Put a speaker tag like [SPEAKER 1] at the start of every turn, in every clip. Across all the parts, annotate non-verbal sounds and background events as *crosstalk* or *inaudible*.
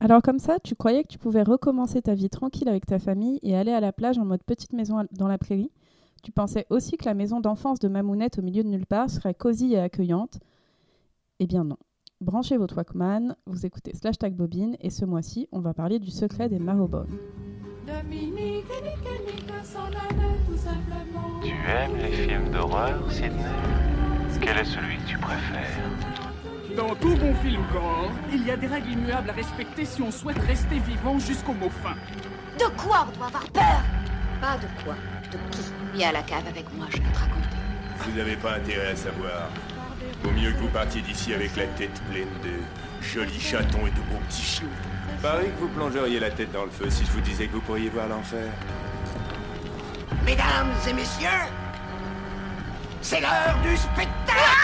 [SPEAKER 1] Alors comme ça, tu croyais que tu pouvais recommencer ta vie tranquille avec ta famille et aller à la plage en mode petite maison à- dans la prairie. Tu pensais aussi que la maison d'enfance de Mamounette au milieu de nulle part serait cosy et accueillante. Eh bien non. Branchez votre Walkman, vous écoutez Slash Tag Bobine et ce mois-ci, on va parler du secret des marobons.
[SPEAKER 2] Dominique et Nickelika s'en allaient tout simplement.
[SPEAKER 3] Tu aimes les films d'horreur, Sidney Quel est celui que tu préfères
[SPEAKER 4] Dans tout bon film gore, il y a des règles immuables à respecter si on souhaite rester vivant jusqu'au mot fin.
[SPEAKER 5] De quoi on doit avoir peur Pas de quoi, de qui Viens à la cave avec moi, je vais te raconter.
[SPEAKER 6] Vous n'avez pas intérêt à savoir. Vaut mieux que vous partiez d'ici avec la tête pleine de jolis chatons et de beaux petits chiots. Pareil que vous plongeriez la tête dans le feu si je vous disais que vous pourriez voir l'enfer.
[SPEAKER 7] Mesdames et messieurs, c'est l'heure du spectacle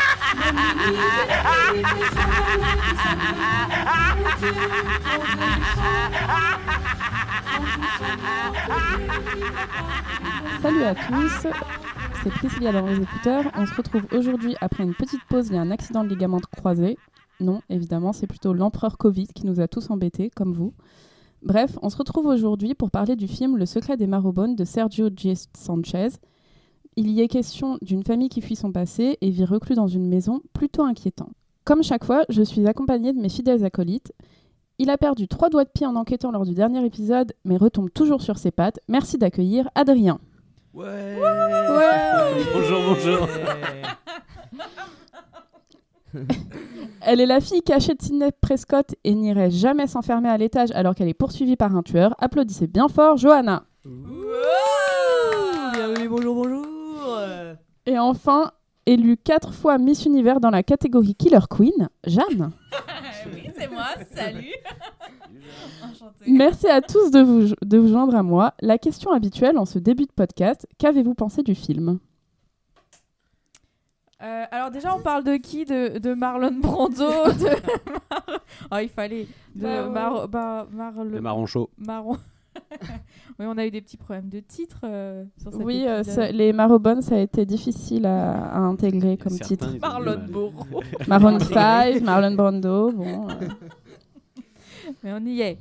[SPEAKER 1] Salut à tous, c'est Priscilla dans les écouteurs. On se retrouve aujourd'hui après une petite pause liée à un accident de ligament de croisé. Non, évidemment, c'est plutôt l'empereur Covid qui nous a tous embêtés, comme vous. Bref, on se retrouve aujourd'hui pour parler du film Le secret des marobonnes de Sergio G. Sanchez. Il y est question d'une famille qui fuit son passé et vit reclus dans une maison plutôt inquiétante. Comme chaque fois, je suis accompagnée de mes fidèles acolytes. Il a perdu trois doigts de pied en enquêtant lors du dernier épisode, mais retombe toujours sur ses pattes. Merci d'accueillir Adrien.
[SPEAKER 8] Ouais.
[SPEAKER 9] Bonjour, bonjour.
[SPEAKER 1] *laughs* Elle est la fille cachée de Sidney Prescott et n'irait jamais s'enfermer à l'étage alors qu'elle est poursuivie par un tueur. Applaudissez bien fort, Johanna.
[SPEAKER 8] Bienvenue, bonjour, bonjour. Euh,
[SPEAKER 1] Et enfin, élue quatre fois Miss Univers dans la catégorie Killer Queen, *laughs* Jeanne.
[SPEAKER 10] oui, c'est moi, salut *laughs* Enchantée.
[SPEAKER 1] Merci à tous de vous, de vous joindre à moi. La question habituelle en ce début de podcast, qu'avez-vous pensé du film
[SPEAKER 10] Euh, alors déjà, on parle de qui de, de Marlon Brando de Mar- Ah, il fallait. De
[SPEAKER 1] Bah ouais.
[SPEAKER 10] Mar- bah, Marlon-
[SPEAKER 9] Le marron chaud.
[SPEAKER 10] Marron. *laughs* oui, on a eu des petits problèmes de titre euh, sur cette
[SPEAKER 1] Oui, euh, ça- les Marobonnes, ça a été difficile à, à intégrer comme
[SPEAKER 9] Certains,
[SPEAKER 1] titre.
[SPEAKER 9] ils ont du
[SPEAKER 10] Marlon
[SPEAKER 9] mal.
[SPEAKER 10] Borro.
[SPEAKER 9] *laughs*
[SPEAKER 1] Maroon 5, Marlon Brando, bon... euh.
[SPEAKER 10] Mais on y est.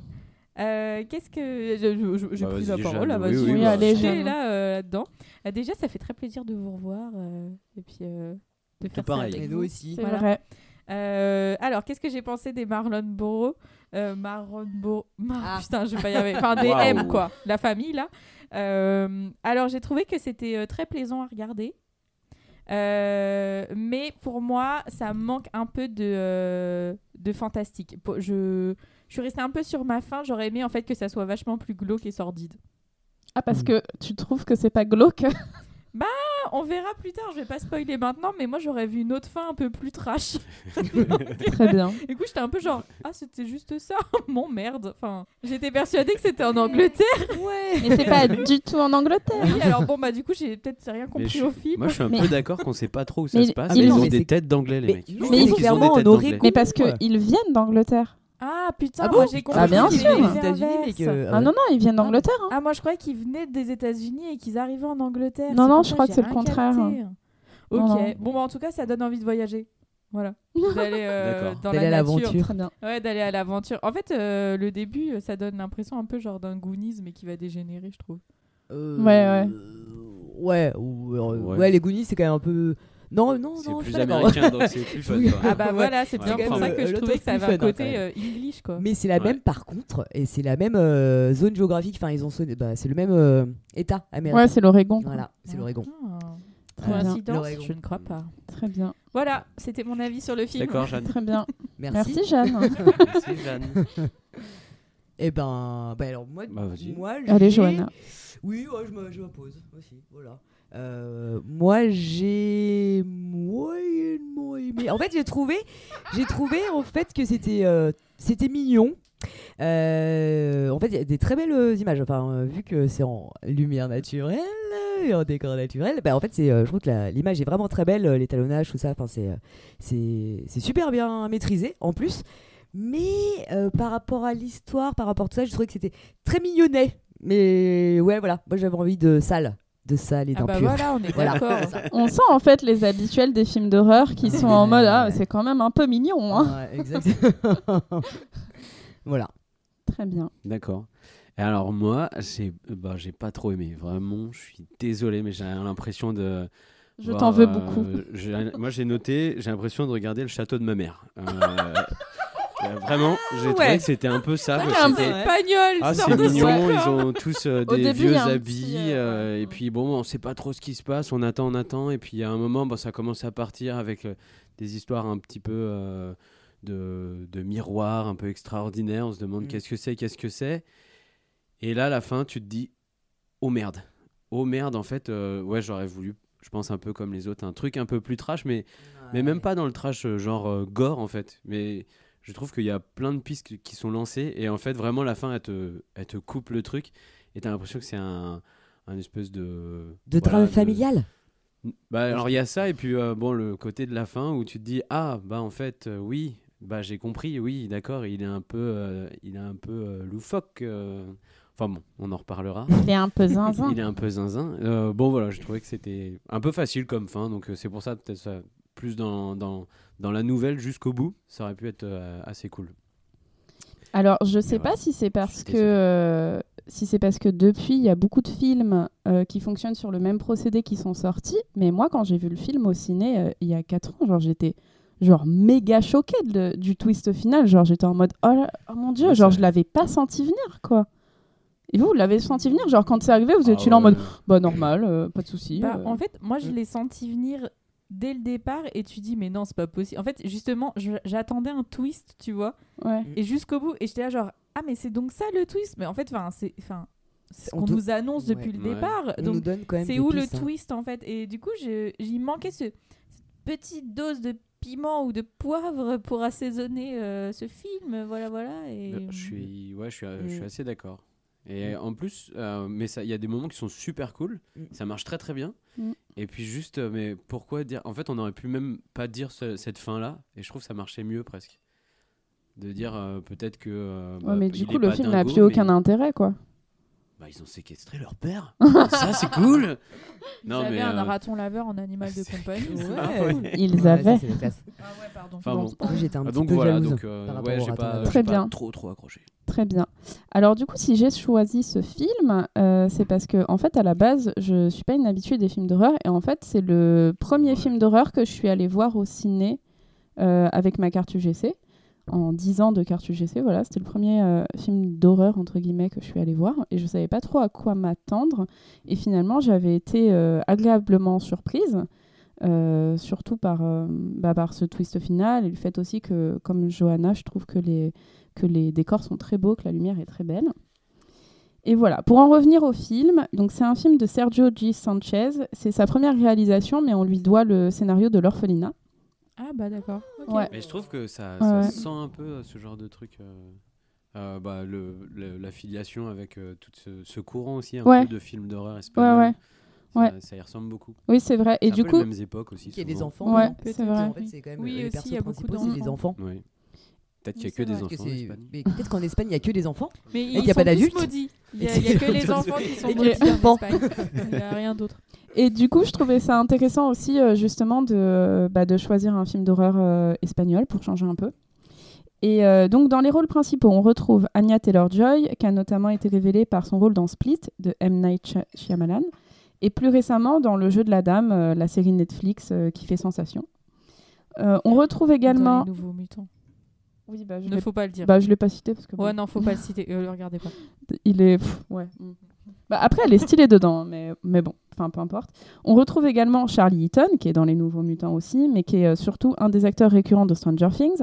[SPEAKER 10] Euh, Qu'est-ce que. je- je- je- J'ai
[SPEAKER 9] Bah,
[SPEAKER 10] pris la
[SPEAKER 9] vas-y, hein.
[SPEAKER 10] parole, Ah,
[SPEAKER 9] Jeanne,
[SPEAKER 10] là,
[SPEAKER 9] oui,
[SPEAKER 10] vas-y.
[SPEAKER 9] oui,
[SPEAKER 1] Oui, bah, allez,
[SPEAKER 10] J'étais
[SPEAKER 1] Jeanne.
[SPEAKER 10] là, euh, là-dedans. Euh, déjà, ça fait très plaisir de vous revoir. euh, et puis, euh, de faire
[SPEAKER 9] pareil.
[SPEAKER 10] ça
[SPEAKER 8] Et
[SPEAKER 10] avec
[SPEAKER 8] nous
[SPEAKER 10] vous.
[SPEAKER 8] aussi.
[SPEAKER 1] C'est
[SPEAKER 10] Voilà.
[SPEAKER 1] vrai.
[SPEAKER 10] Euh, alors, qu'est-ce que j'ai pensé des Marlon Borro euh, Marlon Borro. Mar- Putain, je vais pas y arriver. Enfin, des
[SPEAKER 9] Waouh.
[SPEAKER 10] M, quoi. La famille, là. Euh, alors, j'ai trouvé que c'était euh, très plaisant à regarder. Euh, mais pour moi, ça manque un peu de, euh, de fantastique. Po- Je, je suis restée un peu sur ma faim. J'aurais aimé en fait que ça soit vachement plus glauque et sordide.
[SPEAKER 1] Ah, parce
[SPEAKER 9] Mm.
[SPEAKER 1] que tu trouves que c'est pas *laughs* glauque
[SPEAKER 10] Ah, on verra plus tard. Je vais pas spoiler maintenant, mais moi j'aurais vu une autre fin un peu plus trash.
[SPEAKER 1] Très bien.
[SPEAKER 10] *laughs* Du coup, j'étais un peu genre,
[SPEAKER 9] *laughs*
[SPEAKER 10] ah, c'était juste ça, *laughs* mon merde. Enfin, j'étais persuadée
[SPEAKER 9] *laughs*
[SPEAKER 10] que c'était en Angleterre.
[SPEAKER 1] Mais c'est *laughs* pas du tout en Angleterre.
[SPEAKER 10] *laughs* Oui, alors bon, bah, du coup, j'ai peut-être rien
[SPEAKER 9] Mais
[SPEAKER 10] compris
[SPEAKER 9] je-
[SPEAKER 10] au film.
[SPEAKER 9] Moi, je suis un
[SPEAKER 1] Mais-
[SPEAKER 9] peu d'accord qu'on sait pas trop où ça
[SPEAKER 1] Mais
[SPEAKER 9] se passe.
[SPEAKER 1] ils
[SPEAKER 9] mais ils
[SPEAKER 1] ont-
[SPEAKER 9] ont
[SPEAKER 8] mais
[SPEAKER 9] des
[SPEAKER 8] c'est-
[SPEAKER 9] têtes d'anglais, les
[SPEAKER 8] mais-
[SPEAKER 9] mecs. Je
[SPEAKER 8] mais ils
[SPEAKER 9] trouve
[SPEAKER 1] ont
[SPEAKER 9] qu'ils des
[SPEAKER 8] clairement, on
[SPEAKER 9] têtes
[SPEAKER 8] aurait
[SPEAKER 9] d'anglais.
[SPEAKER 1] Mais parce que
[SPEAKER 8] Ouais.
[SPEAKER 1] ils viennent d'Angleterre.
[SPEAKER 10] Ah, putain,
[SPEAKER 8] Ah
[SPEAKER 10] moi,
[SPEAKER 8] bon
[SPEAKER 10] j'ai compris.
[SPEAKER 1] Ah, bien
[SPEAKER 10] qu'ils
[SPEAKER 1] sûr.
[SPEAKER 10] venaient
[SPEAKER 8] Des États-Unis et que-
[SPEAKER 10] l'inverse.
[SPEAKER 8] Ah
[SPEAKER 1] Ah
[SPEAKER 8] ouais.
[SPEAKER 1] non, non, ils viennent d'Angleterre. hein.
[SPEAKER 10] Ah, moi, je croyais qu'ils venaient des États-Unis et qu'ils arrivaient en Angleterre.
[SPEAKER 1] Non,
[SPEAKER 10] C'est
[SPEAKER 1] non,
[SPEAKER 10] pour
[SPEAKER 1] je
[SPEAKER 10] ça
[SPEAKER 1] crois que c'est le
[SPEAKER 10] j'ai
[SPEAKER 1] contraire.
[SPEAKER 10] rien capté. Ok,
[SPEAKER 1] Non, non.
[SPEAKER 10] bon, bah, en tout cas, ça donne envie de voyager.
[SPEAKER 1] *laughs*
[SPEAKER 10] Voilà. D'aller euh,
[SPEAKER 9] D'accord.
[SPEAKER 10] dans
[SPEAKER 8] D'aller à
[SPEAKER 10] la nature.
[SPEAKER 8] l'aventure.
[SPEAKER 1] Très bien.
[SPEAKER 10] Ouais, d'aller à l'aventure. En fait, euh, le début, ça donne l'impression un peu genre d'un Goonies, mais qui va dégénérer, je trouve.
[SPEAKER 8] Euh,
[SPEAKER 1] Ouais,
[SPEAKER 8] ouais. Ouais, ou- euh,
[SPEAKER 9] Ouais.
[SPEAKER 8] ouais, les Goonies, c'est quand même un peu. Non, non,
[SPEAKER 9] C'est
[SPEAKER 8] non, je
[SPEAKER 9] plus
[SPEAKER 8] suis pas d'accord.
[SPEAKER 9] américain, donc c'est plus fun.
[SPEAKER 8] Oui.
[SPEAKER 9] quoi.
[SPEAKER 10] Ah bah
[SPEAKER 8] Ouais.
[SPEAKER 10] voilà, c'est bien
[SPEAKER 9] C'est
[SPEAKER 10] pour
[SPEAKER 9] quand
[SPEAKER 10] ça
[SPEAKER 9] même,
[SPEAKER 10] que
[SPEAKER 8] euh,
[SPEAKER 10] je
[SPEAKER 8] le
[SPEAKER 10] trouvais que
[SPEAKER 8] truc
[SPEAKER 10] ça
[SPEAKER 8] plus
[SPEAKER 10] avait un
[SPEAKER 8] fun, hein, quand
[SPEAKER 10] côté
[SPEAKER 8] même.
[SPEAKER 10] euh, English, quoi.
[SPEAKER 8] *laughs* Mais c'est la
[SPEAKER 9] Ouais.
[SPEAKER 8] même par contre, et c'est la même euh, zone géographique. Enfin, ils ont sonné- bah, c'est le même euh, État américain.
[SPEAKER 1] Ouais, c'est l'Oregon. quoi.
[SPEAKER 8] Voilà, c'est l'Oregon.
[SPEAKER 10] Ah.
[SPEAKER 1] Très bien.
[SPEAKER 10] Coïncidence,
[SPEAKER 8] L'Oregon.
[SPEAKER 10] je ne crois pas.
[SPEAKER 1] Très bien.
[SPEAKER 10] Voilà, c'était mon avis sur le film.
[SPEAKER 9] D'accord, Jeanne.
[SPEAKER 1] Très bien.
[SPEAKER 8] Merci.
[SPEAKER 1] Merci, Jeanne. *laughs*
[SPEAKER 9] Merci, Jeanne.
[SPEAKER 8] Et ben, bah alors moi,
[SPEAKER 9] Bah, vas-y.
[SPEAKER 8] moi,
[SPEAKER 1] Allez,
[SPEAKER 8] j'ai-
[SPEAKER 1] Johanna.
[SPEAKER 8] Oui, ouais, je me- je m'oppose aussi, voilà. Euh, moi, j'ai moyennement aimé. En fait, j'ai trouvé, j'ai trouvé en fait que c'était, euh, c'était mignon. Euh, en fait, il y a des très belles euh, images. Enfin, euh, vu que c'est en lumière naturelle euh, et en décor naturel, bah, en fait, c'est, euh, je trouve que la- l'image est vraiment très belle, euh, l'étalonnage, tout ça. Enfin, c'est, euh, c'est, c'est super bien maîtrisé en plus. Mais euh, par rapport à l'histoire, par rapport à tout ça, je trouvais que c'était très mignonnet. Mais ouais, voilà. Moi, j'avais envie de sale, de sale et
[SPEAKER 10] Ah bah
[SPEAKER 8] d'impur.
[SPEAKER 10] voilà, on est
[SPEAKER 8] Voilà. *laughs*
[SPEAKER 10] d'accord.
[SPEAKER 1] *laughs* On sent en fait les habituels des films d'horreur qui sont en mode Ah, c'est quand même un peu mignon. hein.
[SPEAKER 8] Ouais, exactement. *laughs* voilà.
[SPEAKER 1] Très bien.
[SPEAKER 9] D'accord. Et alors moi, j'ai bah, j'ai pas trop aimé. Vraiment, je suis désolé, mais j'ai l'impression de...
[SPEAKER 1] Je
[SPEAKER 9] voir,
[SPEAKER 1] t'en veux
[SPEAKER 9] euh,
[SPEAKER 1] beaucoup.
[SPEAKER 9] j'ai- moi, j'ai noté, j'ai l'impression de regarder le château de ma mère. Euh, euh, vraiment, j'ai trouvé
[SPEAKER 10] Ouais.
[SPEAKER 9] que c'était un peu ça.
[SPEAKER 10] Ah,
[SPEAKER 9] quoi.
[SPEAKER 10] un
[SPEAKER 9] C'était-
[SPEAKER 10] espagnol,
[SPEAKER 9] Ah,
[SPEAKER 10] sort
[SPEAKER 9] c'est
[SPEAKER 10] de ce
[SPEAKER 9] mignon,
[SPEAKER 10] corps.
[SPEAKER 9] ils ont tous euh,
[SPEAKER 10] Au
[SPEAKER 9] des
[SPEAKER 10] début, il y a
[SPEAKER 9] vieux
[SPEAKER 10] un
[SPEAKER 9] habits.
[SPEAKER 10] petit,
[SPEAKER 9] euh, et puis bon, on sait pas trop ce qui se passe, on attend, on attend. Et puis à un moment, bah, ça commence à partir avec euh, des histoires un petit peu euh, de, de miroirs, un peu extraordinaires. On se demande qu'est-ce que c'est, qu'est-ce que c'est. Et là, à la fin, tu te dis, oh merde. Oh merde, en fait, euh, ouais, j'aurais voulu, je pense un peu comme les autres, un truc un peu plus trash, mais,
[SPEAKER 8] Ah
[SPEAKER 9] mais même pas dans le trash euh, genre euh, gore, en fait. Mais je trouve qu'il y a plein de pistes qui- qui sont lancées, et en fait, vraiment, la fin, elle te, elle te coupe le truc, et t'as l'impression que c'est un, un espèce de.
[SPEAKER 8] De drame familial
[SPEAKER 9] Bah, alors, il y a ça, et puis, euh, bon, le côté de la fin où tu te dis, ah, bah, en fait, euh, oui. Bah, j'ai compris, oui, d'accord, il est un peu, euh, il est un peu euh, loufoque. euh. Enfin bon, on en reparlera.
[SPEAKER 1] Il est un peu zinzin.
[SPEAKER 9] Il est un peu zinzin. Euh, bon, voilà, je trouvais que c'était un peu facile comme fin, donc euh, c'est pour ça, peut-être ça, plus dans, dans, dans la nouvelle jusqu'au bout, ça aurait pu être euh, assez cool.
[SPEAKER 1] Alors, je sais
[SPEAKER 9] Mais
[SPEAKER 1] pas
[SPEAKER 9] voilà,
[SPEAKER 1] si c'est parce que
[SPEAKER 9] désolé.
[SPEAKER 1] euh, si c'est parce que depuis il y a beaucoup de films euh, qui fonctionnent sur le même procédé qui sont sortis, mais moi quand j'ai vu le film au ciné euh, il y a 4 ans, genre j'étais genre méga choquée de- du twist final, genre j'étais en mode oh, là- oh mon dieu,
[SPEAKER 9] Ouais,
[SPEAKER 1] genre
[SPEAKER 9] c'est-
[SPEAKER 1] je l'avais pas senti venir quoi. Et vous, vous l'avez senti venir Genre quand c'est arrivé,
[SPEAKER 9] Ah
[SPEAKER 1] vous étiez là en mode bah normal, euh, pas de souci.
[SPEAKER 10] Bah,
[SPEAKER 1] euh.
[SPEAKER 10] En fait, moi,
[SPEAKER 9] Mm.
[SPEAKER 10] je l'ai senti venir dès le départ et tu dis, mais non, c'est pas possible. En fait, justement, je- j'attendais un twist, tu vois,
[SPEAKER 9] Mm.
[SPEAKER 1] Ouais.
[SPEAKER 10] et jusqu'au bout, et j'étais là, genre, ah, mais c'est donc ça le twist. Mais en fait, enfin, c'est. enfin, c'est ce
[SPEAKER 8] On
[SPEAKER 10] qu'on
[SPEAKER 8] do-
[SPEAKER 10] nous annonce depuis
[SPEAKER 9] Ouais.
[SPEAKER 10] le
[SPEAKER 9] Ouais.
[SPEAKER 10] départ.
[SPEAKER 8] On nous
[SPEAKER 10] Donc,
[SPEAKER 8] donne quand même
[SPEAKER 10] c'est
[SPEAKER 8] des
[SPEAKER 10] où le
[SPEAKER 8] pistes, hein.
[SPEAKER 10] twist, en fait. Et du coup, je- j'y manquait ce, cette petite dose de piment ou de poivre pour assaisonner euh, ce film. Voilà, voilà. Et...
[SPEAKER 9] Euh, Je suis, ouais, je suis, euh, je suis
[SPEAKER 10] Mm.
[SPEAKER 9] assez d'accord.
[SPEAKER 1] Mm.
[SPEAKER 9] Et en plus, euh, mais ça, il y a des moments qui sont super cool.
[SPEAKER 8] Mm.
[SPEAKER 9] Ça marche très très bien.
[SPEAKER 1] Mm.
[SPEAKER 9] Et puis juste, euh, mais pourquoi dire En fait, on aurait pu même pas dire ce- cette fin là. Et je trouve que ça marchait mieux presque. De dire euh, peut-être que. euh,
[SPEAKER 1] Ouais,
[SPEAKER 9] bah,
[SPEAKER 1] mais
[SPEAKER 9] il
[SPEAKER 1] du
[SPEAKER 9] est
[SPEAKER 1] coup, le
[SPEAKER 9] pas
[SPEAKER 1] film n'a
[SPEAKER 9] dingo,
[SPEAKER 1] plus aucun
[SPEAKER 9] mais-
[SPEAKER 1] intérêt,
[SPEAKER 9] *laughs*
[SPEAKER 1] quoi.
[SPEAKER 9] Bah, ils ont séquestré leur père. *laughs* ça, c'est *laughs* cool.
[SPEAKER 10] Ils avaient un
[SPEAKER 9] euh, Ah
[SPEAKER 10] raton laveur en animal
[SPEAKER 9] *laughs*
[SPEAKER 8] Ah,
[SPEAKER 10] de compagnie.
[SPEAKER 9] Ouais.
[SPEAKER 1] Ils
[SPEAKER 8] Ouais,
[SPEAKER 1] avaient.
[SPEAKER 8] ça, c'est la
[SPEAKER 1] *laughs*
[SPEAKER 8] classe.
[SPEAKER 10] Ah ouais, pardon.
[SPEAKER 9] Enfin bon.
[SPEAKER 8] Moi, J'étais un
[SPEAKER 9] Ah,
[SPEAKER 8] petit
[SPEAKER 9] donc
[SPEAKER 8] peu
[SPEAKER 9] voilà,
[SPEAKER 8] jalouse
[SPEAKER 9] donc euh,
[SPEAKER 8] par rapport
[SPEAKER 9] ouais,
[SPEAKER 8] au
[SPEAKER 9] j'ai
[SPEAKER 8] raton
[SPEAKER 9] pas,
[SPEAKER 8] laveur.
[SPEAKER 1] Très
[SPEAKER 9] j'ai pas
[SPEAKER 1] bien.
[SPEAKER 9] trop trop accroché.
[SPEAKER 1] Très bien. Alors du coup, si j'ai choisi ce film, euh, c'est parce que en fait, à la base, je suis pas une habituée des films d'horreur et en fait, c'est le premier
[SPEAKER 9] Ouais.
[SPEAKER 1] film d'horreur que je suis allée voir au ciné euh, avec ma carte UGC. En 10 ans de carte UGC, voilà, c'était le premier euh, film d'horreur entre guillemets que je suis allée voir et je savais pas trop à quoi m'attendre et finalement, j'avais été euh, agréablement surprise. euh, surtout par, euh, bah, par ce twist final et le fait aussi que, comme Johanna, je trouve que les, que les décors sont très beaux, que la lumière est très belle. Et voilà, pour en revenir au film, donc c'est un film de Sergio G. Sanchez, c'est sa première réalisation, mais on lui doit le scénario de l'orphelinat.
[SPEAKER 10] Ah bah d'accord.
[SPEAKER 1] Ouais.
[SPEAKER 9] Mais je trouve que ça,
[SPEAKER 1] Ouais,
[SPEAKER 9] ça
[SPEAKER 1] ouais.
[SPEAKER 9] sent un peu euh, ce genre de truc. euh, euh, bah, le, le- la filiation avec euh, tout ce, ce courant aussi, un
[SPEAKER 1] Ouais.
[SPEAKER 9] peu de films d'horreur espagnol.
[SPEAKER 1] ouais.
[SPEAKER 9] Ça,
[SPEAKER 1] Ouais.
[SPEAKER 9] ça y ressemble beaucoup.
[SPEAKER 1] Oui, c'est vrai. Et
[SPEAKER 9] C'est un
[SPEAKER 1] du
[SPEAKER 9] peu
[SPEAKER 1] coup,
[SPEAKER 9] les mêmes époques aussi.
[SPEAKER 8] Il y a des
[SPEAKER 9] souvent.
[SPEAKER 8] enfants.
[SPEAKER 1] Ouais,
[SPEAKER 8] dedans.
[SPEAKER 1] c'est vrai.
[SPEAKER 8] En fait, c'est quand même
[SPEAKER 10] Oui,
[SPEAKER 8] euh, les
[SPEAKER 10] aussi,
[SPEAKER 8] personnages
[SPEAKER 10] il y a beaucoup
[SPEAKER 8] principaux, c'est les enfants.
[SPEAKER 9] Oui. Peut-être
[SPEAKER 10] Oui,
[SPEAKER 9] qu'il n'y a que
[SPEAKER 10] c'est
[SPEAKER 9] des
[SPEAKER 10] vrai.
[SPEAKER 9] enfants.
[SPEAKER 8] Que
[SPEAKER 9] en
[SPEAKER 8] c'est-
[SPEAKER 9] Espagne.
[SPEAKER 8] Mais peut-être qu'en Espagne, il n'y a que des enfants.
[SPEAKER 10] Mais
[SPEAKER 8] y a
[SPEAKER 10] ils
[SPEAKER 8] pas
[SPEAKER 10] sont tous
[SPEAKER 8] d'adultes
[SPEAKER 10] maudits. Il n'y a,
[SPEAKER 8] Et
[SPEAKER 10] il y a
[SPEAKER 8] *laughs* c'est-
[SPEAKER 10] que les enfants qui sont
[SPEAKER 8] Et que-
[SPEAKER 10] maudits en
[SPEAKER 8] Bon.
[SPEAKER 10] Espagne. Il n'y a rien d'autre.
[SPEAKER 1] Et du coup, je trouvais ça intéressant aussi, euh, justement, de, euh, bah, de choisir un film d'horreur euh, espagnol pour changer un peu. Et euh, donc, dans les rôles principaux, on retrouve Anya Taylor-Joy, qui a notamment été révélée par son rôle dans Split de M. Night Shy- Shyamalan, et plus récemment dans Le jeu de la dame, euh, la série Netflix euh, qui fait sensation. Euh, on retrouve
[SPEAKER 10] Également.
[SPEAKER 1] également.
[SPEAKER 10] les nouveaux mutants.
[SPEAKER 1] Oui, bah, je
[SPEAKER 10] Ne
[SPEAKER 1] l'ai
[SPEAKER 10] faut pas le dire.
[SPEAKER 1] bah, je l'ai pas cité parce que. bon,
[SPEAKER 10] ouais, non, faut pas le citer. Euh, le regardez pas.
[SPEAKER 1] il est. pff, ouais. mm. Bah, après, elle est stylée dedans, mais, mais bon, enfin, peu importe. On retrouve également Charlie Eaton, qui est dans Les Nouveaux Mutants aussi, mais qui est euh, surtout un des acteurs récurrents de Stranger Things.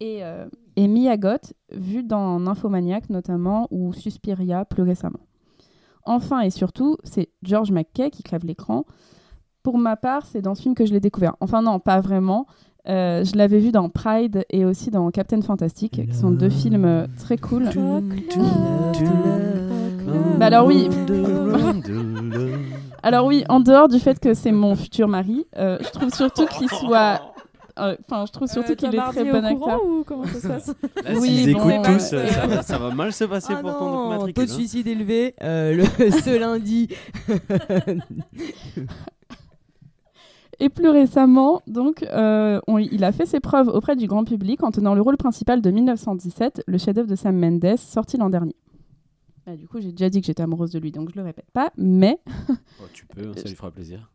[SPEAKER 1] Et, euh, et Mia Goth, vue dans Nymphomaniac notamment, ou Suspiria plus récemment. Enfin et surtout, c'est George McKay qui clave l'écran. Pour ma part, c'est dans ce film que je l'ai découvert. Enfin non, pas vraiment. Euh, je l'avais vu dans Pride et aussi dans Captain Fantastic, qui sont deux films euh, très cool. Bah alors oui. Alors oui, en dehors du fait que c'est mon futur mari, euh, je trouve surtout qu'il soit, euh, enfin je trouve surtout
[SPEAKER 10] Euh,
[SPEAKER 1] qu'il est
[SPEAKER 10] Thomas
[SPEAKER 1] très
[SPEAKER 10] Hardy
[SPEAKER 1] bon
[SPEAKER 10] au courant
[SPEAKER 1] acteur.
[SPEAKER 10] ou comment ça
[SPEAKER 1] *laughs*
[SPEAKER 10] se passe
[SPEAKER 9] Là,
[SPEAKER 1] Oui,
[SPEAKER 9] s'ils
[SPEAKER 1] bon,
[SPEAKER 9] écoutent
[SPEAKER 1] c'est
[SPEAKER 9] tous,
[SPEAKER 10] pas-
[SPEAKER 9] euh, ça va, ça va mal se passer
[SPEAKER 8] Ah
[SPEAKER 9] pour ton
[SPEAKER 8] non,
[SPEAKER 9] oncle Matrix,
[SPEAKER 8] taux de
[SPEAKER 9] hein.
[SPEAKER 8] suicide élevé *laughs* euh, le, ce lundi.
[SPEAKER 1] Et plus récemment, donc, euh, on- il a fait ses preuves auprès du grand public en tenant le rôle principal de 1917, le chef-d'œuvre de Sam Mendes, sorti l'an dernier. Bah, du coup, j'ai déjà dit que j'étais amoureuse de lui, donc je le répète pas, mais
[SPEAKER 9] Oh, tu peux, hein, ça lui fera plaisir.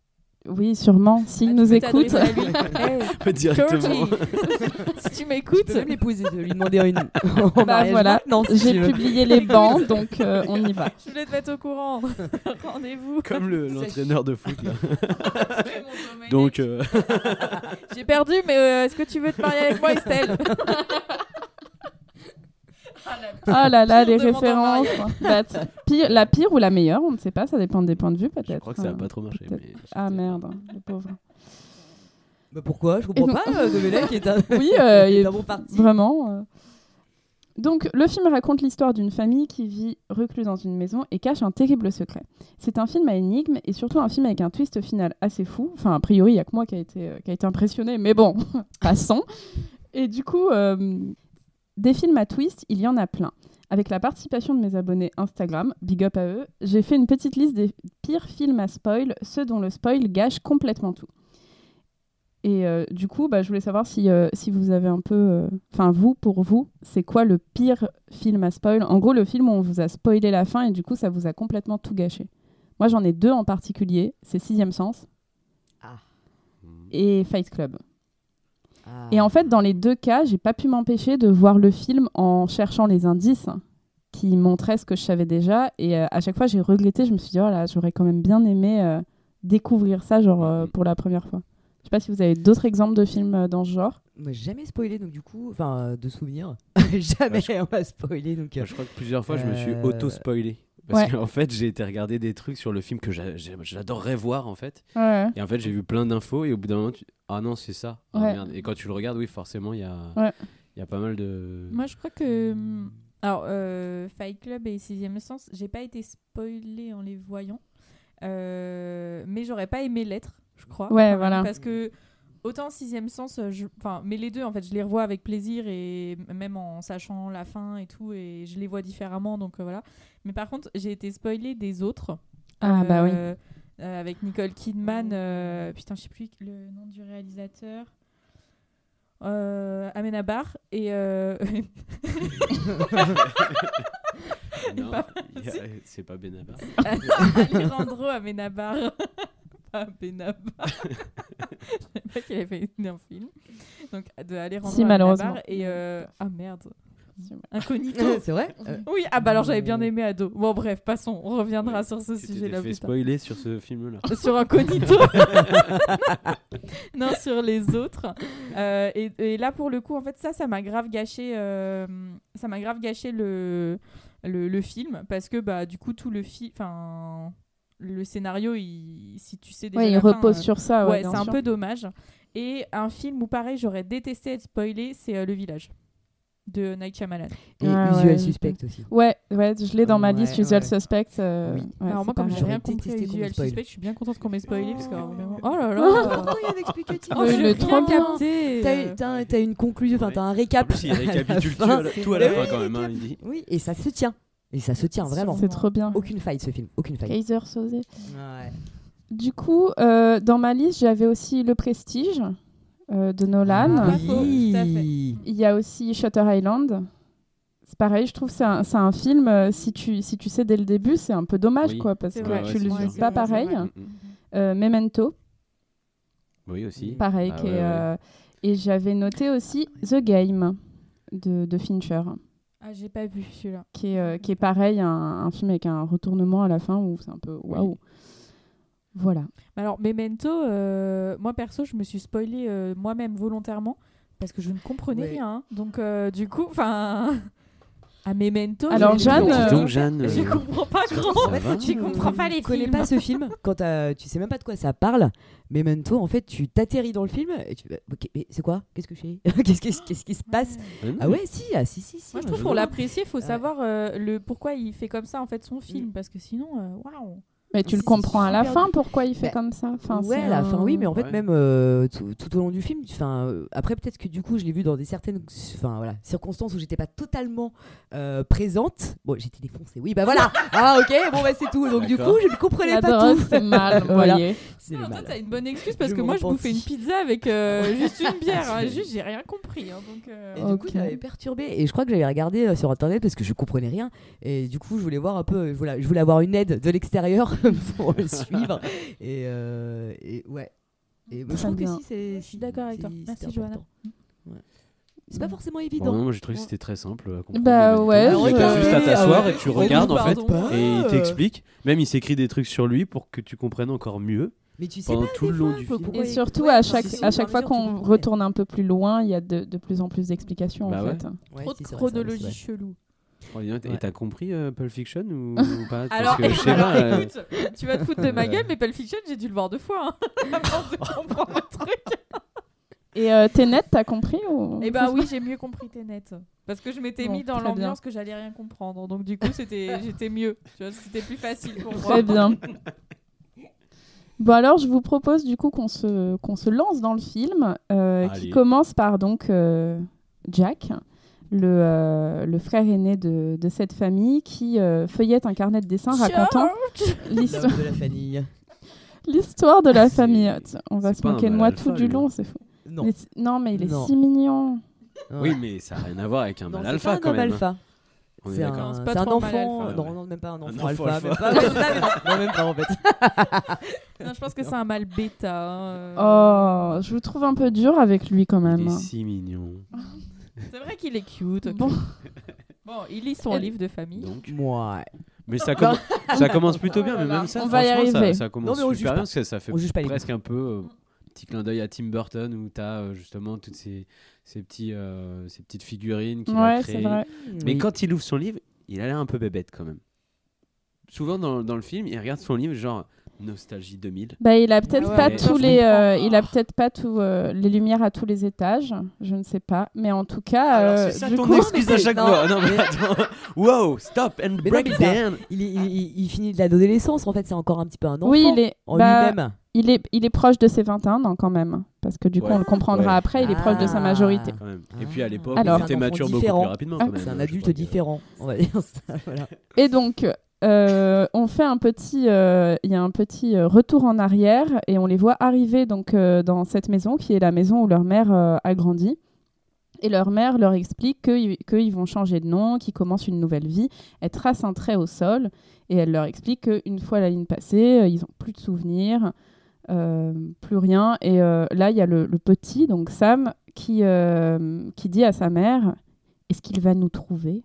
[SPEAKER 1] oui, sûrement, s'il
[SPEAKER 10] Ah, tu
[SPEAKER 1] nous
[SPEAKER 10] peux
[SPEAKER 1] écoute.
[SPEAKER 10] t'adresser à
[SPEAKER 1] *laughs*
[SPEAKER 10] lui. Hey,
[SPEAKER 9] *laughs* Pas directement.
[SPEAKER 10] Georgie, *laughs* si tu
[SPEAKER 8] Tu
[SPEAKER 10] m'écoutes,
[SPEAKER 8] peux même l'épouser, de lui demander une. en
[SPEAKER 1] bah
[SPEAKER 8] mariage
[SPEAKER 1] voilà,
[SPEAKER 8] maintenant, si tu
[SPEAKER 1] j'ai
[SPEAKER 8] veux.
[SPEAKER 1] publié
[SPEAKER 10] *laughs*
[SPEAKER 1] les bancs, donc euh, on y va.
[SPEAKER 10] je voulais te mettre au *laughs* courant. Rendez-vous.
[SPEAKER 9] Comme
[SPEAKER 10] *laughs*
[SPEAKER 9] le- l'entraîneur de foot, là.
[SPEAKER 10] Après mon domaine.
[SPEAKER 9] Donc, euh,
[SPEAKER 10] J'ai perdu, mais euh, est-ce que tu veux te marier avec moi, Estelle
[SPEAKER 1] Ah là là, les
[SPEAKER 10] Pire demande en
[SPEAKER 1] références. Bah, t- pire- la pire ou la meilleure, on ne sait pas, ça dépend des points de vue peut-être.
[SPEAKER 9] je crois que ça
[SPEAKER 1] Euh,
[SPEAKER 9] n'a pas trop marché.
[SPEAKER 1] peut-être.
[SPEAKER 9] mais
[SPEAKER 1] Ah
[SPEAKER 9] c'était-
[SPEAKER 1] merde, le pauvre.
[SPEAKER 8] Bah pourquoi Je comprends
[SPEAKER 1] Et non.
[SPEAKER 8] pas. euh, Domenech est un. *laughs*
[SPEAKER 1] Oui, euh,
[SPEAKER 8] est
[SPEAKER 1] il-
[SPEAKER 8] un bon parti.
[SPEAKER 1] Vraiment. euh. Donc, le film raconte l'histoire d'une famille qui vit reclus dans une maison et cache un terrible secret. C'est un film à énigme et surtout un film avec un twist final assez fou. Enfin, a priori, il n'y a que moi qui a été, euh, qui a été impressionné, mais bon, *laughs* passons. Et du coup, euh, des films à twist, il y en a plein. Avec la participation de mes abonnés Instagram, big up à eux, j'ai fait une petite liste des pires films à spoil, ceux dont le spoil gâche complètement tout. Et euh, du coup, bah, je voulais savoir si, euh, si vous avez un peu. euh, Enfin, vous, pour vous, c'est quoi le pire film à spoil En gros, le film où on vous a spoilé la fin et du coup, ça vous a complètement tout gâché. Moi, j'en ai deux en particulier c'est Sixième Sens
[SPEAKER 8] Ah.
[SPEAKER 1] et Fight Club.
[SPEAKER 8] Ah.
[SPEAKER 1] Et en fait, dans les deux cas, j'ai pas pu m'empêcher de voir le film en cherchant les indices hein, qui montraient ce que je savais déjà. Et euh, à chaque fois, j'ai regretté. Je me suis dit, oh là, j'aurais quand même bien aimé euh, découvrir ça, genre euh, pour la première fois. Je sais pas si vous avez d'autres exemples de films euh, dans ce genre.
[SPEAKER 8] On m'a jamais spoilé, donc du coup. Enfin, euh, de souvenirs. *laughs*
[SPEAKER 9] Ah,
[SPEAKER 8] jamais on m'a spoilé, donc. euh,
[SPEAKER 9] Moi, je crois que plusieurs fois, je me suis
[SPEAKER 8] Euh,
[SPEAKER 9] auto-spoilé. Parce
[SPEAKER 1] ouais.
[SPEAKER 9] qu'en fait, j'ai été regarder des trucs sur le film que j'a- j'ai- j'adorerais voir, en fait.
[SPEAKER 1] Ouais.
[SPEAKER 9] Et en fait, j'ai vu plein d'infos et au bout d'un moment, tu... ah non, c'est ça. Ah,
[SPEAKER 1] Ouais.
[SPEAKER 9] merde. Et quand tu le regardes, oui, forcément, il y a...
[SPEAKER 1] Ouais.
[SPEAKER 9] il y a pas mal de...
[SPEAKER 10] Moi, je crois que. *laughs* hum, Alors, euh, Fight Club et Sixième Sens, j'ai pas été spoilée en les voyant. Euh, mais j'aurais pas aimé l'être, je crois.
[SPEAKER 1] Ouais,
[SPEAKER 10] quand même,
[SPEAKER 1] voilà.
[SPEAKER 10] Parce que. Autant Sixième Sens, euh, je... enfin, mais les deux, en fait, je les revois avec plaisir et m- même en sachant la fin et tout, et je les vois différemment, donc euh, voilà. Mais par contre, j'ai été spoilée des autres.
[SPEAKER 1] Ah bah oui.
[SPEAKER 10] Euh, euh, avec Nicole Kidman, euh, putain, je sais plus le nom du réalisateur. Euh, Amenabar et euh, *laughs*
[SPEAKER 9] Non,
[SPEAKER 10] pas-
[SPEAKER 9] il y a- C'est pas hein. Benabar.
[SPEAKER 10] Alejandro Amenabar. *laughs* Pas Amenabar. je savais pas qu'il avait fait un film. Donc de Alejandro
[SPEAKER 1] Si, malheureusement.
[SPEAKER 10] Amenabar et euh, ah merde, incognito.
[SPEAKER 8] *laughs* c'est vrai Euh,
[SPEAKER 10] oui, ah bah alors j'avais bien aimé Ado. Bon bref, passons, on reviendra
[SPEAKER 9] Ouais,
[SPEAKER 10] sur ce
[SPEAKER 9] Tu t'es
[SPEAKER 10] sujet-là
[SPEAKER 9] fait
[SPEAKER 10] plus tard.
[SPEAKER 9] spoiler sur ce film-là.
[SPEAKER 10] *laughs* sur Incognito. non, sur les autres. Euh, et, et là, pour le coup, en fait, ça, ça m'a grave gâché. euh, ça m'a grave gâché le, le, le film parce que bah du coup tout le film, enfin le scénario, il, si tu sais déjà
[SPEAKER 1] Ouais, il
[SPEAKER 10] la fin,
[SPEAKER 1] repose
[SPEAKER 10] euh,
[SPEAKER 1] sur ça. Ouais,
[SPEAKER 10] ouais,
[SPEAKER 1] bien
[SPEAKER 10] c'est un
[SPEAKER 1] sûr.
[SPEAKER 10] peu dommage. Et un film où pareil, j'aurais détesté être spoilé, c'est euh, Le Village de Night Shyamalan.
[SPEAKER 8] Et
[SPEAKER 1] Ah,
[SPEAKER 8] Usual
[SPEAKER 1] ouais,
[SPEAKER 8] Suspect aussi.
[SPEAKER 1] Ouais, ouais, je l'ai dans ma
[SPEAKER 8] Ouais,
[SPEAKER 1] liste Usual
[SPEAKER 8] ouais.
[SPEAKER 1] Suspect. euh,
[SPEAKER 8] Oui.
[SPEAKER 1] ouais,
[SPEAKER 10] Alors
[SPEAKER 1] c'est
[SPEAKER 10] moi, comme
[SPEAKER 1] pareil.
[SPEAKER 10] j'ai
[SPEAKER 8] J'aurais
[SPEAKER 10] rien compris à
[SPEAKER 8] détesté qu'on me
[SPEAKER 10] Visual
[SPEAKER 8] spoil.
[SPEAKER 10] Suspect, je suis bien contente qu'on m'ait spoilé parce que
[SPEAKER 8] Oh.
[SPEAKER 10] vraiment- oh là *laughs*
[SPEAKER 8] Ah,
[SPEAKER 10] là.
[SPEAKER 8] pourtant, il y a un explicatif.
[SPEAKER 10] Oh,
[SPEAKER 1] Euh,
[SPEAKER 10] j'ai
[SPEAKER 1] le
[SPEAKER 10] rien
[SPEAKER 1] trop bien.
[SPEAKER 10] capté.
[SPEAKER 8] hein. T'as eu- T'as t'as une conclusion, enfin,
[SPEAKER 9] Ouais.
[SPEAKER 8] t'as un
[SPEAKER 9] En
[SPEAKER 8] récap.
[SPEAKER 9] plus,
[SPEAKER 8] *laughs*
[SPEAKER 9] il récapitule tout
[SPEAKER 8] fin,
[SPEAKER 9] à la-
[SPEAKER 8] c'est
[SPEAKER 9] tout à la
[SPEAKER 8] vrai.
[SPEAKER 9] fin, quand même. hein, il dit.
[SPEAKER 8] Oui, et ça se tient. Et ça se tient, vraiment.
[SPEAKER 1] C'est trop bien.
[SPEAKER 8] Aucune faille, ce film. Aucune faille.
[SPEAKER 1] Kaiser Soze.
[SPEAKER 8] Ouais.
[SPEAKER 1] Du coup, euh, dans ma liste, j'avais aussi Le Prestige euh, de Nolan.
[SPEAKER 10] Ah, oui.
[SPEAKER 8] Oui.
[SPEAKER 10] Tout à fait.
[SPEAKER 1] Il y a aussi Shutter Island. C'est pareil, je trouve que c'est un, c'est un film, euh, si tu, si tu sais dès le début, c'est un peu dommage,
[SPEAKER 9] Oui.
[SPEAKER 1] quoi, parce
[SPEAKER 10] C'est
[SPEAKER 1] que
[SPEAKER 10] vrai,
[SPEAKER 1] tu
[SPEAKER 9] ouais,
[SPEAKER 1] le
[SPEAKER 9] c'est
[SPEAKER 1] vis
[SPEAKER 9] sûr.
[SPEAKER 1] pas
[SPEAKER 10] C'est
[SPEAKER 1] pareil.
[SPEAKER 10] vrai, c'est vrai.
[SPEAKER 8] hein.
[SPEAKER 9] Mm, mm.
[SPEAKER 1] Euh, Memento,
[SPEAKER 9] Oui, aussi.
[SPEAKER 1] pareil.
[SPEAKER 9] Ah
[SPEAKER 1] qui est,
[SPEAKER 9] ouais, ouais.
[SPEAKER 1] euh, Et j'avais noté aussi The Game de, de Fincher.
[SPEAKER 10] Ah, j'ai pas vu celui-là.
[SPEAKER 1] qui est, euh, qui est pareil, un, un film avec un retournement à la fin où c'est un peu waouh. Voilà.
[SPEAKER 10] Mais Alors, Memento, euh, moi perso, je me suis spoilé moi-même volontairement parce que je ne comprenais
[SPEAKER 8] Ouais.
[SPEAKER 10] rien. hein. Donc, euh, du coup, enfin. À Memento.
[SPEAKER 1] Alors,
[SPEAKER 10] j'ai-
[SPEAKER 1] Jeanne,
[SPEAKER 9] Dis
[SPEAKER 1] euh,
[SPEAKER 9] donc, Jeanne.
[SPEAKER 10] Je
[SPEAKER 9] euh,
[SPEAKER 10] comprends pas
[SPEAKER 9] ça
[SPEAKER 10] grand.
[SPEAKER 9] va
[SPEAKER 10] Tu comprends pas les
[SPEAKER 8] Tu connais
[SPEAKER 10] films. *laughs*
[SPEAKER 8] pas ce film quand t'as- tu sais même pas de quoi ça parle. Mais Memento, en fait, tu t'atterris dans le film et tu fais, bah, Ok, mais c'est quoi Qu'est-ce que je fais *laughs* Qu'est-ce qu'est-ce- qu'est-ce qui se passe
[SPEAKER 9] Mais non.
[SPEAKER 8] Ah ouais, si, ah, si, si, si.
[SPEAKER 10] Moi, je trouve
[SPEAKER 9] je
[SPEAKER 10] pour
[SPEAKER 9] vois.
[SPEAKER 10] l'apprécier, il faut
[SPEAKER 8] Ouais.
[SPEAKER 10] savoir euh, le pourquoi il fait comme ça en fait son film parce que sinon, euh, waouh.
[SPEAKER 1] Mais tu le comprends à la fin pourquoi il fait comme ça. Enfin,
[SPEAKER 8] ouais,
[SPEAKER 1] c'est
[SPEAKER 8] à la fin,
[SPEAKER 1] un-
[SPEAKER 8] oui, mais en fait,
[SPEAKER 9] Ouais.
[SPEAKER 8] même euh, tout, tout au long du film, enfin, euh, après, peut-être que du coup, je l'ai vu dans des certaines enfin, voilà, circonstances où j'étais pas totalement euh, présente. Bon, j'étais défoncée, oui,
[SPEAKER 10] *laughs*
[SPEAKER 8] bah voilà. ah, ok, bon, bah c'est tout. Donc, du
[SPEAKER 9] D'accord.
[SPEAKER 8] coup, je ne comprenais
[SPEAKER 1] La
[SPEAKER 8] pas
[SPEAKER 1] drogue,
[SPEAKER 8] tout.
[SPEAKER 1] c'est mal, vous
[SPEAKER 8] *laughs* Voilà.
[SPEAKER 1] voyez.
[SPEAKER 8] C'est le
[SPEAKER 10] Non, toi,
[SPEAKER 8] mal.
[SPEAKER 10] t'as une bonne excuse parce
[SPEAKER 8] Je
[SPEAKER 10] que
[SPEAKER 8] me
[SPEAKER 10] moi, je bouffais une
[SPEAKER 8] repentis.
[SPEAKER 10] pizza avec
[SPEAKER 8] *laughs*
[SPEAKER 10] euh, juste une bière. hein. Juste, j'ai rien compris. hein, donc, euh,
[SPEAKER 8] Et du coup,
[SPEAKER 1] Ok.
[SPEAKER 8] ça m'avait perturbé. Et je crois que j'avais regardé euh, sur internet parce que je comprenais rien. Et du coup, je voulais voir un peu, euh, je voulais, je voulais avoir une aide de l'extérieur *laughs* pour
[SPEAKER 10] *laughs*
[SPEAKER 8] le suivre. Et, euh, et ouais. Et bah, je
[SPEAKER 1] Très
[SPEAKER 8] trouve que
[SPEAKER 1] bien.
[SPEAKER 8] si, c'est.
[SPEAKER 10] Je suis d'accord avec toi.
[SPEAKER 8] c'est-
[SPEAKER 10] Merci,
[SPEAKER 8] c'est
[SPEAKER 10] Johanna.
[SPEAKER 8] important. Ouais. C'est pas forcément évident.
[SPEAKER 9] Bon, non, moi, j'ai trouvé que c'était très simple. à comprendre.
[SPEAKER 1] Bah
[SPEAKER 9] Mais même
[SPEAKER 1] ouais,
[SPEAKER 9] temps,
[SPEAKER 1] je-
[SPEAKER 9] t'as juste à
[SPEAKER 1] Ah
[SPEAKER 9] t'asseoir et tu
[SPEAKER 8] Oh,
[SPEAKER 9] regardes en fait.
[SPEAKER 8] pardon.
[SPEAKER 9] Et il
[SPEAKER 8] Ah,
[SPEAKER 9] t'explique. Même il s'écrit des trucs sur lui pour que tu comprennes encore mieux
[SPEAKER 8] Mais tu sais
[SPEAKER 9] pendant
[SPEAKER 8] pas,
[SPEAKER 9] tout le long du film.
[SPEAKER 1] Et
[SPEAKER 8] Ouais,
[SPEAKER 1] surtout,
[SPEAKER 8] ouais,
[SPEAKER 1] à
[SPEAKER 8] non,
[SPEAKER 1] chaque,
[SPEAKER 8] c'est sûr,
[SPEAKER 1] à
[SPEAKER 8] au fur et
[SPEAKER 1] chaque
[SPEAKER 8] à
[SPEAKER 1] fois
[SPEAKER 8] mesure, tu
[SPEAKER 1] qu'on
[SPEAKER 8] comprends.
[SPEAKER 1] retourne un peu plus loin, il y a de, de plus en plus d'explications
[SPEAKER 9] Bah
[SPEAKER 1] en
[SPEAKER 9] ouais.
[SPEAKER 1] fait.
[SPEAKER 8] Ouais,
[SPEAKER 10] Trop
[SPEAKER 8] c'est
[SPEAKER 10] de
[SPEAKER 8] vrai,
[SPEAKER 10] chronologie
[SPEAKER 8] c'est vrai,
[SPEAKER 10] chelou.
[SPEAKER 9] Oh, dis donc, Et
[SPEAKER 8] Ouais.
[SPEAKER 9] t'as compris euh, Pulp Fiction
[SPEAKER 8] *laughs*
[SPEAKER 9] ou, ou pas
[SPEAKER 10] *laughs*
[SPEAKER 9] Parce
[SPEAKER 10] Alors,
[SPEAKER 9] que je sais pas, euh,
[SPEAKER 10] écoute, tu vas te foutre de ma gueule, mais Pulp Fiction, j'ai dû le voir deux fois. Hein, *laughs* avant
[SPEAKER 8] *laughs*
[SPEAKER 10] de comprendre le truc.
[SPEAKER 1] Et euh, Tenet, t'as compris ou...
[SPEAKER 10] Eh ben oui, j'ai mieux compris Tenet. Parce que je m'étais
[SPEAKER 1] Bon,
[SPEAKER 10] mis dans
[SPEAKER 1] très bien.
[SPEAKER 10] l'ambiance que j'allais rien comprendre. Donc du coup, c'était
[SPEAKER 8] *laughs*
[SPEAKER 10] j'étais mieux. Tu vois, c'était plus facile pour moi.
[SPEAKER 1] Très bien. *laughs* Bon alors, je vous propose du coup qu'on se, qu'on se lance dans le film, euh,
[SPEAKER 9] Allez.
[SPEAKER 1] qui commence par donc euh, Jack, le, euh, le frère aîné de, de cette famille, qui euh, feuillette un carnet de dessin
[SPEAKER 10] George
[SPEAKER 1] *laughs* racontant
[SPEAKER 8] c'est
[SPEAKER 1] l'histoire
[SPEAKER 8] L'homme de la famille.
[SPEAKER 1] l'histoire de la
[SPEAKER 9] C'est-
[SPEAKER 1] famille. Tiens, On va
[SPEAKER 9] c'est
[SPEAKER 1] se
[SPEAKER 9] pas un
[SPEAKER 1] moquer de moi
[SPEAKER 9] mâle
[SPEAKER 1] tout
[SPEAKER 9] alpha,
[SPEAKER 1] du
[SPEAKER 9] lui.
[SPEAKER 1] long, c'est fou.
[SPEAKER 8] Non.
[SPEAKER 1] Mais c'est- non, mais il est
[SPEAKER 8] Non.
[SPEAKER 1] si mignon.
[SPEAKER 9] Oui, mais ça n'a rien à voir avec un
[SPEAKER 8] Non,
[SPEAKER 9] mal
[SPEAKER 8] c'est
[SPEAKER 9] alpha
[SPEAKER 8] pas
[SPEAKER 9] quand
[SPEAKER 8] un homme
[SPEAKER 9] même. hein.
[SPEAKER 8] alpha.
[SPEAKER 9] On est
[SPEAKER 8] C'est
[SPEAKER 9] d'accord.
[SPEAKER 8] un,
[SPEAKER 10] C'est pas
[SPEAKER 8] c'est un
[SPEAKER 10] trop un mal
[SPEAKER 8] enfant.
[SPEAKER 9] alpha, ouais.
[SPEAKER 8] non, non, même pas un enfant,
[SPEAKER 9] enfant
[SPEAKER 8] alpha.
[SPEAKER 9] alpha.
[SPEAKER 8] Même pas, ouais, c'est ça, mais *laughs* non, non, même
[SPEAKER 9] *laughs*
[SPEAKER 8] pas en fait.
[SPEAKER 10] Non, je pense que c'est un mal bêta. hein.
[SPEAKER 1] Oh, je vous trouve un peu dur avec lui quand
[SPEAKER 9] Il
[SPEAKER 1] même.
[SPEAKER 8] hein.
[SPEAKER 9] est si mignon.
[SPEAKER 10] C'est vrai qu'il est cute. ok.
[SPEAKER 1] Bon,
[SPEAKER 10] Bon, il lit son
[SPEAKER 1] Elle-
[SPEAKER 10] livre de famille.
[SPEAKER 9] Donc.
[SPEAKER 8] Moi,
[SPEAKER 9] Mais ça, comm- ça commence plutôt bien, mais même ça,
[SPEAKER 1] On va y
[SPEAKER 9] franchement, ça-
[SPEAKER 1] arriver.
[SPEAKER 9] Ça, commence
[SPEAKER 8] Non, mais on juge
[SPEAKER 9] super
[SPEAKER 8] pas.
[SPEAKER 9] bien parce que ça fait
[SPEAKER 8] on juge pas les
[SPEAKER 9] presque un peu euh, petit clin d'œil à Tim Burton où t'as as justement toutes ces, ces, petits, euh, ces petites figurines qu'il a
[SPEAKER 1] ouais, c'est
[SPEAKER 9] créées.
[SPEAKER 1] vrai.
[SPEAKER 9] Mais
[SPEAKER 8] Oui.
[SPEAKER 9] quand il ouvre son livre, il a l'air un peu bébête quand même. Souvent dans, dans le film, il regarde son livre genre Nostalgie 2000.
[SPEAKER 1] Bah, il a peut-être
[SPEAKER 8] Ouais,
[SPEAKER 1] pas
[SPEAKER 9] mais-
[SPEAKER 1] tous
[SPEAKER 8] Je
[SPEAKER 1] les,
[SPEAKER 8] comprends.
[SPEAKER 1] euh, il a peut-être pas tous euh, les lumières à tous les étages. Je ne sais pas, mais en tout cas, euh, du coup,
[SPEAKER 9] excuse à chaque
[SPEAKER 8] non,
[SPEAKER 9] fois. Non, mais attends. Wow, stop and
[SPEAKER 8] Mais non,
[SPEAKER 9] break
[SPEAKER 8] mais
[SPEAKER 9] it
[SPEAKER 8] ça-
[SPEAKER 9] down.
[SPEAKER 8] Il, il- il- il finit de l'adolescence, en fait, c'est encore un petit peu un enfant
[SPEAKER 1] oui, il est,
[SPEAKER 8] en
[SPEAKER 1] bah,
[SPEAKER 8] lui-même.
[SPEAKER 1] il est, il est proche de ses 21 ans quand même, parce que du coup,
[SPEAKER 9] Ouais.
[SPEAKER 1] on le comprendra
[SPEAKER 9] Ouais.
[SPEAKER 1] après. Il est proche de sa
[SPEAKER 8] Ah.
[SPEAKER 1] majorité.
[SPEAKER 9] Quand même. Et puis à l'époque,
[SPEAKER 1] Alors-
[SPEAKER 9] il était
[SPEAKER 8] C'est un
[SPEAKER 9] mature
[SPEAKER 8] enfant
[SPEAKER 9] beaucoup plus
[SPEAKER 8] différent.
[SPEAKER 9] rapidement.
[SPEAKER 1] Ah,
[SPEAKER 9] quand même. hein,
[SPEAKER 8] C'est un
[SPEAKER 9] Je sais
[SPEAKER 8] adulte
[SPEAKER 9] pas,
[SPEAKER 8] différent, on va dire ça. Voilà.
[SPEAKER 1] Et donc, euh, on fait un petit, euh, il y a un petit euh, retour en arrière et on les voit arriver donc euh, dans cette maison qui est la maison où leur mère euh, a grandi. Et leur mère leur explique qu'ils vont changer de nom, qu'ils commencent une nouvelle vie. Elle trace un trait au sol et elle leur explique qu'une fois la ligne passée, euh, ils n'ont plus de souvenirs, euh, plus rien. Et euh, là, il y a le, le petit, donc Sam, qui, euh, qui dit à sa mère Est-ce qu'il va nous trouver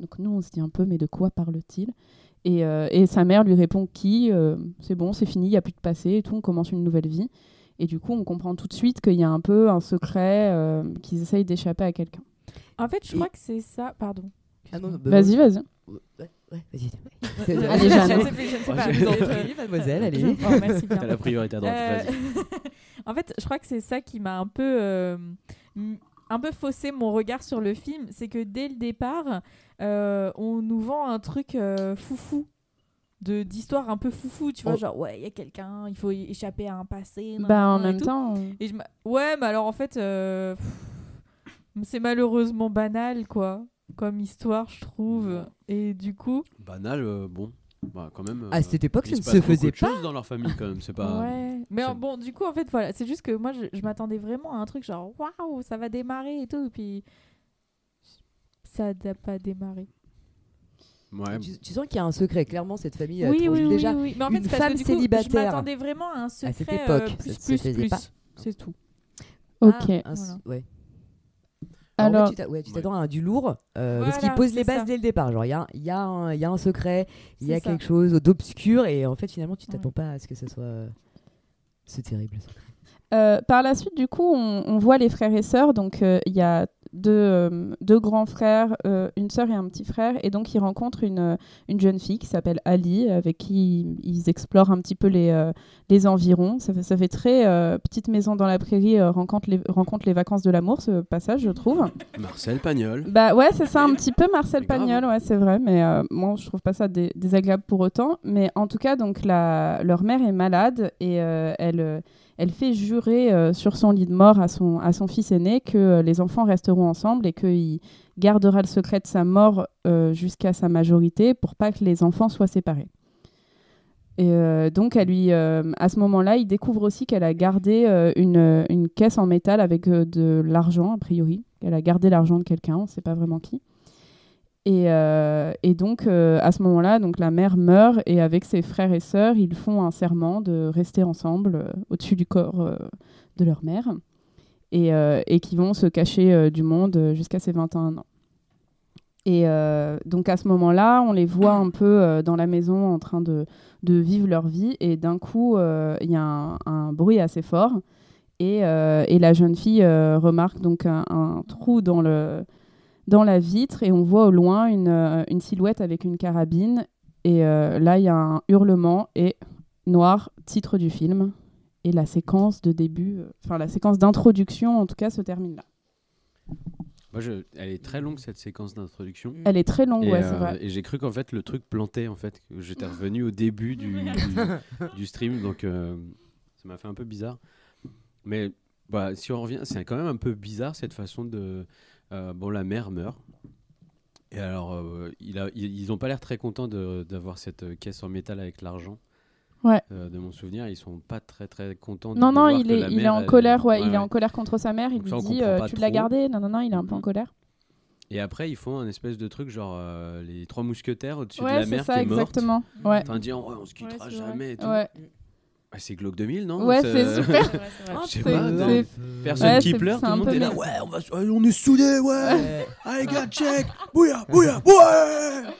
[SPEAKER 1] Donc nous, on se dit un peu Mais de quoi parle-t-il et, euh, et sa mère lui répond Qui Euh, C'est bon, c'est fini, il n'y a plus de passé et tout, on commence une nouvelle vie. Et du coup, on comprend tout de suite qu'il y a un peu un secret, euh, qu'ils essayent d'échapper à quelqu'un.
[SPEAKER 10] En fait, je
[SPEAKER 8] Et-
[SPEAKER 10] crois que c'est ça. Pardon.
[SPEAKER 8] Ah non, non, bah,
[SPEAKER 1] Vas-y, vas-y.
[SPEAKER 8] Ouais, ouais, vas-y.
[SPEAKER 1] Allez,
[SPEAKER 10] *laughs* je ne
[SPEAKER 1] Jeanne.
[SPEAKER 8] *laughs*
[SPEAKER 10] sais plus, je ne sais pas.
[SPEAKER 9] Je
[SPEAKER 8] vous en
[SPEAKER 10] mais,
[SPEAKER 8] Oh, prie, mademoiselle, allez.
[SPEAKER 10] Je- oh, merci bien.
[SPEAKER 9] T'as la priorité à droite.
[SPEAKER 10] Euh,
[SPEAKER 9] Ah vas-y.
[SPEAKER 10] *laughs* en fait, je crois que c'est ça qui m'a un peu, euh, m- un peu faussé mon regard sur le film, c'est que dès le départ, euh, on nous vend un truc euh, foufou de d'histoire un peu foufou, tu vois,
[SPEAKER 8] Oh.
[SPEAKER 10] genre ouais, il y a quelqu'un, il faut y échapper à un passé.
[SPEAKER 1] Bah, en
[SPEAKER 10] nanana et
[SPEAKER 1] même
[SPEAKER 10] tout.
[SPEAKER 1] temps. on-
[SPEAKER 10] Et je m'a- ouais, mais alors en fait, euh, pff, c'est malheureusement banal, quoi, comme histoire, je trouve. Et du coup,
[SPEAKER 9] Banal, euh, bon. Bah, quand même.
[SPEAKER 8] Ah, À
[SPEAKER 9] euh,
[SPEAKER 8] cette époque,
[SPEAKER 9] il
[SPEAKER 8] ça ne
[SPEAKER 9] passe
[SPEAKER 8] se
[SPEAKER 9] beaucoup
[SPEAKER 8] faisait
[SPEAKER 9] de
[SPEAKER 8] pas.
[SPEAKER 9] choses dans leur famille quand même. C'est pas.
[SPEAKER 10] ouais. Mais
[SPEAKER 9] c'est-
[SPEAKER 10] euh, bon, du coup, en fait, voilà, c'est juste que moi, je, je m'attendais vraiment à un truc genre, waouh, ça va démarrer et tout, et puis ça n'a pas démarré.
[SPEAKER 9] Ouais,
[SPEAKER 8] Tu, tu sens qu'il y a un secret, clairement, cette famille a
[SPEAKER 10] oui,
[SPEAKER 8] trouvé
[SPEAKER 10] oui, oui,
[SPEAKER 8] déjà.
[SPEAKER 10] oui, Mais en fait,
[SPEAKER 8] une
[SPEAKER 10] c'est parce
[SPEAKER 8] femme
[SPEAKER 10] que du coup, je
[SPEAKER 8] célibataire.
[SPEAKER 10] m'attendais vraiment à un secret
[SPEAKER 8] cette
[SPEAKER 10] euh,
[SPEAKER 8] époque,
[SPEAKER 10] plus,
[SPEAKER 8] ça se
[SPEAKER 10] plus,
[SPEAKER 8] faisait
[SPEAKER 10] plus.
[SPEAKER 8] pas. Ah,
[SPEAKER 10] C'est *laughs* tout.
[SPEAKER 1] Ok.
[SPEAKER 8] un s-
[SPEAKER 10] Voilà.
[SPEAKER 8] ouais. Alors,
[SPEAKER 1] Alors,
[SPEAKER 8] ouais, tu t'a- ouais, tu t'attends à du lourd euh,
[SPEAKER 10] Voilà,
[SPEAKER 8] parce qu'il pose les
[SPEAKER 10] c'est
[SPEAKER 8] bases
[SPEAKER 10] ça.
[SPEAKER 8] dès le départ. Genre, il y a, il y, a un- il y a un secret, il y
[SPEAKER 10] C'est
[SPEAKER 8] a
[SPEAKER 10] ça. Ah
[SPEAKER 8] quelque chose d'obscur et en fait, finalement, tu t'attends
[SPEAKER 10] Ouais.
[SPEAKER 8] pas à ce que ce soit euh, ce terrible secret.
[SPEAKER 1] Euh, par la suite, du coup, on, on voit les frères et sœurs. Donc, euh, il y a deux, euh, deux grands frères, euh, une sœur et un petit frère. Et donc, ils rencontrent une, euh, une jeune fille qui s'appelle Ali, avec qui ils explorent un petit peu les, euh, les environs. Ça fait, ça fait très euh, petite maison dans la prairie, euh, rencontre, les, rencontre les vacances de l'amour, ce passage, je trouve.
[SPEAKER 9] Marcel Pagnol.
[SPEAKER 1] Bah ouais, c'est ça, un petit peu Marcel Pagnol, ouais, c'est vrai, mais euh, moi je trouve pas ça dé- désagréable pour autant. Mais en tout cas, donc la, leur mère est malade et euh, elle, euh, elle fait jurer euh, sur son lit de mort à son, à son fils aîné que euh, les enfants resteront ensemble et qu'il gardera le secret de sa mort euh, jusqu'à sa majorité pour pas que les enfants soient séparés. Et euh, donc, elle lui, euh, à ce moment-là, il découvre aussi qu'elle a gardé euh, une, euh, une caisse en métal avec euh, de l'argent, a priori. Elle a gardé l'argent de quelqu'un, on ne sait pas vraiment qui. Et, euh, et donc, euh, à ce moment-là, donc la mère meurt et avec ses frères et sœurs, ils font un serment de rester ensemble euh, au-dessus du corps euh, de leur mère et, euh, et qui vont se cacher euh, du monde euh, jusqu'à ses 21 ans. Et euh, donc à ce moment-là, on les voit un peu euh, dans la maison en train de, de vivre leur vie. Et d'un coup, euh, il y a un, un bruit assez fort. Et, euh, et la jeune fille euh, remarque donc un, un trou dans, le, dans la vitre. Et on voit au loin une, euh, une silhouette avec une carabine. Et euh, là, il y a un hurlement et noir, titre du film. Et la séquence de début, euh, enfin la séquence d'introduction en tout cas se termine là.
[SPEAKER 9] Moi, je- Elle est très longue cette séquence d'introduction.
[SPEAKER 1] Elle est très longue,
[SPEAKER 9] Et, euh,
[SPEAKER 1] ouais, c'est vrai.
[SPEAKER 9] Et j'ai cru qu'en fait le truc plantait en fait. que J'étais revenu au début du, du, du stream, donc euh, ça m'a fait un peu bizarre. Mais bah, si on revient, c'est quand même un peu bizarre cette façon de. euh, bon, la mère meurt. Et alors, euh, il a- ils ils ont pas l'air très contents de- d'avoir cette euh, caisse en métal avec l'argent.
[SPEAKER 1] Ouais.
[SPEAKER 9] Euh, de mon souvenir, ils sont pas très très contents. de-
[SPEAKER 1] Non,
[SPEAKER 9] de
[SPEAKER 1] non,
[SPEAKER 9] voir
[SPEAKER 1] il
[SPEAKER 9] que
[SPEAKER 1] est,
[SPEAKER 9] la
[SPEAKER 1] il est
[SPEAKER 9] mère,
[SPEAKER 1] en
[SPEAKER 9] elle-
[SPEAKER 1] colère, ouais, il
[SPEAKER 9] ouais,
[SPEAKER 1] est en colère contre sa mère. Il
[SPEAKER 9] Donc
[SPEAKER 1] lui
[SPEAKER 9] ça, on
[SPEAKER 1] dit
[SPEAKER 9] comprend
[SPEAKER 1] euh,
[SPEAKER 9] pas
[SPEAKER 1] Tu l'as
[SPEAKER 9] trop.
[SPEAKER 1] gardé Non, non, non, il est un peu en colère.
[SPEAKER 9] Et après, ils font un espèce de truc genre euh, les trois mousquetaires au-dessus
[SPEAKER 1] Ouais,
[SPEAKER 9] de la
[SPEAKER 1] c'est
[SPEAKER 9] mer
[SPEAKER 1] ça,
[SPEAKER 9] qui est morte.
[SPEAKER 1] exactement. Ouais.
[SPEAKER 9] En disant, ouais, oh, on se quittera
[SPEAKER 1] Ouais, c'est vrai.
[SPEAKER 9] jamais et tout.
[SPEAKER 1] Ouais.
[SPEAKER 9] Ah, c'est Glock 2000, non
[SPEAKER 1] Ouais,
[SPEAKER 9] Ça- *laughs*
[SPEAKER 1] c'est super. Ouais, c'est vrai.
[SPEAKER 9] Je sais
[SPEAKER 1] C'est-
[SPEAKER 9] pas,
[SPEAKER 1] c'est-
[SPEAKER 9] non. Personne
[SPEAKER 1] Ouais,
[SPEAKER 9] qui
[SPEAKER 1] c'est-
[SPEAKER 9] pleure,
[SPEAKER 1] c'est
[SPEAKER 9] tout le
[SPEAKER 1] un
[SPEAKER 9] monde
[SPEAKER 1] peu
[SPEAKER 9] est là.
[SPEAKER 1] mes-
[SPEAKER 9] Ouais, on, va, se- ouais, on est soudés, ouais.
[SPEAKER 8] Ouais.
[SPEAKER 9] Allez,
[SPEAKER 1] *laughs*
[SPEAKER 9] gars, check. Bouya, bouya, ouais.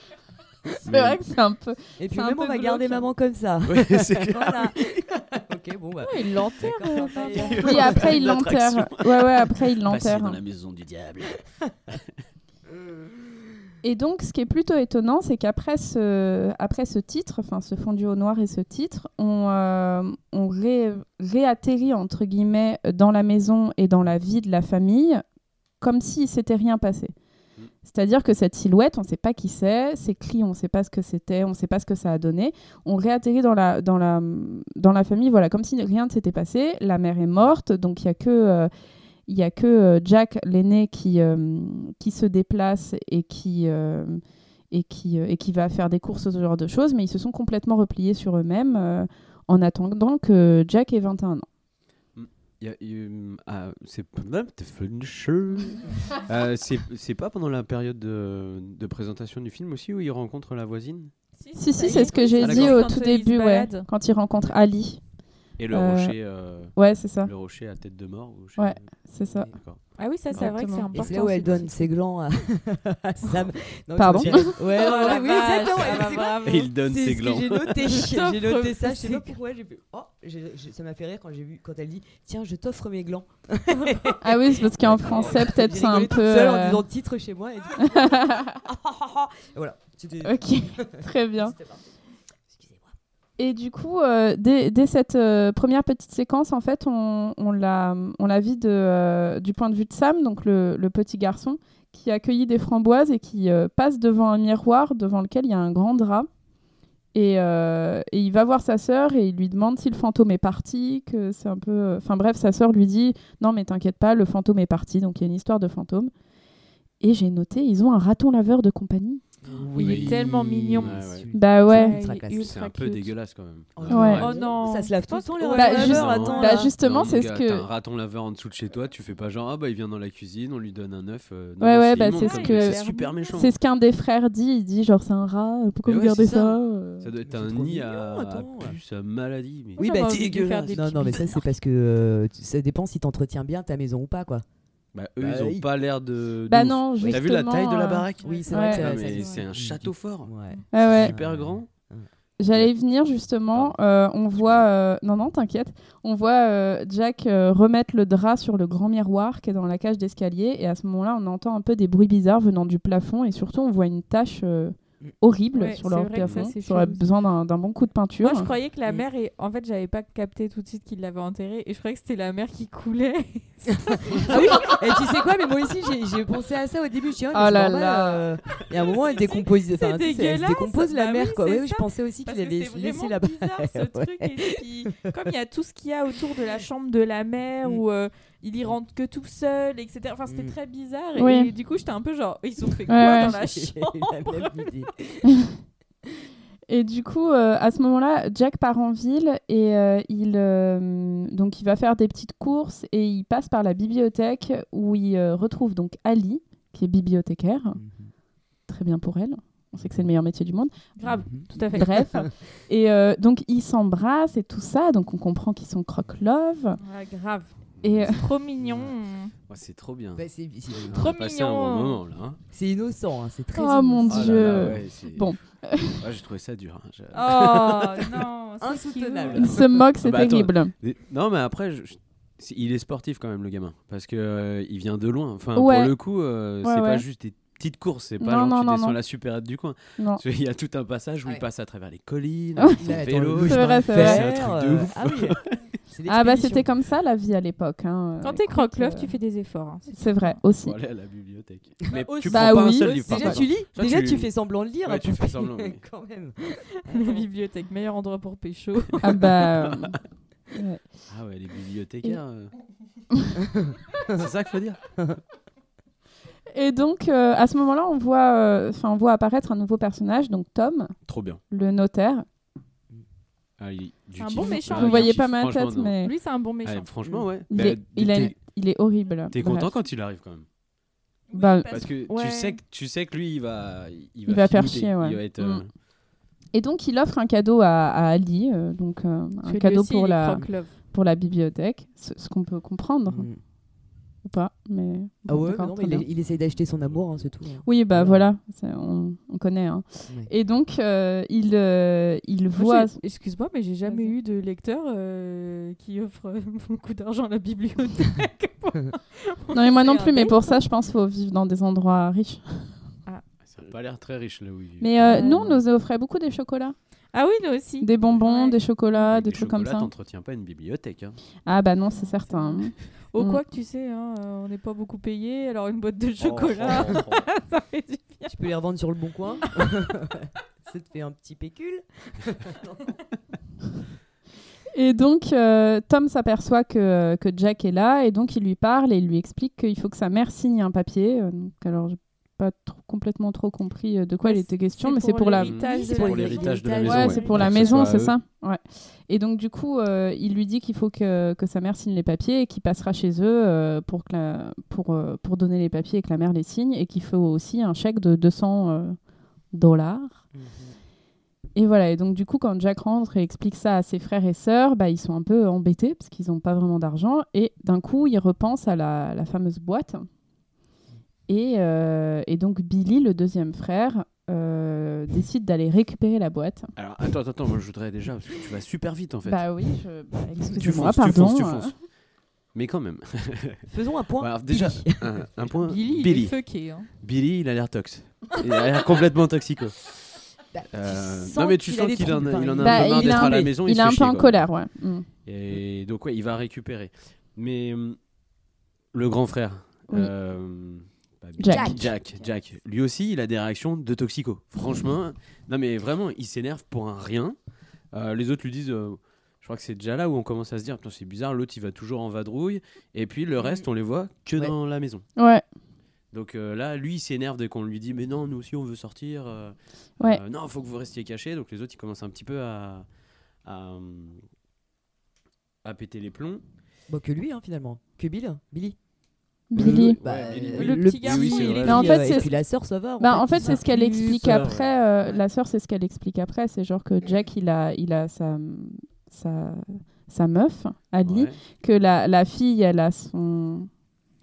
[SPEAKER 1] C'est
[SPEAKER 9] Mais-
[SPEAKER 1] vrai que c'est un peu.
[SPEAKER 9] *laughs*
[SPEAKER 8] Et puis
[SPEAKER 1] c'est un
[SPEAKER 8] même,
[SPEAKER 1] peu
[SPEAKER 8] on va
[SPEAKER 1] glauque,
[SPEAKER 8] garder
[SPEAKER 1] hein.
[SPEAKER 8] maman comme ça.
[SPEAKER 9] Ouais, c'est clair.
[SPEAKER 8] Voilà. *laughs* ok, bon, bah.
[SPEAKER 10] Ouais, il l'enterre. euh,
[SPEAKER 8] D'accord, ça fait-
[SPEAKER 1] Oui, après, il
[SPEAKER 9] Une
[SPEAKER 1] l'enterre.
[SPEAKER 9] attraction.
[SPEAKER 1] Ouais, ouais, après, il
[SPEAKER 9] Passer
[SPEAKER 1] l'enterre. hein.
[SPEAKER 9] dans la maison du diable.
[SPEAKER 1] Et donc, ce qui est plutôt étonnant, c'est qu'après ce, après ce titre, enfin ce fondu au noir et ce titre, on, euh, on ré- réatterrit entre guillemets dans la maison et dans la vie de la famille, comme s'il s'était rien passé. C'est-à-dire que cette silhouette, on ne sait pas qui c'est, ces cris, on ne sait pas ce que c'était, on ne sait pas ce que ça a donné. On réatterrit dans la, dans la, dans la famille, voilà, comme si rien ne s'était passé. La mère est morte, donc il n'y a que euh, il y a que euh, Jack, l'aîné, qui, euh, qui se déplace et qui, euh, et, qui, euh, et qui va faire des courses, ce genre de choses, mais ils se sont complètement repliés sur eux-mêmes euh, en attendant que Jack ait 21 ans.
[SPEAKER 9] Il y a- il- ah, c'est
[SPEAKER 1] *laughs*
[SPEAKER 9] Euh, c'est c'est pas pendant la période de, de présentation du film aussi où il rencontre la voisine
[SPEAKER 1] Si,
[SPEAKER 10] ça
[SPEAKER 1] si,
[SPEAKER 10] y
[SPEAKER 1] c'est
[SPEAKER 10] est.
[SPEAKER 1] ce que j'ai
[SPEAKER 9] Ah,
[SPEAKER 1] dit
[SPEAKER 10] d'accord.
[SPEAKER 1] au
[SPEAKER 10] Quand,
[SPEAKER 1] tout
[SPEAKER 10] euh, il se
[SPEAKER 1] début, ouais,
[SPEAKER 10] balade.
[SPEAKER 1] quand il rencontre Ali.
[SPEAKER 9] et le
[SPEAKER 1] Euh,
[SPEAKER 9] rocher euh,
[SPEAKER 1] Ouais, c'est ça,
[SPEAKER 9] le rocher à tête de mort ou je sais
[SPEAKER 1] Ouais.
[SPEAKER 9] pas.
[SPEAKER 1] c'est
[SPEAKER 10] *laughs*
[SPEAKER 1] ça.
[SPEAKER 9] D'accord.
[SPEAKER 10] Ah oui, ça c'est vrai que c'est
[SPEAKER 1] Exactement.
[SPEAKER 10] important.
[SPEAKER 8] Et c'est là où elle
[SPEAKER 10] aussi.
[SPEAKER 8] donne ses glands à, *laughs* à Sam. Non,
[SPEAKER 1] Pardon
[SPEAKER 8] je me suis- Ouais,
[SPEAKER 10] Oh,
[SPEAKER 8] ouais,
[SPEAKER 10] la
[SPEAKER 8] oui,
[SPEAKER 10] vache,
[SPEAKER 8] exactement.
[SPEAKER 10] ah
[SPEAKER 8] et
[SPEAKER 10] bah,
[SPEAKER 8] c'est
[SPEAKER 10] bravo.
[SPEAKER 9] Et il donne
[SPEAKER 8] C'est
[SPEAKER 9] ses
[SPEAKER 8] ce que
[SPEAKER 9] glands.
[SPEAKER 8] J'ai noté, j'ai noté ça. Je sais pas
[SPEAKER 10] Stop.
[SPEAKER 8] pourquoi j'ai pu. Oh, j'ai- j'ai- ça m'a fait rire quand j'ai vu quand elle dit tiens je t'offre mes glands.
[SPEAKER 1] Ah oui, c'est parce qu'en français, peut-être
[SPEAKER 8] J'ai
[SPEAKER 1] c'est un
[SPEAKER 8] rigolé
[SPEAKER 1] peu.
[SPEAKER 8] toute seule en
[SPEAKER 1] euh,
[SPEAKER 8] disant titre chez moi. Et, du coup- *laughs* Ah, ah, ah, ah. Et voilà. C'était.
[SPEAKER 1] euh, Ok, *laughs* très bien.
[SPEAKER 8] c'était parti. Excusez-moi.
[SPEAKER 1] Et du coup, euh, dès, dès cette euh, première petite séquence, en fait, on, on, la, on la vit de, euh, du point de vue de Sam, donc le, le petit garçon, qui accueillit des framboises et qui euh, passe devant un miroir devant lequel il y a un grand drap. Et, euh, et il va voir sa sœur et il lui demande si le fantôme est parti, que c'est un peu... euh, Enfin bref, sa sœur lui dit « Non mais t'inquiète pas, le fantôme est parti, donc il y a une histoire de fantôme. » Et j'ai noté, ils ont un raton laveur de compagnie.
[SPEAKER 9] Il est
[SPEAKER 10] tellement mignon.
[SPEAKER 1] Bah ouais.
[SPEAKER 8] ultra
[SPEAKER 10] il est
[SPEAKER 8] classe.
[SPEAKER 10] ultra
[SPEAKER 9] Ah C'est un peu
[SPEAKER 10] cute.
[SPEAKER 9] dégueulasse quand même.
[SPEAKER 8] Oh,
[SPEAKER 1] Ouais.
[SPEAKER 10] Oh non.
[SPEAKER 8] Ça se lave tout le
[SPEAKER 10] Bah,
[SPEAKER 8] temps les
[SPEAKER 10] juste-
[SPEAKER 8] ratons laveurs,
[SPEAKER 9] Non,
[SPEAKER 8] attends,
[SPEAKER 1] bah,
[SPEAKER 8] là.
[SPEAKER 1] juste- Justement,
[SPEAKER 9] Non,
[SPEAKER 1] c'est ce
[SPEAKER 9] gars,
[SPEAKER 1] que-
[SPEAKER 9] T'as un raton laveur en dessous de chez toi, tu fais pas genre, ah bah il vient dans la cuisine, on lui donne un œuf. euh, non,
[SPEAKER 1] Ouais,
[SPEAKER 9] non,
[SPEAKER 1] ouais, bah,
[SPEAKER 9] immonde
[SPEAKER 1] c'est ce
[SPEAKER 9] comme-
[SPEAKER 1] que-
[SPEAKER 9] C'est super méchant.
[SPEAKER 1] C'est ce qu'un des frères dit, il dit genre c'est un rat, pourquoi
[SPEAKER 9] Mais
[SPEAKER 1] vous
[SPEAKER 9] ouais,
[SPEAKER 1] gardez
[SPEAKER 9] c'est ça.
[SPEAKER 1] ça euh
[SPEAKER 9] Ça doit être
[SPEAKER 8] Mais
[SPEAKER 9] un
[SPEAKER 8] c'est trop
[SPEAKER 9] nid
[SPEAKER 8] mignon,
[SPEAKER 9] à, à
[SPEAKER 8] attends.
[SPEAKER 9] puce, à maladie. Mais...
[SPEAKER 8] Oui,
[SPEAKER 10] Moi,
[SPEAKER 8] bah
[SPEAKER 10] j'avais envie de faire
[SPEAKER 8] dégueulasse.
[SPEAKER 10] des
[SPEAKER 8] Non,
[SPEAKER 10] petits
[SPEAKER 8] non, mais ça, c'est parce que euh, tu- ça dépend si t'entretiens bien ta maison ou pas, quoi.
[SPEAKER 9] Bah, eux,
[SPEAKER 8] Bah,
[SPEAKER 9] ils ont
[SPEAKER 8] oui.
[SPEAKER 9] pas l'air de.
[SPEAKER 1] Bah
[SPEAKER 9] de ouf.
[SPEAKER 1] non, justement.
[SPEAKER 9] T'as vu la taille de la
[SPEAKER 1] euh,
[SPEAKER 9] baraque
[SPEAKER 8] Oui, c'est
[SPEAKER 1] Ouais.
[SPEAKER 8] vrai que
[SPEAKER 9] Non,
[SPEAKER 8] ça- ça-
[SPEAKER 9] mais
[SPEAKER 8] ça-
[SPEAKER 10] euh,
[SPEAKER 9] C'est un château fort.
[SPEAKER 8] Ouais.
[SPEAKER 1] Ouais, ouais.
[SPEAKER 9] Super grand.
[SPEAKER 8] Ouais.
[SPEAKER 1] J'allais y venir justement. euh, on voit, euh, non non, t'inquiète. On voit euh, Jack euh, remettre le drap sur le grand miroir qui est dans la cage d'escalier et à ce moment-là, on entend un peu des bruits bizarres venant du plafond et surtout on voit une tache euh,
[SPEAKER 9] Mm.
[SPEAKER 1] horrible
[SPEAKER 10] Ouais,
[SPEAKER 1] sur
[SPEAKER 10] c'est
[SPEAKER 1] leur
[SPEAKER 10] vrai que ça,
[SPEAKER 1] plafond.
[SPEAKER 10] c'est
[SPEAKER 1] Ça aurait
[SPEAKER 10] chelou.
[SPEAKER 1] besoin d'un d'un bon coup de peinture.
[SPEAKER 10] Moi, je croyais que la
[SPEAKER 8] Mm.
[SPEAKER 10] mère, est... en fait, j'avais pas capté tout de suite qu'il l'avait enterrée et je croyais que c'était la mère qui *laughs* coulait.
[SPEAKER 8] Ah oui *laughs* Et tu sais quoi Mais moi aussi, j'ai- j'ai pensé à ça au début. Je dis, ah, mais
[SPEAKER 1] Oh
[SPEAKER 8] c'est
[SPEAKER 1] là
[SPEAKER 8] normal,
[SPEAKER 1] là.
[SPEAKER 8] euh, Il y a un moment, elle décompose.
[SPEAKER 10] *laughs* c'est
[SPEAKER 8] enfin, tu sais, elle se
[SPEAKER 10] dégueulasse.
[SPEAKER 8] décompose la
[SPEAKER 10] Bah
[SPEAKER 8] mère,
[SPEAKER 10] oui,
[SPEAKER 8] quoi.
[SPEAKER 10] c'est
[SPEAKER 8] Oui, oui, je
[SPEAKER 10] ça.
[SPEAKER 8] pensais aussi
[SPEAKER 10] Parce
[SPEAKER 8] qu'il
[SPEAKER 10] que
[SPEAKER 8] avait
[SPEAKER 10] c'est
[SPEAKER 8] laissé
[SPEAKER 10] vraiment
[SPEAKER 8] là-bas.
[SPEAKER 10] bizarre
[SPEAKER 8] *laughs*
[SPEAKER 10] ce truc. Et puis, comme il y a tout ce qu'il y a autour de *laughs* la chambre de la mère
[SPEAKER 8] Mm.
[SPEAKER 10] où euh, il y rentre que tout seul, etc. Enfin, c'était
[SPEAKER 8] Mm.
[SPEAKER 10] très bizarre.
[SPEAKER 1] Oui.
[SPEAKER 10] Et du coup, j'étais un peu genre, ils ont fait
[SPEAKER 1] Ouais,
[SPEAKER 10] quoi
[SPEAKER 1] ouais.
[SPEAKER 10] dans *laughs*
[SPEAKER 8] *laughs*
[SPEAKER 10] la chambre
[SPEAKER 8] la même idée.
[SPEAKER 1] Et du coup, euh, à ce moment-là, Jack part en ville et euh, il, euh, donc il va faire des petites courses et il passe par la bibliothèque où il euh, retrouve donc Ali, qui est bibliothécaire. Très bien pour elle. On sait que c'est le meilleur métier du monde.
[SPEAKER 10] Grave,
[SPEAKER 8] Mhm.
[SPEAKER 10] tout à fait.
[SPEAKER 1] Bref.
[SPEAKER 10] *laughs*
[SPEAKER 1] et euh, donc, ils s'embrassent et tout ça. Donc, on comprend qu'ils sont croque-love.
[SPEAKER 10] Ah, grave.
[SPEAKER 1] Et *laughs* euh,
[SPEAKER 10] C'est trop mignon.
[SPEAKER 9] Ouais, c'est trop bien.
[SPEAKER 8] Bah, c'est- c'est-
[SPEAKER 9] On
[SPEAKER 10] Trop
[SPEAKER 9] a passé un bon
[SPEAKER 10] mignon.
[SPEAKER 9] moment là. hein.
[SPEAKER 8] C'est innocent, hein, c'est très
[SPEAKER 1] Oh, mon
[SPEAKER 8] innocent.
[SPEAKER 9] Oh là
[SPEAKER 1] Dieu.
[SPEAKER 9] là, ouais, c'est-
[SPEAKER 1] Bon. Ah,
[SPEAKER 9] Ouais, J'ai trouvé ça dur. hein. Je-
[SPEAKER 10] Oh non, c'est
[SPEAKER 8] Insoutenable.
[SPEAKER 10] cute.
[SPEAKER 1] il se moque, c'est
[SPEAKER 9] Ah bah, attends.
[SPEAKER 1] terrible.
[SPEAKER 9] Mais- Non, mais après, je- je- c'est- il est sportif quand même, le gamin. Parce que euh, il vient de loin. Enfin,
[SPEAKER 1] Ouais.
[SPEAKER 9] pour le coup, euh,
[SPEAKER 1] Ouais,
[SPEAKER 9] c'est
[SPEAKER 1] ouais.
[SPEAKER 9] pas juste des petites courses. C'est pas
[SPEAKER 1] Non,
[SPEAKER 9] genre
[SPEAKER 1] non,
[SPEAKER 9] tu
[SPEAKER 1] non,
[SPEAKER 9] descends
[SPEAKER 1] non.
[SPEAKER 9] la supérette du coin.
[SPEAKER 1] Non.
[SPEAKER 9] Parce qu'il y a tout un passage où
[SPEAKER 8] Ah ouais.
[SPEAKER 9] il passe à travers les collines,
[SPEAKER 1] Ah
[SPEAKER 9] avec son
[SPEAKER 8] Là, attends,
[SPEAKER 9] vélo.
[SPEAKER 8] le
[SPEAKER 1] C'est vrai, c'est
[SPEAKER 9] vrai.
[SPEAKER 8] chemin de fer,
[SPEAKER 9] C'est un truc de
[SPEAKER 8] euh,
[SPEAKER 9] ouf.
[SPEAKER 8] Ah
[SPEAKER 10] *laughs*
[SPEAKER 8] oui. C'est
[SPEAKER 1] Ah, bah,
[SPEAKER 8] l'expédition.
[SPEAKER 1] c'était comme ça la vie à l'époque. hein.
[SPEAKER 10] Quand t'es
[SPEAKER 1] Écoute,
[SPEAKER 10] croque-love,
[SPEAKER 1] euh,
[SPEAKER 10] tu fais des efforts. hein.
[SPEAKER 1] C'est vrai, aussi.
[SPEAKER 9] Pour aller à la bibliothèque. Mais
[SPEAKER 8] aussi.
[SPEAKER 9] tu prends
[SPEAKER 1] Bah
[SPEAKER 9] pas un
[SPEAKER 1] oui.
[SPEAKER 9] seul livre. par
[SPEAKER 8] Déjà,
[SPEAKER 9] contre.
[SPEAKER 8] tu lis
[SPEAKER 9] Ça,
[SPEAKER 8] Déjà,
[SPEAKER 9] tu-
[SPEAKER 8] tu fais semblant de lire.
[SPEAKER 9] Ouais, tu
[SPEAKER 8] pour
[SPEAKER 9] fais
[SPEAKER 8] payer, *laughs*
[SPEAKER 9] semblant, oui.
[SPEAKER 8] Quand même.
[SPEAKER 10] *laughs* La bibliothèque, meilleur endroit pour pécho.
[SPEAKER 9] Oh,
[SPEAKER 1] Ah,
[SPEAKER 9] *laughs*
[SPEAKER 1] bah. euh,
[SPEAKER 9] Ah ouais, les bibliothécaires.
[SPEAKER 1] *laughs*
[SPEAKER 9] euh. c'est ça qu'il faut dire.
[SPEAKER 1] Et donc, euh, à ce moment-là, on voit, euh, 'fin, on voit apparaître un nouveau personnage, donc Tom,
[SPEAKER 9] Trop bien.
[SPEAKER 1] le notaire.
[SPEAKER 9] Ah, il- du
[SPEAKER 10] C'est un
[SPEAKER 9] kiff.
[SPEAKER 10] bon méchant.
[SPEAKER 9] Ah,
[SPEAKER 10] Vous
[SPEAKER 1] Vous
[SPEAKER 9] du
[SPEAKER 1] voyez
[SPEAKER 9] kiff,
[SPEAKER 1] pas ma
[SPEAKER 9] franchement,
[SPEAKER 1] tête,
[SPEAKER 9] non.
[SPEAKER 1] mais
[SPEAKER 10] Lui, c'est un bon
[SPEAKER 9] Ah,
[SPEAKER 10] méchant.
[SPEAKER 9] franchement, ouais.
[SPEAKER 1] il,
[SPEAKER 9] Bah,
[SPEAKER 1] est, il, a-
[SPEAKER 9] t'es-
[SPEAKER 1] il est horrible.
[SPEAKER 9] T'es
[SPEAKER 1] Bref.
[SPEAKER 9] content quand il arrive quand même.
[SPEAKER 10] Oui,
[SPEAKER 1] Bah,
[SPEAKER 9] Parce
[SPEAKER 10] parce-
[SPEAKER 9] que
[SPEAKER 10] ouais.
[SPEAKER 9] tu, sais que, tu sais que lui, il va. Il,
[SPEAKER 1] Il va faire
[SPEAKER 9] filouter.
[SPEAKER 1] chier, ouais.
[SPEAKER 9] Il va être, euh,
[SPEAKER 1] Mm. Et donc, il offre un cadeau à, à Ali, euh, donc euh,
[SPEAKER 10] parce
[SPEAKER 1] un
[SPEAKER 10] que lui
[SPEAKER 1] cadeau
[SPEAKER 10] aussi, il
[SPEAKER 1] pour
[SPEAKER 10] est
[SPEAKER 1] la,
[SPEAKER 10] croque-love.
[SPEAKER 1] pour la bibliothèque, ce, ce qu'on peut comprendre ou pas, mais
[SPEAKER 8] Mm. Ah
[SPEAKER 1] bon,
[SPEAKER 8] ouais, mais
[SPEAKER 1] d'accord,
[SPEAKER 8] non, mais
[SPEAKER 1] très
[SPEAKER 8] il,
[SPEAKER 1] bien.
[SPEAKER 8] il essaye d'acheter son amour, hein, c'est tout. hein.
[SPEAKER 1] oui, bah
[SPEAKER 8] Ouais.
[SPEAKER 1] voilà, c'est- on, on connaît. hein.
[SPEAKER 8] Ouais.
[SPEAKER 1] Et donc, euh, il, euh, il
[SPEAKER 10] Moi,
[SPEAKER 1] voit.
[SPEAKER 10] j'ai- Excuse-moi, mais j'ai jamais
[SPEAKER 1] Vas-y.
[SPEAKER 10] eu de lecteur euh, qui offre euh, *laughs* beaucoup d'argent à
[SPEAKER 1] *laughs*
[SPEAKER 10] la bibliothèque. pour-
[SPEAKER 1] Non, mais moi non
[SPEAKER 10] *laughs* C'est
[SPEAKER 1] plus,
[SPEAKER 10] un
[SPEAKER 1] mais
[SPEAKER 10] date.
[SPEAKER 1] pour ça, je pense qu'il faut vivre dans des endroits riches.
[SPEAKER 9] Ça a pas l'air très riche là où il vit.
[SPEAKER 1] Mais euh,
[SPEAKER 10] Ouais.
[SPEAKER 1] nous, on nous offrait beaucoup des chocolats.
[SPEAKER 10] Ah oui, nous aussi.
[SPEAKER 1] Des bonbons,
[SPEAKER 10] Ouais.
[SPEAKER 1] des chocolats,
[SPEAKER 9] Avec
[SPEAKER 1] des
[SPEAKER 9] les
[SPEAKER 1] trucs comme
[SPEAKER 9] chocolats,
[SPEAKER 1] ça.
[SPEAKER 9] t'entretiens pas une bibliothèque. hein.
[SPEAKER 1] Ah bah non, c'est certain.
[SPEAKER 10] Au
[SPEAKER 1] Mm.
[SPEAKER 10] quoi que tu sais, hein, euh, on n'est pas beaucoup payé, alors une boîte de chocolat,
[SPEAKER 9] Oh, oh, oh,
[SPEAKER 10] *laughs* ça fait du bien.
[SPEAKER 8] Tu peux les revendre sur le bon coin. ça te fait un petit pécule.
[SPEAKER 1] Et donc, euh, Tom s'aperçoit que, que Jack est là et donc il lui parle et il lui explique qu'il faut que sa mère signe un papier. Euh, donc, alors, j'ai pas trop- complètement trop compris euh, de quoi
[SPEAKER 10] Ouais,
[SPEAKER 1] il était question,
[SPEAKER 10] c'est
[SPEAKER 1] mais c'est
[SPEAKER 10] pour
[SPEAKER 1] pour la.
[SPEAKER 10] l'héritage
[SPEAKER 8] Oui,
[SPEAKER 10] de
[SPEAKER 8] c'est pour
[SPEAKER 10] la
[SPEAKER 9] l'héritage de la
[SPEAKER 10] maison.
[SPEAKER 1] ouais,
[SPEAKER 9] ouais.
[SPEAKER 1] c'est pour la
[SPEAKER 9] Pour que ce
[SPEAKER 1] maison,
[SPEAKER 9] soit à
[SPEAKER 1] c'est
[SPEAKER 9] eux.
[SPEAKER 1] ça. Ouais. Et donc, du coup, euh, il lui dit qu'il faut que, que sa mère signe les papiers et qu'il passera chez eux euh, pour, que la- pour, euh, pour donner les papiers et que la mère les signe et qu'il faut aussi un chèque de 200 euh, dollars.
[SPEAKER 9] Mhm.
[SPEAKER 1] Et voilà, et donc du coup, quand Jack rentre et explique ça à ses frères et sœurs, bah, ils sont un peu embêtés parce qu'ils n'ont pas vraiment d'argent. Et d'un coup, ils repensent à la, la fameuse boîte. Et, euh, et donc Billy, le deuxième frère, euh, décide d'aller récupérer la boîte.
[SPEAKER 9] Alors attends, attends, attends, moi je voudrais déjà, parce que tu vas super vite en fait.
[SPEAKER 1] Bah oui, je... bah,
[SPEAKER 9] tu
[SPEAKER 1] excusez-moi,
[SPEAKER 9] fonces, tu
[SPEAKER 1] pardon.
[SPEAKER 9] fonces, tu
[SPEAKER 1] euh.
[SPEAKER 9] fonces. Mais quand même.
[SPEAKER 8] Faisons un point.
[SPEAKER 9] Bah, Alors, déjà,
[SPEAKER 8] Billy.
[SPEAKER 9] un, un point.
[SPEAKER 10] Billy, il est
[SPEAKER 9] Billy.
[SPEAKER 10] fucké. hein.
[SPEAKER 9] Billy, il a l'air tox. Il a l'air complètement toxico.
[SPEAKER 8] Bah, tu
[SPEAKER 9] Euh,
[SPEAKER 8] sens
[SPEAKER 9] non mais tu
[SPEAKER 8] qu'il
[SPEAKER 9] sens
[SPEAKER 8] a des
[SPEAKER 9] qu'il en,
[SPEAKER 8] troubles,
[SPEAKER 9] a- il en a
[SPEAKER 1] Bah,
[SPEAKER 9] un peu marre
[SPEAKER 1] il a
[SPEAKER 9] d'être
[SPEAKER 1] un-
[SPEAKER 9] à la maison.
[SPEAKER 1] il est
[SPEAKER 9] se
[SPEAKER 1] un
[SPEAKER 9] fait
[SPEAKER 1] peu en
[SPEAKER 9] chier, quoi.
[SPEAKER 1] colère, ouais. Mm.
[SPEAKER 9] Et donc, ouais, il va récupérer. Mais hum, le grand frère,
[SPEAKER 1] Oui.
[SPEAKER 9] euh, pas Bill,
[SPEAKER 1] Jack.
[SPEAKER 9] Jack, Jack, lui aussi, il a des réactions de toxico. Franchement, non mais vraiment, il s'énerve pour un rien. Euh, les autres lui disent, euh, je crois que c'est déjà là où on commence à se dire, Putain, c'est bizarre, l'autre il va toujours en vadrouille. Et puis le reste, on les voit que
[SPEAKER 8] Ouais.
[SPEAKER 9] dans la maison.
[SPEAKER 1] Ouais,
[SPEAKER 9] Donc euh, là, lui, il s'énerve dès qu'on lui dit, mais non, nous aussi, on veut sortir. euh,
[SPEAKER 1] Ouais.
[SPEAKER 9] euh, non, faut que vous restiez cachés. Donc les autres, ils commencent un petit peu à, à, hum, à péter les plombs.
[SPEAKER 8] Bah, que lui, hein, finalement. Que Bill. Billy. Euh,
[SPEAKER 1] Billy.
[SPEAKER 9] Bah, Billy,
[SPEAKER 10] Le,
[SPEAKER 9] oui.
[SPEAKER 8] le
[SPEAKER 10] petit
[SPEAKER 8] petit-
[SPEAKER 10] garçon,
[SPEAKER 9] Oui, c'est
[SPEAKER 10] il est
[SPEAKER 9] vrai.
[SPEAKER 1] Mais en
[SPEAKER 8] Et,
[SPEAKER 1] fait,
[SPEAKER 8] euh,
[SPEAKER 1] c'est-
[SPEAKER 8] et puis la sœur, ça va.
[SPEAKER 1] Bah, en fait,
[SPEAKER 8] ils
[SPEAKER 1] c'est ce qu'elle
[SPEAKER 8] s'incluent,
[SPEAKER 1] explique
[SPEAKER 8] euh,
[SPEAKER 1] après. euh,
[SPEAKER 8] ouais.
[SPEAKER 1] La sœur, c'est ce qu'elle explique après. C'est genre que Jack, il a, il a sa, sa, sa meuf, Ali,
[SPEAKER 9] Ouais.
[SPEAKER 1] que la, la fille, elle a son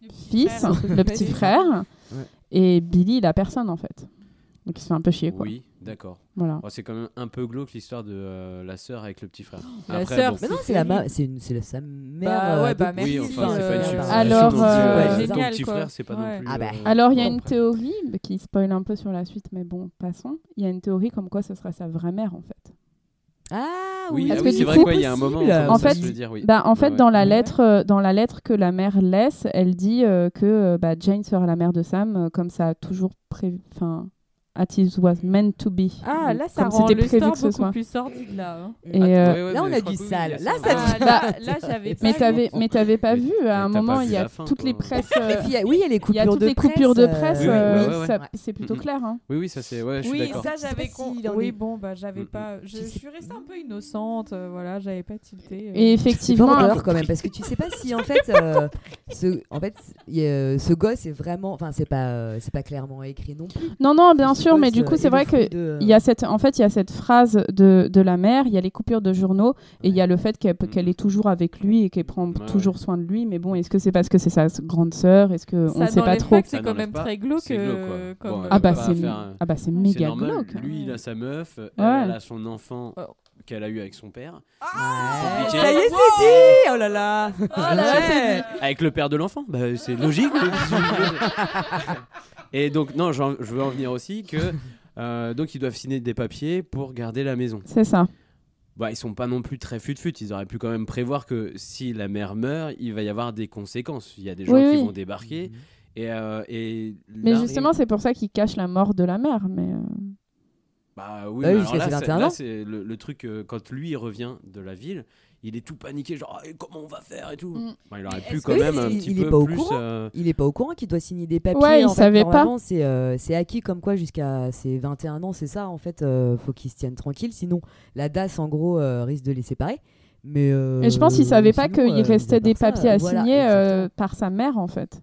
[SPEAKER 10] le petit
[SPEAKER 1] fils,
[SPEAKER 10] frère, un truc
[SPEAKER 1] le petit
[SPEAKER 10] pareil.
[SPEAKER 1] frère.
[SPEAKER 8] Ouais.
[SPEAKER 1] Et Billy, il a personne en fait. Donc il se fait un peu chier, quoi.
[SPEAKER 9] Oui, d'accord.
[SPEAKER 1] Voilà.
[SPEAKER 9] Bon, c'est quand même un peu glauque l'histoire de euh, la sœur avec le petit frère.
[SPEAKER 10] la
[SPEAKER 9] Après,
[SPEAKER 10] sœur,
[SPEAKER 9] bon.
[SPEAKER 1] bah
[SPEAKER 8] Mais non, c'est la ma- c'est une- c'est la- sa mère.
[SPEAKER 10] Bah
[SPEAKER 8] euh, Ah,
[SPEAKER 10] ouais, bah
[SPEAKER 8] adoptive.
[SPEAKER 10] merci.
[SPEAKER 9] Oui, enfin, c'est pas une
[SPEAKER 10] euh,
[SPEAKER 9] substitution
[SPEAKER 1] alors,
[SPEAKER 9] non plus,
[SPEAKER 1] euh,
[SPEAKER 9] ouais,
[SPEAKER 10] génial,
[SPEAKER 9] ton petit
[SPEAKER 10] quoi.
[SPEAKER 9] frère, c'est pas
[SPEAKER 10] Ouais.
[SPEAKER 9] non plus.
[SPEAKER 8] Ah bah.
[SPEAKER 9] euh,
[SPEAKER 1] Alors, il y a
[SPEAKER 9] bon,
[SPEAKER 1] une
[SPEAKER 9] après.
[SPEAKER 1] théorie bah, qui spoil un peu sur la suite, mais bon, passons. Il y a une théorie comme quoi ce serait sa vraie mère, en fait.
[SPEAKER 8] Ah
[SPEAKER 9] Oui,
[SPEAKER 8] oui,
[SPEAKER 1] Parce
[SPEAKER 9] ah
[SPEAKER 1] que
[SPEAKER 9] oui,
[SPEAKER 1] du
[SPEAKER 9] c'est vrai
[SPEAKER 1] coup,
[SPEAKER 9] quoi, il y a un moment hein, où on
[SPEAKER 8] possible.
[SPEAKER 9] commence
[SPEAKER 1] En
[SPEAKER 9] à
[SPEAKER 1] fait,
[SPEAKER 9] se le dire, oui. Ah
[SPEAKER 1] Bah, en fait,
[SPEAKER 9] ouais.
[SPEAKER 1] dans, la
[SPEAKER 10] Ouais.
[SPEAKER 1] lettre, euh, dans la lettre que la mère laisse, elle dit euh, que euh, bah, Jane sera la mère de Sam, euh, comme ça a toujours prévu. Enfin, at it was meant to be.
[SPEAKER 10] Ah,
[SPEAKER 1] Donc,
[SPEAKER 10] là, ça
[SPEAKER 1] comme
[SPEAKER 10] rend
[SPEAKER 1] c'était
[SPEAKER 10] le
[SPEAKER 1] prévu
[SPEAKER 10] store
[SPEAKER 1] que ce soit.
[SPEAKER 10] beaucoup plus sordide, là. hein.
[SPEAKER 1] Et,
[SPEAKER 9] Attends,
[SPEAKER 1] euh,
[SPEAKER 9] ouais, ouais,
[SPEAKER 8] là, on
[SPEAKER 9] mais
[SPEAKER 8] a
[SPEAKER 9] je crois
[SPEAKER 8] du
[SPEAKER 9] que oui,
[SPEAKER 8] sale.
[SPEAKER 9] il y a
[SPEAKER 8] Là,
[SPEAKER 9] ça.
[SPEAKER 8] ça
[SPEAKER 10] Ah, là, là, j'avais
[SPEAKER 1] Mais
[SPEAKER 10] pas
[SPEAKER 1] t'avais, mais t'avais pas
[SPEAKER 9] Mais
[SPEAKER 1] vu à un
[SPEAKER 9] t'as pas
[SPEAKER 1] moment
[SPEAKER 9] vu
[SPEAKER 1] il y a
[SPEAKER 9] la fin,
[SPEAKER 1] toutes
[SPEAKER 9] quoi.
[SPEAKER 1] les presses,
[SPEAKER 8] Et
[SPEAKER 1] euh,
[SPEAKER 8] puis, il y a- oui, il y a
[SPEAKER 1] il y
[SPEAKER 8] les
[SPEAKER 1] a
[SPEAKER 8] coupures
[SPEAKER 1] toutes
[SPEAKER 8] de
[SPEAKER 1] les
[SPEAKER 8] presse.
[SPEAKER 1] coupures de
[SPEAKER 8] euh,
[SPEAKER 1] presse,
[SPEAKER 9] Oui, oui,
[SPEAKER 1] euh,
[SPEAKER 9] ouais, ouais,
[SPEAKER 1] ça-
[SPEAKER 8] ouais.
[SPEAKER 1] c'est plutôt
[SPEAKER 9] Mhm.
[SPEAKER 1] clair. hein.
[SPEAKER 9] Oui, oui, ça c'est. Ouais, je suis
[SPEAKER 10] Oui,
[SPEAKER 9] d'accord.
[SPEAKER 10] ça
[SPEAKER 8] Je sais
[SPEAKER 10] j'avais
[SPEAKER 8] pas
[SPEAKER 10] con-
[SPEAKER 8] s'il en
[SPEAKER 10] Oui,
[SPEAKER 8] est-
[SPEAKER 10] bon, bah j'avais
[SPEAKER 9] Mm,
[SPEAKER 10] pas. Je,
[SPEAKER 8] Je
[SPEAKER 10] je
[SPEAKER 8] sais-
[SPEAKER 10] suis restée un peu innocente, euh, voilà, j'avais pas tilté. euh.
[SPEAKER 1] Et
[SPEAKER 8] C'est pas
[SPEAKER 1] effectivement,
[SPEAKER 8] horreur quand même parce que tu sais pas si en fait euh, ce en fait il y a- ce gosse est vraiment enfin c'est pas euh, c'est pas clairement écrit non plus.
[SPEAKER 1] non, non, bien
[SPEAKER 8] Ce
[SPEAKER 1] sûr, mais
[SPEAKER 8] gosse,
[SPEAKER 1] du
[SPEAKER 8] euh,
[SPEAKER 1] coup,
[SPEAKER 8] est
[SPEAKER 1] c'est
[SPEAKER 8] le
[SPEAKER 1] vrai que
[SPEAKER 8] fruit de, euh,
[SPEAKER 1] Il y a cette, en fait, il y a cette phrase de, de la mère, il y a les coupures de journaux, et il y a le fait qu'elle peut- qu'elle est toujours avec lui et qu'elle prend
[SPEAKER 9] Ouais,
[SPEAKER 1] toujours soin de lui. Mais bon, est-ce que c'est parce que c'est sa s- grande sœur Est-ce que on ne
[SPEAKER 10] ça
[SPEAKER 1] sait pas
[SPEAKER 10] n'enlève
[SPEAKER 1] trop
[SPEAKER 10] que c'est
[SPEAKER 9] Ça
[SPEAKER 10] quand
[SPEAKER 9] n'enlève
[SPEAKER 10] même
[SPEAKER 9] pas.
[SPEAKER 10] très glauque.
[SPEAKER 9] C'est glauque, quoi.
[SPEAKER 10] euh,
[SPEAKER 9] Bon,
[SPEAKER 10] comme,
[SPEAKER 9] euh,
[SPEAKER 1] Ah bah
[SPEAKER 9] on va
[SPEAKER 1] c'est,
[SPEAKER 9] faire un-
[SPEAKER 1] ah bah c'est
[SPEAKER 9] C'est
[SPEAKER 1] méga
[SPEAKER 9] normal,
[SPEAKER 1] glauque.
[SPEAKER 9] Lui, il a sa meuf, euh,
[SPEAKER 1] Ouais.
[SPEAKER 9] elle, elle a son enfant
[SPEAKER 10] Oh.
[SPEAKER 9] qu'elle a eu avec son père,
[SPEAKER 8] Ouais.
[SPEAKER 9] compliqué.
[SPEAKER 8] Ça y est, c'est dit. Oh là *laughs* là.
[SPEAKER 10] Oh là là, c'est dit.
[SPEAKER 9] avec le père de l'enfant. Bah, c'est logique.
[SPEAKER 1] *laughs*
[SPEAKER 9] Et donc, non, j'en- je veux en venir aussi que. euh, donc, ils doivent signer des papiers pour garder la maison.
[SPEAKER 1] C'est ça.
[SPEAKER 9] Bah, ils sont pas non plus très fut-fut. Ils auraient pu quand même prévoir que si la mère meurt, il va y avoir des conséquences. Il y a des gens
[SPEAKER 1] Oui,
[SPEAKER 9] qui
[SPEAKER 1] oui.
[SPEAKER 9] vont débarquer. Et, euh, et
[SPEAKER 1] Mais
[SPEAKER 9] là-
[SPEAKER 1] justement, c'est pour ça qu'il cache la mort de la mère. Mais euh,
[SPEAKER 9] Bah oui, mais
[SPEAKER 8] Bah oui,
[SPEAKER 9] alors
[SPEAKER 8] jusqu'à
[SPEAKER 9] là,
[SPEAKER 8] ses
[SPEAKER 9] c'est-
[SPEAKER 8] 21
[SPEAKER 9] là,
[SPEAKER 8] ans.
[SPEAKER 9] c'est le, le truc, euh, quand lui il revient de la ville, il est tout paniqué, genre Ah, et comment on va faire et tout.
[SPEAKER 1] Mm.
[SPEAKER 9] Bah, il aurait
[SPEAKER 10] Mais
[SPEAKER 9] pu
[SPEAKER 10] est-ce
[SPEAKER 9] quand
[SPEAKER 8] que-
[SPEAKER 9] même
[SPEAKER 8] Oui,
[SPEAKER 9] un
[SPEAKER 8] il-
[SPEAKER 9] petit
[SPEAKER 8] il est
[SPEAKER 9] peu
[SPEAKER 8] pas au
[SPEAKER 9] plus.
[SPEAKER 8] courant.
[SPEAKER 9] euh,
[SPEAKER 8] Il est pas au courant qu'il doit signer des papiers.
[SPEAKER 1] Ouais, il
[SPEAKER 8] en fait,
[SPEAKER 1] savait pas.
[SPEAKER 8] normalement, C'est euh, c'est acquis comme quoi jusqu'à ses 21 ans, c'est ça en fait. euh, faut qu'il se tienne tranquille, sinon la DAS en gros euh, risque de les séparer. Mais euh,
[SPEAKER 1] et je pense qu'il savait pas
[SPEAKER 8] sinon,
[SPEAKER 1] qu'il
[SPEAKER 8] euh,
[SPEAKER 1] restait
[SPEAKER 8] mis
[SPEAKER 1] des
[SPEAKER 8] à part ça,
[SPEAKER 1] papiers à
[SPEAKER 8] voilà,
[SPEAKER 1] signer euh,
[SPEAKER 8] exactement.
[SPEAKER 1] par sa mère en fait.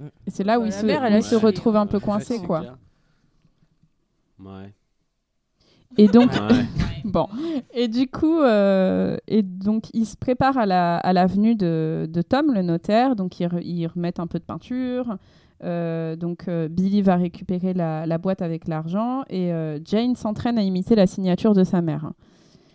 [SPEAKER 8] Mm.
[SPEAKER 1] Et c'est là où
[SPEAKER 10] Ouais,
[SPEAKER 1] il
[SPEAKER 10] la
[SPEAKER 1] se,
[SPEAKER 10] mère, elle
[SPEAKER 1] où
[SPEAKER 10] a
[SPEAKER 1] il se
[SPEAKER 10] chié.
[SPEAKER 1] retrouve un peu
[SPEAKER 9] Ouais,
[SPEAKER 1] coincé
[SPEAKER 9] c'est
[SPEAKER 1] quoi.
[SPEAKER 9] clair.
[SPEAKER 1] *laughs*
[SPEAKER 9] Ouais.
[SPEAKER 1] Et donc
[SPEAKER 9] Ouais.
[SPEAKER 1] Bon, et du coup, euh, et donc ils se préparent à la, à la venue de, de Tom, le notaire. Donc ils, re- ils remettent un peu de peinture. Euh, donc euh, Billy va récupérer la, la boîte avec l'argent et euh, Jane s'entraîne à imiter la signature de sa mère.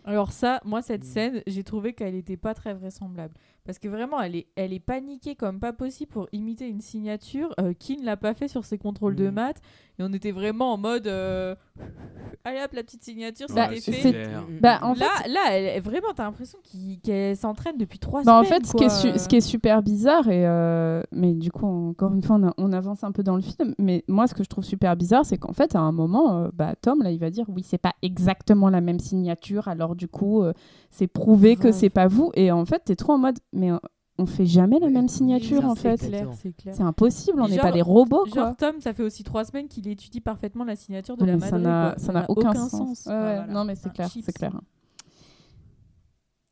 [SPEAKER 10] Alors ça, moi cette
[SPEAKER 9] Mm.
[SPEAKER 10] scène, j'ai trouvé qu'elle était pas très vraisemblable parce que vraiment, elle est, elle est paniquée comme pas possible pour imiter une signature. euh, qui ne l'a pas fait sur ses contrôles de
[SPEAKER 8] Mm.
[SPEAKER 10] maths Et on était vraiment en mode, euh, *laughs* allez hop, la petite signature, ça
[SPEAKER 9] Ouais,
[SPEAKER 10] l'est
[SPEAKER 9] c'est
[SPEAKER 10] fait.
[SPEAKER 1] c'est-
[SPEAKER 9] clair.
[SPEAKER 8] Mm,
[SPEAKER 1] Bah en
[SPEAKER 10] là,
[SPEAKER 1] fait,
[SPEAKER 10] là, elle, est- vraiment, t'as l'impression qu'il- qu'elle s'entraîne depuis trois
[SPEAKER 1] bah, en
[SPEAKER 10] semaines.
[SPEAKER 1] fait ce, qui est
[SPEAKER 10] Ah, quoi.
[SPEAKER 1] su- ce qui est super bizarre, et, euh, mais du coup, encore une fois, on, a- on avance un peu dans le film. Mais moi, ce que je trouve super bizarre, c'est qu'en fait, à un moment, euh, bah, Tom, là, il va dire Oui, c'est pas exactement la même signature, alors du coup, euh, c'est prouvé que
[SPEAKER 10] Grave.
[SPEAKER 1] c'est pas vous. Et en fait, t'es trop en mode Mais euh, on fait jamais la
[SPEAKER 8] Ouais,
[SPEAKER 1] même
[SPEAKER 8] oui,
[SPEAKER 1] signature,
[SPEAKER 8] ça,
[SPEAKER 1] en
[SPEAKER 8] c'est
[SPEAKER 1] fait.
[SPEAKER 10] C'est
[SPEAKER 8] clair.
[SPEAKER 10] clair,
[SPEAKER 8] Exactement.
[SPEAKER 10] c'est clair.
[SPEAKER 1] C'est impossible, on
[SPEAKER 10] Et
[SPEAKER 1] n'est
[SPEAKER 10] genre-
[SPEAKER 1] pas des robots, quoi.
[SPEAKER 10] Genre Tom, ça fait aussi trois semaines qu'il étudie parfaitement la signature de
[SPEAKER 1] Non,
[SPEAKER 10] la
[SPEAKER 1] mais ça
[SPEAKER 10] Madrid.
[SPEAKER 1] n'a-
[SPEAKER 10] quoi.
[SPEAKER 1] ça n'a aucun, sens. Ouais, ouais,
[SPEAKER 10] Voilà.
[SPEAKER 1] Non, mais c'est
[SPEAKER 10] Un
[SPEAKER 1] clair,
[SPEAKER 10] chips.
[SPEAKER 1] c'est clair.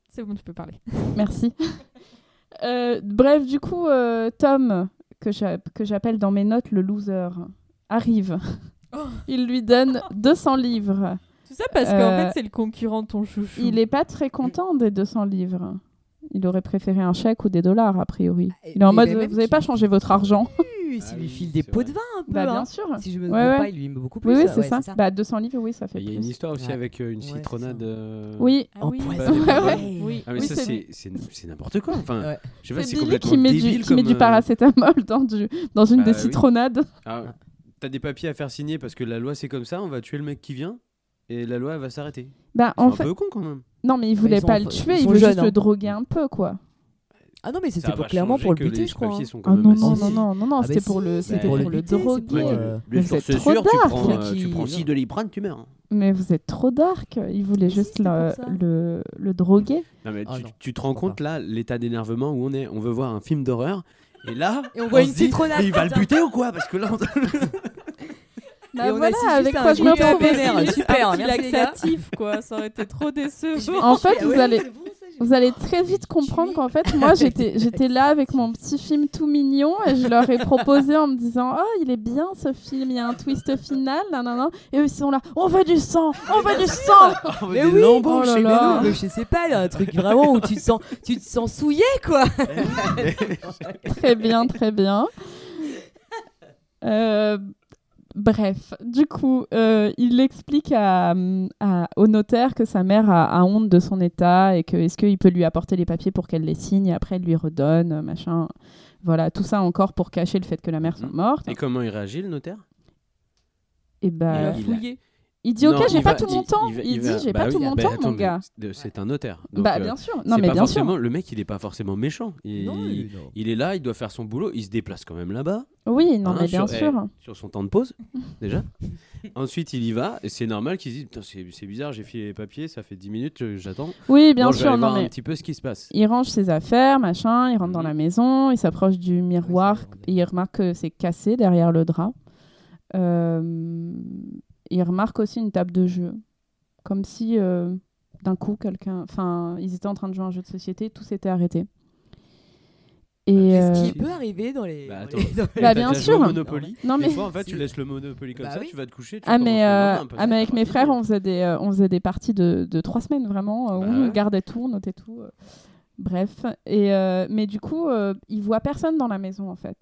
[SPEAKER 10] C'est bon, tu peux parler.
[SPEAKER 1] Merci. Euh, bref, du coup, euh, Tom, que j'a- que j'appelle dans mes notes le loser, arrive.
[SPEAKER 10] Oh.
[SPEAKER 1] Il lui donne 200 livres.
[SPEAKER 10] Tout ça parce
[SPEAKER 1] Euh,
[SPEAKER 10] qu'en fait, c'est le concurrent de ton chouchou.
[SPEAKER 1] Il est pas très content des 200 livres. Il aurait préféré un chèque ou des dollars, a priori. Il est en mode,
[SPEAKER 8] Mais bah, même
[SPEAKER 1] vous n'avez
[SPEAKER 8] qu'il-
[SPEAKER 1] pas changé votre argent.
[SPEAKER 8] Oui,
[SPEAKER 9] Ah
[SPEAKER 8] S'il lui
[SPEAKER 9] oui,
[SPEAKER 8] file des
[SPEAKER 9] c'est
[SPEAKER 8] pots
[SPEAKER 9] vrai.
[SPEAKER 8] de vin un peu.
[SPEAKER 1] Bah,
[SPEAKER 8] hein.
[SPEAKER 1] bien sûr.
[SPEAKER 8] Si je me
[SPEAKER 1] Ouais,
[SPEAKER 8] trompe
[SPEAKER 1] ouais.
[SPEAKER 8] pas, il lui met beaucoup plus.
[SPEAKER 1] Oui, oui,
[SPEAKER 8] euh,
[SPEAKER 1] c'est
[SPEAKER 8] ouais,
[SPEAKER 1] ça. Bah, 200 livres, oui, ça fait
[SPEAKER 9] Il y a
[SPEAKER 1] plus.
[SPEAKER 9] une histoire aussi
[SPEAKER 8] Ouais.
[SPEAKER 9] avec euh, une
[SPEAKER 8] Ouais, c'est
[SPEAKER 9] citronnade.
[SPEAKER 8] ça.
[SPEAKER 9] euh,
[SPEAKER 1] Oui,
[SPEAKER 10] Ah oui.
[SPEAKER 8] Empoisonné.
[SPEAKER 10] *laughs*
[SPEAKER 1] Ouais, ouais.
[SPEAKER 10] Oui.
[SPEAKER 9] Ah, mais
[SPEAKER 1] Oui,
[SPEAKER 9] ça,
[SPEAKER 1] c'est-
[SPEAKER 9] c'est c'est- c'est n'importe quoi. Enfin,
[SPEAKER 8] Ouais.
[SPEAKER 9] je sais pas,
[SPEAKER 1] c'est
[SPEAKER 9] c'est
[SPEAKER 1] Billy
[SPEAKER 9] complètement
[SPEAKER 1] qui met,
[SPEAKER 9] débile
[SPEAKER 1] du, qui met
[SPEAKER 9] comme,
[SPEAKER 1] du
[SPEAKER 9] euh,
[SPEAKER 1] paracétamol dans, du, dans une
[SPEAKER 9] Bah
[SPEAKER 1] des
[SPEAKER 9] oui.
[SPEAKER 1] citronades.
[SPEAKER 9] ah, T'as des papiers à faire signer parce que la loi c'est comme ça, on va tuer le mec qui vient et la loi elle va s'arrêter.
[SPEAKER 1] Bah,
[SPEAKER 9] C'est
[SPEAKER 1] en
[SPEAKER 9] un
[SPEAKER 1] fait,
[SPEAKER 9] peu Bah, con quand même.
[SPEAKER 1] non, mais il voulait
[SPEAKER 8] sont-
[SPEAKER 1] pas le
[SPEAKER 8] ils
[SPEAKER 1] tuer,
[SPEAKER 8] sont
[SPEAKER 1] il voulait
[SPEAKER 8] jeunes,
[SPEAKER 1] juste
[SPEAKER 8] hein.
[SPEAKER 1] le droguer un peu, quoi.
[SPEAKER 8] Ah non, mais
[SPEAKER 9] Ça
[SPEAKER 8] c'était
[SPEAKER 9] va
[SPEAKER 8] pour- clairement
[SPEAKER 9] changer
[SPEAKER 8] pour le
[SPEAKER 9] que
[SPEAKER 8] buter,
[SPEAKER 9] les
[SPEAKER 8] je crois. hein.
[SPEAKER 9] papiers sont quand
[SPEAKER 1] Ah
[SPEAKER 9] même
[SPEAKER 1] non,
[SPEAKER 9] assez-
[SPEAKER 1] non, non,
[SPEAKER 8] si.
[SPEAKER 1] non, non, non,
[SPEAKER 8] Ah,
[SPEAKER 1] c'était
[SPEAKER 8] bah
[SPEAKER 1] pour
[SPEAKER 8] si,
[SPEAKER 1] le,
[SPEAKER 8] c'était
[SPEAKER 1] c'était pour
[SPEAKER 9] pour le
[SPEAKER 1] le
[SPEAKER 8] buter, c'est pour
[SPEAKER 1] droguer.
[SPEAKER 8] le- euh,
[SPEAKER 1] Mais vous êtes trop dark.
[SPEAKER 8] Bien
[SPEAKER 9] tu
[SPEAKER 8] qu'il-
[SPEAKER 9] prends 6 de l'iprane, tu meurs.
[SPEAKER 1] Mais vous êtes trop dark. Il voulait
[SPEAKER 8] Mais si,
[SPEAKER 1] juste
[SPEAKER 8] c'était
[SPEAKER 1] le,
[SPEAKER 8] pour ça.
[SPEAKER 1] le, le droguer.
[SPEAKER 9] Non, mais
[SPEAKER 8] Ah
[SPEAKER 9] tu,
[SPEAKER 8] non,
[SPEAKER 9] tu te rends
[SPEAKER 8] pourquoi
[SPEAKER 9] compte là l'état d'énervement où on est. On veut voir un film d'horreur
[SPEAKER 1] *laughs*
[SPEAKER 9] et là
[SPEAKER 8] Et on voit une
[SPEAKER 9] se dit,
[SPEAKER 8] citronnade,
[SPEAKER 9] mais Il va le
[SPEAKER 8] putain.
[SPEAKER 9] buter ou quoi Parce que là, on...
[SPEAKER 1] Bah
[SPEAKER 8] Et on
[SPEAKER 1] voilà,
[SPEAKER 8] assiste
[SPEAKER 1] avec
[SPEAKER 8] juste à un
[SPEAKER 1] quoi je me
[SPEAKER 8] Julien
[SPEAKER 1] retrouve.
[SPEAKER 8] Vénère.
[SPEAKER 1] aussi.
[SPEAKER 8] Vénère. Super,
[SPEAKER 10] un petit
[SPEAKER 8] merci, les gars.
[SPEAKER 10] laxatif, quoi. Ça aurait été trop décevant.
[SPEAKER 1] En fait, vous
[SPEAKER 8] Ouais,
[SPEAKER 1] allez,
[SPEAKER 8] c'est bon, ça, j'ai-
[SPEAKER 1] vous allez très vite comprendre qu'en fait,
[SPEAKER 8] *laughs*
[SPEAKER 1] moi, j'étais, j'étais là avec mon petit film tout mignon et je leur ai proposé en me disant, oh, il est bien ce film, il y a un twist final, nan, nan, nan. Et eux, ils sont là, on veut du sang, on veut du sang.
[SPEAKER 9] on veut
[SPEAKER 8] Mais
[SPEAKER 9] des
[SPEAKER 8] oui,
[SPEAKER 9] lambeaux
[SPEAKER 1] oh là
[SPEAKER 9] chez
[SPEAKER 1] là.
[SPEAKER 9] Benoît.
[SPEAKER 8] Non, mais je sais pas, il y a un truc vraiment où tu te sens, tu te sens souillé quoi.
[SPEAKER 1] Très bien, très bien. Euh, Bref, du coup, euh, il explique à, à- au notaire que sa mère a, a honte de son état et que est-ce qu'il peut lui apporter les papiers pour qu'elle les signe et après elle lui redonne, euh, machin. Voilà, tout ça encore pour cacher le fait que la mère soit morte.
[SPEAKER 9] Mm. Et comment il réagit, le notaire
[SPEAKER 1] Et bah,
[SPEAKER 9] Il-
[SPEAKER 1] il dit
[SPEAKER 9] Non,
[SPEAKER 1] ok, j'ai
[SPEAKER 9] il
[SPEAKER 1] pas
[SPEAKER 9] va-
[SPEAKER 1] tout mon temps. Il,
[SPEAKER 9] va-
[SPEAKER 1] dit
[SPEAKER 9] va-
[SPEAKER 1] j'ai
[SPEAKER 9] bah
[SPEAKER 1] pas
[SPEAKER 9] oui,
[SPEAKER 1] tout mon
[SPEAKER 9] bah
[SPEAKER 1] temps,
[SPEAKER 9] attends,
[SPEAKER 1] mon
[SPEAKER 9] mais
[SPEAKER 1] gars.
[SPEAKER 9] c'est- C'est un notaire.
[SPEAKER 1] Bah,
[SPEAKER 9] euh,
[SPEAKER 1] bien sûr. Non,
[SPEAKER 9] c'est
[SPEAKER 1] mais
[SPEAKER 9] pas
[SPEAKER 1] bien sûr.
[SPEAKER 9] forcément- Le mec, il est pas forcément méchant. Il,
[SPEAKER 8] Non,
[SPEAKER 9] il-
[SPEAKER 8] non.
[SPEAKER 9] il est là, il doit faire son boulot. Il se déplace quand même là-bas.
[SPEAKER 1] Oui, non, mais bien
[SPEAKER 9] sur,
[SPEAKER 1] sûr.
[SPEAKER 9] eh, sur son temps
[SPEAKER 1] *laughs*
[SPEAKER 9] de pause, déjà. Ensuite, il y va. Et c'est normal qu'il se dise Putain, c'est c'est bizarre, j'ai filé les papiers, ça fait 10 minutes, je- j'attends.
[SPEAKER 1] Oui, bien
[SPEAKER 9] Bon, je vais
[SPEAKER 1] sûr,
[SPEAKER 9] aller
[SPEAKER 1] non,
[SPEAKER 9] voir un
[SPEAKER 1] mais-
[SPEAKER 9] petit peu ce qui se passe.
[SPEAKER 1] Il range ses affaires, machin, il rentre dans la maison, il s'approche du miroir et il remarque que c'est cassé derrière le drap. Euh, il remarque aussi une table de jeu. Comme si euh, d'un coup, quelqu'un. Enfin, ils étaient en train de jouer à un jeu de société, tout s'était arrêté. Et.
[SPEAKER 8] C'est
[SPEAKER 1] euh,
[SPEAKER 8] ce qui peut arriver dans les.
[SPEAKER 9] Bah,
[SPEAKER 8] dans
[SPEAKER 9] attends.
[SPEAKER 8] les- dans
[SPEAKER 1] Bah,
[SPEAKER 8] les-
[SPEAKER 9] T'as
[SPEAKER 1] bien
[SPEAKER 9] déjà
[SPEAKER 1] sûr.
[SPEAKER 9] joué au Monopoly.
[SPEAKER 1] euh, Non,
[SPEAKER 9] Des
[SPEAKER 1] mais-
[SPEAKER 9] fois, en fait, tu laisses le Monopoly comme
[SPEAKER 8] Bah
[SPEAKER 9] ça,
[SPEAKER 8] oui.
[SPEAKER 9] tu vas te coucher. Tu
[SPEAKER 1] Ah mais,
[SPEAKER 9] commences le lendemain,
[SPEAKER 1] euh,
[SPEAKER 9] un peu
[SPEAKER 1] ah, mais avec mes
[SPEAKER 9] tranquille.
[SPEAKER 1] frères on faisait des euh, on faisait des parties de, de trois semaines vraiment euh, où
[SPEAKER 9] Bah
[SPEAKER 1] on
[SPEAKER 9] ouais.
[SPEAKER 1] gardait tout on notait tout euh. bref et euh, mais du coup euh, ils voient personne dans la maison en fait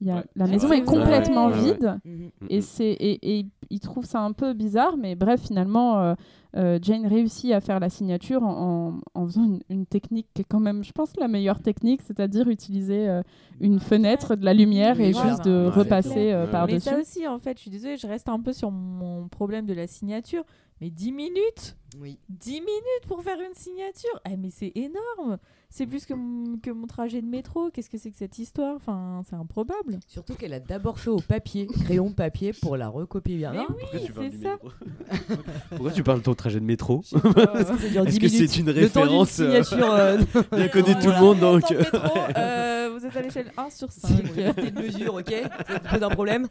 [SPEAKER 1] Il y a-
[SPEAKER 9] Ouais.
[SPEAKER 1] la
[SPEAKER 9] Ah,
[SPEAKER 1] maison
[SPEAKER 10] c'est
[SPEAKER 1] est complètement
[SPEAKER 9] vrai. Ouais, Mm, ouais.
[SPEAKER 1] vide
[SPEAKER 8] Mhm.
[SPEAKER 1] et c'est et, et ils trouvent ça un peu bizarre mais bref finalement euh, euh, Jane réussit à faire la signature en, en- en faisant une, une technique qui est quand même je pense la meilleure technique c'est-à-dire utiliser euh, une fenêtre de la lumière et
[SPEAKER 10] Oui,
[SPEAKER 1] juste
[SPEAKER 10] Ah, voilà.
[SPEAKER 1] de
[SPEAKER 9] Ouais.
[SPEAKER 1] repasser euh,
[SPEAKER 9] Mais
[SPEAKER 1] par
[SPEAKER 10] Mais
[SPEAKER 1] dessus
[SPEAKER 10] ça aussi, en fait, je suis désolée, je reste un peu sur mon problème de la signature. Mais 10 minutes
[SPEAKER 8] Oui.
[SPEAKER 10] 10 minutes pour faire une signature Eh, Mais c'est énorme C'est plus que, mon- que mon trajet de métro. Qu'est-ce que c'est que cette histoire Enfin, c'est improbable.
[SPEAKER 8] Surtout qu'elle a d'abord fait au papier, crayon papier, pour la recopier bien.
[SPEAKER 10] Mais
[SPEAKER 8] Non,
[SPEAKER 9] Pourquoi tu parles
[SPEAKER 10] c'est
[SPEAKER 9] du
[SPEAKER 10] ça.
[SPEAKER 9] métro Mm, *laughs* Pourquoi tu parles de ton trajet de *laughs* métro
[SPEAKER 8] *laughs* parce que ça dure
[SPEAKER 9] Est-ce
[SPEAKER 8] 10
[SPEAKER 9] que
[SPEAKER 8] minutes.
[SPEAKER 9] c'est une
[SPEAKER 8] Le temps d'une
[SPEAKER 9] référence euh,
[SPEAKER 8] signature. euh,
[SPEAKER 9] Bien connu
[SPEAKER 10] Voilà.
[SPEAKER 9] tout le monde donc.
[SPEAKER 10] Temps de
[SPEAKER 8] *laughs*
[SPEAKER 10] métro, euh, vous êtes à l'échelle 1 sur 5.
[SPEAKER 8] c'est une unité de mesure, ok Ça te pose un problème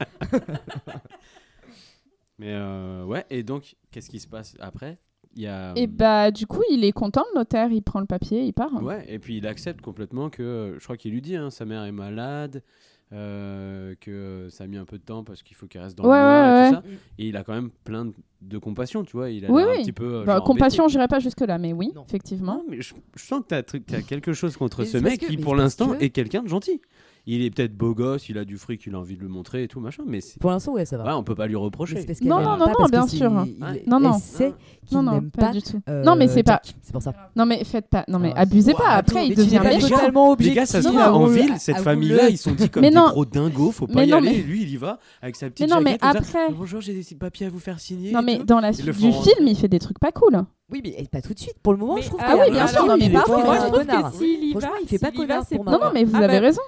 [SPEAKER 9] Mais euh, ouais, et donc, qu'est-ce qui se passe après Il y a.
[SPEAKER 1] Et bah du coup, il est content le notaire, il prend le papier, il part.
[SPEAKER 9] Ouais, et puis il accepte complètement que. euh, Je crois qu'il lui dit, hein, sa mère est malade, euh, que ça a mis un peu de temps parce qu'il faut qu'elle reste dans
[SPEAKER 1] Ouais,
[SPEAKER 9] le noir
[SPEAKER 1] ouais,
[SPEAKER 9] et tout ça. Et il a quand même plein de, de compassion, tu vois. Il a
[SPEAKER 1] Oui,
[SPEAKER 9] l'air
[SPEAKER 1] oui.
[SPEAKER 9] un petit peu. euh,
[SPEAKER 1] Bah,
[SPEAKER 9] genre
[SPEAKER 1] compassion,
[SPEAKER 9] embêté.
[SPEAKER 1] j'irai pas jusque là, mais oui,
[SPEAKER 8] Non.
[SPEAKER 1] effectivement.
[SPEAKER 9] Non, mais je, je sens que t'as un
[SPEAKER 1] *laughs*
[SPEAKER 9] truc- t'as quelque chose contre
[SPEAKER 8] Mais
[SPEAKER 9] ce
[SPEAKER 8] c'est
[SPEAKER 9] mec
[SPEAKER 8] parce que-
[SPEAKER 9] qui,
[SPEAKER 8] mais
[SPEAKER 9] pour
[SPEAKER 8] c'est parce
[SPEAKER 9] l'instant,
[SPEAKER 8] que-
[SPEAKER 9] est quelqu'un de gentil. Il est peut-être beau gosse, il a du fric, il a envie de le montrer et tout, machin, mais c'est-
[SPEAKER 8] Pour l'instant, ouais, ça va.
[SPEAKER 9] ouais, on peut pas lui
[SPEAKER 8] Mais
[SPEAKER 9] reprocher.
[SPEAKER 8] c'est parce qu'elle
[SPEAKER 1] Non,
[SPEAKER 8] l'aime
[SPEAKER 1] non,
[SPEAKER 8] pas,
[SPEAKER 1] non,
[SPEAKER 8] parce que
[SPEAKER 1] bien
[SPEAKER 8] c'est-
[SPEAKER 1] sûr. hein.
[SPEAKER 8] il-
[SPEAKER 9] Ouais.
[SPEAKER 8] il-
[SPEAKER 1] Non, non.
[SPEAKER 8] Elle sait qu'il
[SPEAKER 1] Non, non,
[SPEAKER 8] n'aime
[SPEAKER 1] pas,
[SPEAKER 8] pas.
[SPEAKER 1] du tout.
[SPEAKER 8] euh,
[SPEAKER 1] Non, mais c'est pas.
[SPEAKER 8] Jack. C'est pour ça.
[SPEAKER 1] Non, mais faites pas. Non, mais
[SPEAKER 8] Ah ouais.
[SPEAKER 1] abusez
[SPEAKER 8] Ouah,
[SPEAKER 1] pas. Après,
[SPEAKER 8] attends,
[SPEAKER 1] il
[SPEAKER 8] mais tu
[SPEAKER 1] devient
[SPEAKER 8] n'es pas
[SPEAKER 1] méchant.
[SPEAKER 8] totalement
[SPEAKER 9] Les
[SPEAKER 8] obligé.
[SPEAKER 9] gars, ça se
[SPEAKER 8] Non,
[SPEAKER 9] trouve, en
[SPEAKER 8] avouez-le,
[SPEAKER 9] ville, cette
[SPEAKER 8] avouez-le.
[SPEAKER 9] famille-là,
[SPEAKER 1] *laughs*
[SPEAKER 9] ils sont dit comme
[SPEAKER 1] Mais
[SPEAKER 9] des
[SPEAKER 1] non.
[SPEAKER 9] gros dingos, faut pas
[SPEAKER 1] Mais
[SPEAKER 9] y
[SPEAKER 1] non,
[SPEAKER 9] aller.
[SPEAKER 1] mais-
[SPEAKER 9] Lui, il y va avec sa petite
[SPEAKER 1] Mais non, mais
[SPEAKER 9] jaquette. comme ça.
[SPEAKER 1] après-
[SPEAKER 9] Bonjour, j'ai des petits papiers à vous faire signer.
[SPEAKER 1] Non,
[SPEAKER 9] et
[SPEAKER 1] mais
[SPEAKER 9] tout.
[SPEAKER 1] dans la
[SPEAKER 9] Ils
[SPEAKER 1] suite
[SPEAKER 9] le
[SPEAKER 1] du
[SPEAKER 9] font rentrer.
[SPEAKER 8] hein.
[SPEAKER 1] film, il fait des trucs pas cool.
[SPEAKER 8] Oui, mais pas tout de suite. Pour le moment,
[SPEAKER 10] Mais-
[SPEAKER 8] je trouve
[SPEAKER 10] ah
[SPEAKER 8] qu'elle
[SPEAKER 10] oui,
[SPEAKER 8] a-
[SPEAKER 10] bien
[SPEAKER 8] elle
[SPEAKER 10] sûr,
[SPEAKER 8] a-
[SPEAKER 10] non, mais
[SPEAKER 8] elle est
[SPEAKER 10] par
[SPEAKER 8] vraiment
[SPEAKER 10] contre, moi, je trouve
[SPEAKER 8] connard.
[SPEAKER 10] que s'il y
[SPEAKER 8] Franchement,
[SPEAKER 10] va,
[SPEAKER 8] il fait
[SPEAKER 10] s'il
[SPEAKER 8] pas
[SPEAKER 10] y
[SPEAKER 8] connard
[SPEAKER 10] va,
[SPEAKER 8] pour
[SPEAKER 10] c'est
[SPEAKER 8] ma
[SPEAKER 1] Non,
[SPEAKER 10] pas-
[SPEAKER 1] non, mais vous
[SPEAKER 10] Ah
[SPEAKER 1] avez
[SPEAKER 10] bah-
[SPEAKER 1] raison.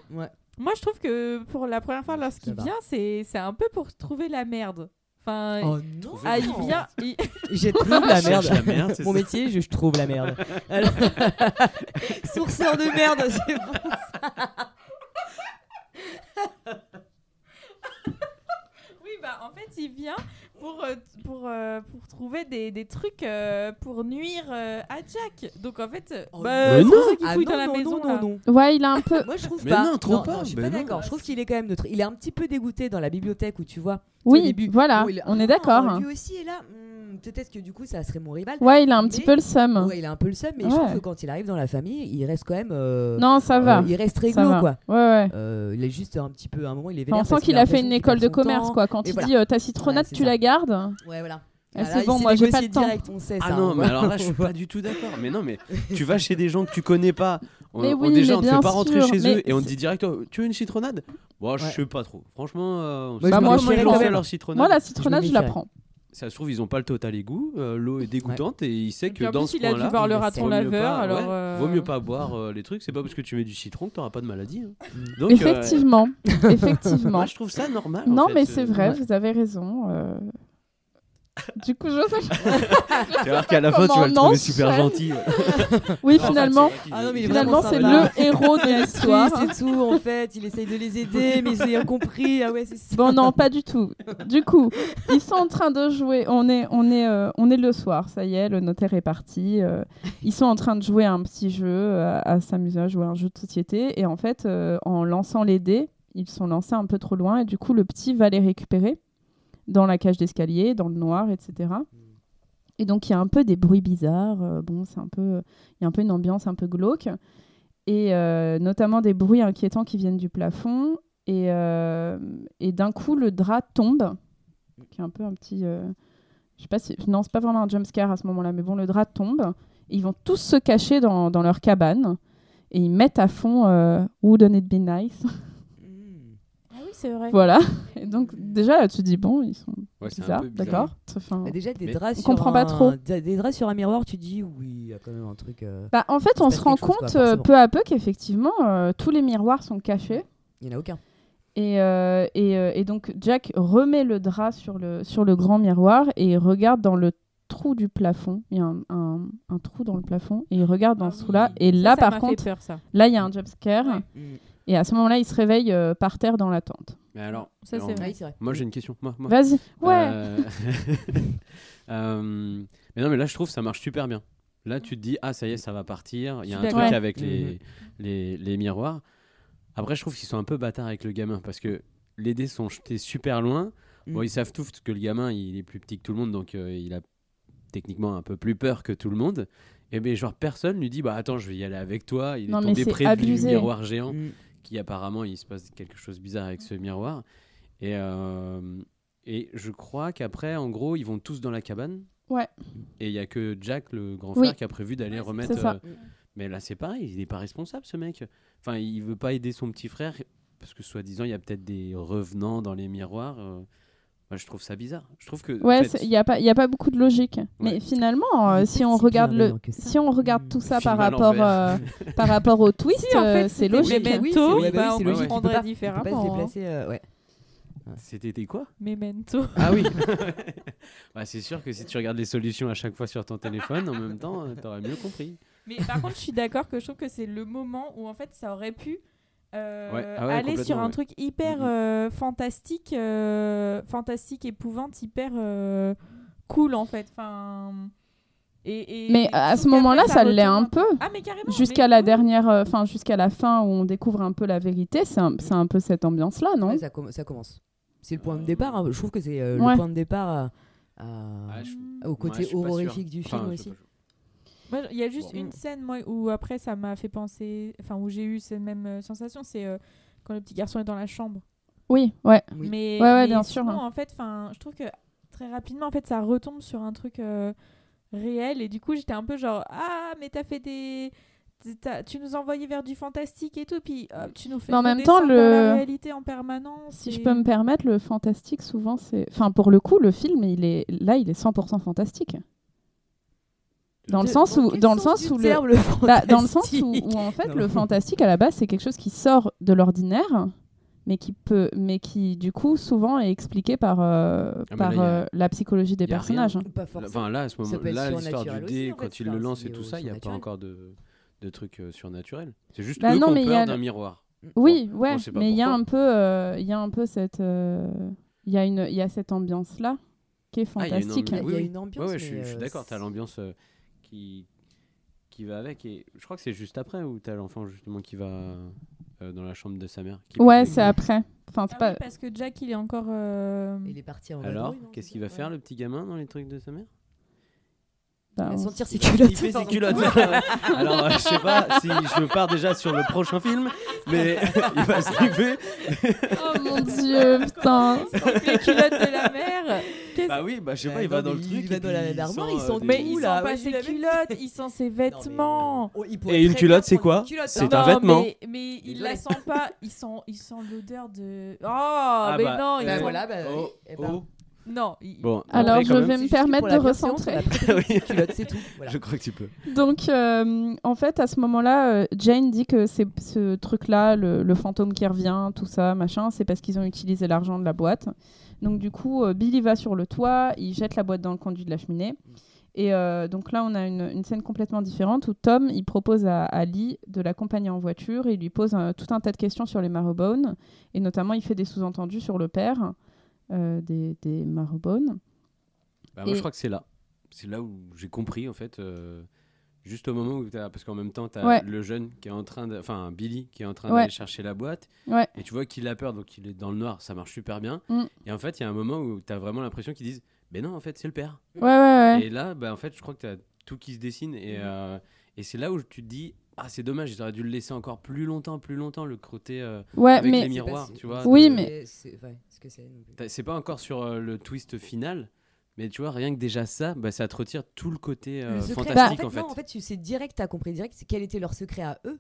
[SPEAKER 10] Moi, je trouve que pour la première fois, lorsqu'il
[SPEAKER 8] Ça va.
[SPEAKER 10] vient, c'est c'est un peu pour trouver la merde. Enfin,
[SPEAKER 8] Oh non
[SPEAKER 10] ah, il vient. il-
[SPEAKER 8] J'ai trouvé la
[SPEAKER 9] Je cherche
[SPEAKER 8] merde.
[SPEAKER 9] la merde, c'est
[SPEAKER 8] Mon
[SPEAKER 9] ça.
[SPEAKER 8] métier, je, je trouve la merde.
[SPEAKER 9] *laughs*
[SPEAKER 8] Alors- *laughs* Sourceur de merde, c'est bon ça.
[SPEAKER 10] Oui, bah en fait, il vient pour, euh, pour, euh, pour trouver des, des trucs euh, pour nuire euh, à Jack. Donc en fait, euh,
[SPEAKER 8] Oh
[SPEAKER 10] bah,
[SPEAKER 9] non.
[SPEAKER 10] c'est pour ça qu'il
[SPEAKER 8] Ah
[SPEAKER 10] fouille
[SPEAKER 8] non,
[SPEAKER 10] dans la
[SPEAKER 8] non,
[SPEAKER 10] maison.
[SPEAKER 8] non,
[SPEAKER 10] là.
[SPEAKER 8] non, non.
[SPEAKER 1] Ouais, il a un peu.
[SPEAKER 8] Moi, je trouve
[SPEAKER 9] Mais
[SPEAKER 8] pas.
[SPEAKER 9] non, trop pas,
[SPEAKER 8] je suis
[SPEAKER 9] mais
[SPEAKER 8] pas
[SPEAKER 9] non.
[SPEAKER 8] d'accord. Je trouve qu'il est quand même neutre. Il est un petit peu dégoûté dans la bibliothèque où tu vois. au
[SPEAKER 1] Oui,
[SPEAKER 8] début.
[SPEAKER 1] voilà,
[SPEAKER 8] Bon, il-
[SPEAKER 1] on
[SPEAKER 8] Ah,
[SPEAKER 1] est d'accord. hein.
[SPEAKER 8] Lui aussi est là. Hmm, Peut-être que du coup, ça serait mon rival.
[SPEAKER 1] Ouais, il a un petit
[SPEAKER 8] Mais-
[SPEAKER 1] peu le seum.
[SPEAKER 8] Ouais, il a un peu le seum, mais
[SPEAKER 1] Ouais.
[SPEAKER 8] je trouve que quand il arrive dans la famille, il reste quand même. euh,
[SPEAKER 1] Non, ça
[SPEAKER 8] euh,
[SPEAKER 1] va.
[SPEAKER 8] Il reste
[SPEAKER 1] Ça
[SPEAKER 8] réglo,
[SPEAKER 1] va.
[SPEAKER 8] quoi.
[SPEAKER 1] Ouais, ouais.
[SPEAKER 8] Euh, il est juste un petit peu. À un moment, il est
[SPEAKER 1] Enfin,
[SPEAKER 8] vénère.
[SPEAKER 1] on sent
[SPEAKER 8] parce
[SPEAKER 1] qu'il a fait
[SPEAKER 8] l'impression
[SPEAKER 1] une
[SPEAKER 8] qu'il
[SPEAKER 1] école de
[SPEAKER 8] perd son
[SPEAKER 1] commerce,
[SPEAKER 8] temps.
[SPEAKER 1] quoi. Quand
[SPEAKER 8] Et
[SPEAKER 1] il
[SPEAKER 8] voilà.
[SPEAKER 1] dit euh, ta citronnade,
[SPEAKER 8] Ouais, c'est
[SPEAKER 1] tu
[SPEAKER 8] ça.
[SPEAKER 1] la gardes.
[SPEAKER 8] Ouais,
[SPEAKER 1] Ah,
[SPEAKER 8] voilà. Ah,
[SPEAKER 1] c'est
[SPEAKER 8] là, il
[SPEAKER 1] bon,
[SPEAKER 8] sait
[SPEAKER 1] moi, j'ai pas
[SPEAKER 8] négocier
[SPEAKER 1] le temps.
[SPEAKER 8] direct, on sait
[SPEAKER 9] Ah
[SPEAKER 8] ça,
[SPEAKER 9] non,
[SPEAKER 8] hein.
[SPEAKER 9] mais
[SPEAKER 1] *laughs*
[SPEAKER 9] alors là, je suis
[SPEAKER 8] *laughs*
[SPEAKER 9] pas du tout d'accord. Mais non, mais tu vas chez des gens que tu connais pas. On,
[SPEAKER 1] Mais
[SPEAKER 9] on-
[SPEAKER 1] oui, mais
[SPEAKER 9] déjà, on te fait
[SPEAKER 1] bien
[SPEAKER 9] pas rentrer
[SPEAKER 1] sûr,
[SPEAKER 9] chez eux
[SPEAKER 1] mais
[SPEAKER 9] et on te
[SPEAKER 1] c'est-
[SPEAKER 9] dit direct oh, Tu veux une citronnade Bon, je
[SPEAKER 8] Ouais.
[SPEAKER 9] sais pas trop. Franchement, euh, on
[SPEAKER 8] Bah,
[SPEAKER 9] sait
[SPEAKER 1] je
[SPEAKER 9] pas
[SPEAKER 1] me
[SPEAKER 9] comment
[SPEAKER 1] méfierais
[SPEAKER 9] ils
[SPEAKER 1] quand
[SPEAKER 9] ont fait
[SPEAKER 1] même.
[SPEAKER 9] leur citronnade.
[SPEAKER 1] Moi, la citronnade, je la
[SPEAKER 8] méfierais.
[SPEAKER 1] prends.
[SPEAKER 9] Ça se trouve, ils ont pas le total égout. euh, L'eau est dégoûtante et il sait
[SPEAKER 10] Et puis,
[SPEAKER 9] que
[SPEAKER 10] en
[SPEAKER 9] dans
[SPEAKER 10] plus,
[SPEAKER 9] ce
[SPEAKER 10] il a dû
[SPEAKER 9] coin-là.
[SPEAKER 10] voir le
[SPEAKER 8] il va-
[SPEAKER 10] raton
[SPEAKER 9] Vaut mieux,
[SPEAKER 10] laveur.
[SPEAKER 9] pas,
[SPEAKER 10] alors,
[SPEAKER 9] ouais,
[SPEAKER 10] euh,
[SPEAKER 9] vaut mieux pas boire euh, les trucs, c'est pas parce que tu mets du citron que t'auras pas de maladie. hein. Donc, euh,
[SPEAKER 1] Effectivement, effectivement.
[SPEAKER 9] moi je trouve ça normal. en
[SPEAKER 1] Non,
[SPEAKER 9] fait,
[SPEAKER 1] mais
[SPEAKER 9] euh,
[SPEAKER 1] c'est vrai, *laughs*
[SPEAKER 9] ouais.
[SPEAKER 1] vous avez raison.
[SPEAKER 9] *laughs*
[SPEAKER 1] euh. Du coup, je
[SPEAKER 9] C'est rare qu'à la fin tu vas le
[SPEAKER 1] Comment on
[SPEAKER 9] trouver super
[SPEAKER 1] enchaîne
[SPEAKER 9] gentil. ouais.
[SPEAKER 1] Oui,
[SPEAKER 9] Non, en fait,
[SPEAKER 1] finalement,
[SPEAKER 9] c'est vrai qu'il
[SPEAKER 8] Ah non, mais il est
[SPEAKER 1] finalement
[SPEAKER 8] vraiment
[SPEAKER 1] c'est
[SPEAKER 8] sympa.
[SPEAKER 1] le
[SPEAKER 9] *laughs*
[SPEAKER 1] héros de l'histoire.
[SPEAKER 8] triste et tout, en fait. Il essaye de les aider, mais ils ont rien compris. Ah ouais, c'est ça.
[SPEAKER 1] Bon, non, pas du tout. Du coup, ils sont en train de jouer. On est, on est, euh, on est le soir, ça y est, le notaire est parti. euh, ils sont en train de jouer à un petit jeu, euh, à s'amuser à jouer à un jeu de société. Et en fait, euh, en lançant les dés, ils sont lancés un peu trop loin. Et du coup, le petit va les récupérer dans la cage d'escalier, dans le noir, etc. Et donc, il y a un peu des bruits bizarres. euh, bon, c'est un peu, il y a un peu une ambiance un peu glauque. Et euh, notamment des bruits inquiétants qui viennent du plafond. Et, euh, et d'un coup, le drap tombe, qui est un peu un petit. euh, je sais pas si. Non, c'est pas vraiment un jumpscare à ce moment-là, mais bon, le drap tombe. Et ils vont tous se cacher dans, dans leur cabane. Et ils mettent à fond euh, Wouldn't It Be Nice
[SPEAKER 8] Hmm.
[SPEAKER 10] Ah oui, c'est vrai.
[SPEAKER 1] Voilà. Et donc, déjà, là, tu te dis, bon, ils sont
[SPEAKER 9] Ouais, c'est un
[SPEAKER 1] bizarres,
[SPEAKER 9] peu bizarre.
[SPEAKER 1] d'accord Enfin,
[SPEAKER 8] Bah, déjà, des
[SPEAKER 9] Mais-
[SPEAKER 8] draps,
[SPEAKER 1] On
[SPEAKER 8] sur
[SPEAKER 1] comprend pas
[SPEAKER 8] un-
[SPEAKER 1] trop.
[SPEAKER 8] Des, des draps sur un miroir, tu dis oui, il y a quand même un truc. euh,
[SPEAKER 1] Bah, en fait,
[SPEAKER 8] se
[SPEAKER 1] on
[SPEAKER 8] passe
[SPEAKER 1] se rend
[SPEAKER 8] quelque chose, quoi,
[SPEAKER 1] compte euh,
[SPEAKER 8] forcément.
[SPEAKER 1] peu à peu qu'effectivement, euh, tous les miroirs sont cachés.
[SPEAKER 8] Il n'y en a aucun.
[SPEAKER 1] Et, euh, et, euh, et donc Jack remet le drap sur le, sur le grand miroir et il regarde dans le trou du plafond. Il y a un, un- un trou dans le plafond et il regarde dans
[SPEAKER 8] Ah
[SPEAKER 1] ce
[SPEAKER 8] oui.
[SPEAKER 1] trou-là. Et
[SPEAKER 10] Ça,
[SPEAKER 1] là,
[SPEAKER 10] ça
[SPEAKER 1] par
[SPEAKER 10] m'a
[SPEAKER 1] contre,
[SPEAKER 10] fait peur, ça.
[SPEAKER 1] là, il y a un jumpscare.
[SPEAKER 10] Ouais.
[SPEAKER 8] Mm.
[SPEAKER 1] Et à ce moment-là, il se réveille euh, par terre dans la tente.
[SPEAKER 9] Mais alors,
[SPEAKER 10] Ça,
[SPEAKER 9] alors,
[SPEAKER 10] c'est vrai.
[SPEAKER 8] oui, c'est vrai.
[SPEAKER 9] moi j'ai une question. Moi, moi.
[SPEAKER 1] Vas-y. Bah, Ouais.
[SPEAKER 9] Euh, *laughs* euh, Mais non, mais là je trouve que ça marche super bien. Là tu te dis, ah ça y est, ça va partir. Il y
[SPEAKER 10] Je
[SPEAKER 9] a un
[SPEAKER 10] suis
[SPEAKER 9] truc
[SPEAKER 1] d'accord.
[SPEAKER 9] avec les,
[SPEAKER 8] Mhm.
[SPEAKER 9] les, les miroirs. Après, je trouve qu'ils sont un peu bâtards avec le gamin parce que les dés sont jetés super loin. Bon,
[SPEAKER 8] Mm.
[SPEAKER 9] ils savent tous que le gamin il est plus petit que tout le monde donc euh, il a techniquement un peu plus peur que tout le monde. Et bien, genre, personne lui dit Bah attends, je vais y aller avec toi. Il
[SPEAKER 1] Non,
[SPEAKER 9] est
[SPEAKER 1] mais
[SPEAKER 9] tombé
[SPEAKER 1] c'est
[SPEAKER 9] près
[SPEAKER 1] abusé.
[SPEAKER 9] du miroir géant
[SPEAKER 8] Mm.
[SPEAKER 9] qui apparemment il se passe quelque chose de bizarre avec ce miroir. Et, euh, et je crois qu'après, en gros, ils vont tous dans la cabane.
[SPEAKER 1] Ouais.
[SPEAKER 9] Et il y a que Jack, le grand
[SPEAKER 1] Oui.
[SPEAKER 9] frère, qui a prévu d'aller remettre.
[SPEAKER 1] c'est ça.
[SPEAKER 9] euh, Mais là, c'est pareil, il n'est pas responsable ce mec. Enfin, il veut pas aider son petit frère parce que soi-disant, il y a peut-être des revenants dans les miroirs. euh. Moi, je trouve ça bizarre. Je trouve que. en
[SPEAKER 1] Ouais,
[SPEAKER 9] fait,
[SPEAKER 1] c'est- il n'y a, pas- il y a pas beaucoup de logique. Mais finalement, euh,
[SPEAKER 8] Il est
[SPEAKER 1] si
[SPEAKER 8] pas
[SPEAKER 1] on
[SPEAKER 8] si
[SPEAKER 1] regarde le,
[SPEAKER 8] bienveillant que ça.
[SPEAKER 1] si on regarde
[SPEAKER 8] Mm.
[SPEAKER 1] tout ça
[SPEAKER 9] Film
[SPEAKER 1] par
[SPEAKER 9] à
[SPEAKER 1] rapport,
[SPEAKER 9] l'envers.
[SPEAKER 1] euh, par rapport au twist,
[SPEAKER 10] *laughs* Si, en fait,
[SPEAKER 1] euh, c'est
[SPEAKER 10] c'était
[SPEAKER 1] logique.
[SPEAKER 8] Mais oui, c'est-
[SPEAKER 10] Memento,
[SPEAKER 8] ouais, bah
[SPEAKER 10] bah,
[SPEAKER 8] oui, c'est
[SPEAKER 10] on
[SPEAKER 8] logique, il peut
[SPEAKER 10] comprendrait
[SPEAKER 8] pas- il peut pas se
[SPEAKER 10] différemment, hein.
[SPEAKER 8] déplacer, euh, ouais.
[SPEAKER 9] C'était quoi
[SPEAKER 10] Memento.
[SPEAKER 9] Ah oui *laughs* bah, C'est sûr que si tu regardes les solutions à chaque fois sur ton téléphone, en même temps, euh, t'aurais mieux compris.
[SPEAKER 10] Mais par contre, je suis d'accord que je trouve que c'est le moment où en fait ça aurait pu euh,
[SPEAKER 9] Ouais, ah ouais,
[SPEAKER 10] aller sur
[SPEAKER 9] complètement,
[SPEAKER 10] un
[SPEAKER 9] ouais.
[SPEAKER 10] truc hyper
[SPEAKER 9] Mhm.
[SPEAKER 10] euh, fantastique, euh, fantastique, épouvante, hyper euh, cool en fait. Enfin, et, et-
[SPEAKER 1] Mais
[SPEAKER 10] et
[SPEAKER 1] à ce
[SPEAKER 10] je trouve
[SPEAKER 1] moment-là,
[SPEAKER 10] qu'après,
[SPEAKER 1] ça l'est
[SPEAKER 10] retourne
[SPEAKER 1] un peu.
[SPEAKER 10] Ah, mais carrément.
[SPEAKER 1] Jusqu'à
[SPEAKER 10] mais-
[SPEAKER 1] la
[SPEAKER 10] oui.
[SPEAKER 1] dernière, euh, enfin jusqu'à la fin où on découvre un peu la vérité, c'est un, c'est un peu cette ambiance-là, non
[SPEAKER 8] Ouais, ça, com- ça commence. C'est le point de départ. hein. Je trouve que c'est euh,
[SPEAKER 1] Ouais.
[SPEAKER 8] le point de départ à- à- au côté horrifique du film aussi.
[SPEAKER 10] Moi, Il y a juste
[SPEAKER 9] Bon.
[SPEAKER 10] une scène moi, où après ça m'a fait penser, enfin où j'ai eu cette même euh, sensation, c'est euh, quand le petit garçon est dans la chambre.
[SPEAKER 1] Oui, ouais.
[SPEAKER 8] Oui.
[SPEAKER 10] Mais,
[SPEAKER 1] Ouais, ouais,
[SPEAKER 10] mais
[SPEAKER 1] bien sûr,
[SPEAKER 10] sinon,
[SPEAKER 1] hein.
[SPEAKER 10] en fait, 'fin, je trouve que très rapidement, en fait, ça retombe sur un truc euh, réel. Et du coup, j'étais un peu genre, ah, mais t'as fait des. t'as- Tu nous envoyais vers du fantastique et tout, puis hop, tu nous fais.
[SPEAKER 1] Mais en même
[SPEAKER 10] redescendre
[SPEAKER 1] temps,
[SPEAKER 10] vers la
[SPEAKER 1] le-
[SPEAKER 10] réalité en permanence.
[SPEAKER 1] Si
[SPEAKER 10] et-
[SPEAKER 1] je peux me permettre, le fantastique souvent c'est, enfin pour le coup, le film il est là, il est 100% fantastique. Dans le
[SPEAKER 8] De-
[SPEAKER 1] sens où,
[SPEAKER 8] quel
[SPEAKER 1] dans le
[SPEAKER 8] sens
[SPEAKER 1] sens
[SPEAKER 8] du
[SPEAKER 1] où le,
[SPEAKER 8] terme, le
[SPEAKER 1] Bah, dans le sens où,
[SPEAKER 8] fantastique
[SPEAKER 1] où, en fait
[SPEAKER 8] Non.
[SPEAKER 1] le fantastique à la base c'est quelque chose qui sort de l'ordinaire mais qui peut mais qui du coup souvent est expliqué par euh,
[SPEAKER 9] Ah, mais
[SPEAKER 1] par
[SPEAKER 9] là, y a-
[SPEAKER 1] euh, la psychologie des
[SPEAKER 9] y a rien.
[SPEAKER 1] personnages. hein.
[SPEAKER 8] Pas
[SPEAKER 9] Enfin,
[SPEAKER 8] forcément.
[SPEAKER 9] là, à ce
[SPEAKER 8] Ça
[SPEAKER 9] moment
[SPEAKER 8] peut être
[SPEAKER 9] là, l'histoire du
[SPEAKER 8] surnaturel
[SPEAKER 9] dé,
[SPEAKER 8] aussi, en
[SPEAKER 9] quand
[SPEAKER 8] fait,
[SPEAKER 9] il le
[SPEAKER 8] enfin,
[SPEAKER 9] lance
[SPEAKER 8] c'est
[SPEAKER 9] et tout
[SPEAKER 8] au
[SPEAKER 9] ça, il n'y a pas
[SPEAKER 8] surnaturel.
[SPEAKER 9] encore de, de truc euh, surnaturel. C'est juste
[SPEAKER 1] Bah
[SPEAKER 9] eux
[SPEAKER 1] non,
[SPEAKER 9] qui ont
[SPEAKER 1] mais il y a
[SPEAKER 9] peur
[SPEAKER 1] le-
[SPEAKER 9] d'un miroir.
[SPEAKER 1] Oui, ouais,
[SPEAKER 9] on sait pas
[SPEAKER 1] mais il y a
[SPEAKER 9] pourquoi.
[SPEAKER 1] un peu, euh, il y a un peu cette, euh, il y a une, il y a cette ambiance là qui est
[SPEAKER 9] Ah, il y a une
[SPEAKER 1] fantastique.
[SPEAKER 9] ambiance-
[SPEAKER 8] Il y a
[SPEAKER 9] oui,
[SPEAKER 8] une
[SPEAKER 9] oui.
[SPEAKER 8] ambiance,
[SPEAKER 9] Ouais, ouais, je, suis-
[SPEAKER 8] mais,
[SPEAKER 9] je suis
[SPEAKER 8] euh,
[SPEAKER 9] d'accord, t'as
[SPEAKER 8] c'est-
[SPEAKER 9] l'ambiance euh, qui, qui va avec. Et je crois que c'est juste après où t'as l'enfant justement qui va euh, dans la chambre de sa mère. qui
[SPEAKER 1] ouais,
[SPEAKER 9] parle.
[SPEAKER 1] c'est après. Enfin,
[SPEAKER 10] Ah
[SPEAKER 1] c'est pas.
[SPEAKER 10] oui, parce que Jack, il est encore. euh,
[SPEAKER 8] Il est parti en
[SPEAKER 9] Alors,
[SPEAKER 8] vadrouille, non,
[SPEAKER 9] qu'est-ce
[SPEAKER 8] c'est
[SPEAKER 9] qu'il
[SPEAKER 8] ça
[SPEAKER 9] va faire le petit gamin dans les trucs de sa mère
[SPEAKER 1] bah,
[SPEAKER 8] Il va
[SPEAKER 1] on-
[SPEAKER 8] sentir ses culottes.
[SPEAKER 9] Il fait ses
[SPEAKER 8] *laughs*
[SPEAKER 9] culottes. *laughs* Alors, euh, je sais pas si je pars déjà sur le prochain film, mais *laughs* il va se ripper.
[SPEAKER 1] Oh *laughs* mon
[SPEAKER 10] *laughs*
[SPEAKER 1] dieu, putain.
[SPEAKER 10] les culottes de la mère.
[SPEAKER 8] *laughs*
[SPEAKER 10] Qu'est-ce-
[SPEAKER 9] Bah oui, bah je sais
[SPEAKER 8] Bah
[SPEAKER 9] pas, il
[SPEAKER 8] non,
[SPEAKER 9] va dans
[SPEAKER 8] mais
[SPEAKER 9] le truc.
[SPEAKER 8] il va
[SPEAKER 9] et
[SPEAKER 8] dans
[SPEAKER 9] puis
[SPEAKER 8] la-
[SPEAKER 9] il
[SPEAKER 8] l'armoire,
[SPEAKER 9] sent,
[SPEAKER 8] il
[SPEAKER 9] euh,
[SPEAKER 8] sent
[SPEAKER 9] des-
[SPEAKER 10] mais il sent
[SPEAKER 8] là,
[SPEAKER 10] pas
[SPEAKER 8] ouais,
[SPEAKER 10] ses
[SPEAKER 8] il l'avait dit.
[SPEAKER 10] culottes, il sent ses
[SPEAKER 8] euh,
[SPEAKER 10] vêtements.
[SPEAKER 8] Oh, il pourrait
[SPEAKER 9] Et une
[SPEAKER 8] très bien
[SPEAKER 9] culotte, c'est
[SPEAKER 8] prendre une
[SPEAKER 9] quoi
[SPEAKER 8] culotte,
[SPEAKER 9] C'est
[SPEAKER 8] hein.
[SPEAKER 9] un
[SPEAKER 10] Non,
[SPEAKER 9] vêtement.
[SPEAKER 10] Mais, mais il
[SPEAKER 8] Désolé.
[SPEAKER 10] la sent pas, il sent, il sent l'odeur de. Oh, mais
[SPEAKER 9] bah,
[SPEAKER 10] non, il
[SPEAKER 8] Bah
[SPEAKER 10] sent-
[SPEAKER 8] voilà, bah,
[SPEAKER 9] Oh,
[SPEAKER 8] oui, eh ben,
[SPEAKER 9] oh.
[SPEAKER 10] Non, il-
[SPEAKER 9] Bon,
[SPEAKER 1] Alors,
[SPEAKER 9] après,
[SPEAKER 1] je
[SPEAKER 9] quand même,
[SPEAKER 1] vais
[SPEAKER 8] c'est
[SPEAKER 1] me
[SPEAKER 8] juste que
[SPEAKER 1] permettre
[SPEAKER 8] pour
[SPEAKER 1] de
[SPEAKER 8] la bière, séance, on
[SPEAKER 1] recentrer.
[SPEAKER 8] a préféré *laughs*
[SPEAKER 9] Oui.
[SPEAKER 8] une culotte, c'est tout. Voilà.
[SPEAKER 9] Je crois que tu peux.
[SPEAKER 1] Donc, euh, en fait, à ce moment-là, euh, Jane dit que c'est ce truc-là, le, le fantôme qui revient, tout ça, machin, c'est parce qu'ils ont utilisé l'argent de la boîte. Donc, du coup, euh, Billy va sur le toit, il jette la boîte dans le conduit de la cheminée. Et euh, donc là, on a une, une scène complètement différente où Tom, il propose à, à Lee de l'accompagner en voiture et il lui pose euh, tout un tas de questions sur les Marrowbones. Et notamment, il fait des sous-entendus sur le père euh, des, des Marrowbones.
[SPEAKER 9] Bah, moi,
[SPEAKER 1] Et-
[SPEAKER 9] je crois que c'est là. C'est là où j'ai compris, en fait. euh, juste au moment où t'as. Parce qu'en même temps, t'as
[SPEAKER 1] Ouais.
[SPEAKER 9] le jeune qui est en train de. Enfin, Billy qui est en train
[SPEAKER 1] Ouais.
[SPEAKER 9] d'aller chercher la boîte.
[SPEAKER 1] Ouais.
[SPEAKER 9] Et tu vois qu'il a peur, donc il est dans le noir. Ça marche super bien.
[SPEAKER 1] Mm.
[SPEAKER 9] Et en fait, il y a un moment où t'as vraiment l'impression qu'ils disent Mais non, en fait, c'est le père.
[SPEAKER 1] Ouais, ouais, ouais.
[SPEAKER 9] Et là, bah, en fait, je crois que t'as tout qui se dessine. Et, euh, et c'est là où tu te dis Ah, c'est dommage, ils auraient dû le laisser encore plus longtemps, plus longtemps, le côté euh,
[SPEAKER 1] Ouais,
[SPEAKER 9] avec
[SPEAKER 1] mais-
[SPEAKER 9] les miroirs, tu vois.
[SPEAKER 1] Oui,
[SPEAKER 9] de-
[SPEAKER 1] mais-
[SPEAKER 8] euh, C'est ouais, ce que c'est. non plus.
[SPEAKER 9] T'as- C'est pas encore sur euh, le twist final, mais tu vois, rien que déjà ça, bah, ça te retire tout le côté euh,
[SPEAKER 8] Le secret. Bah,
[SPEAKER 9] fantastique
[SPEAKER 8] en
[SPEAKER 9] en
[SPEAKER 8] fait,
[SPEAKER 9] fait.
[SPEAKER 8] non, en fait, tu sais direct, t'as compris direct, c'est quel était leur secret à eux.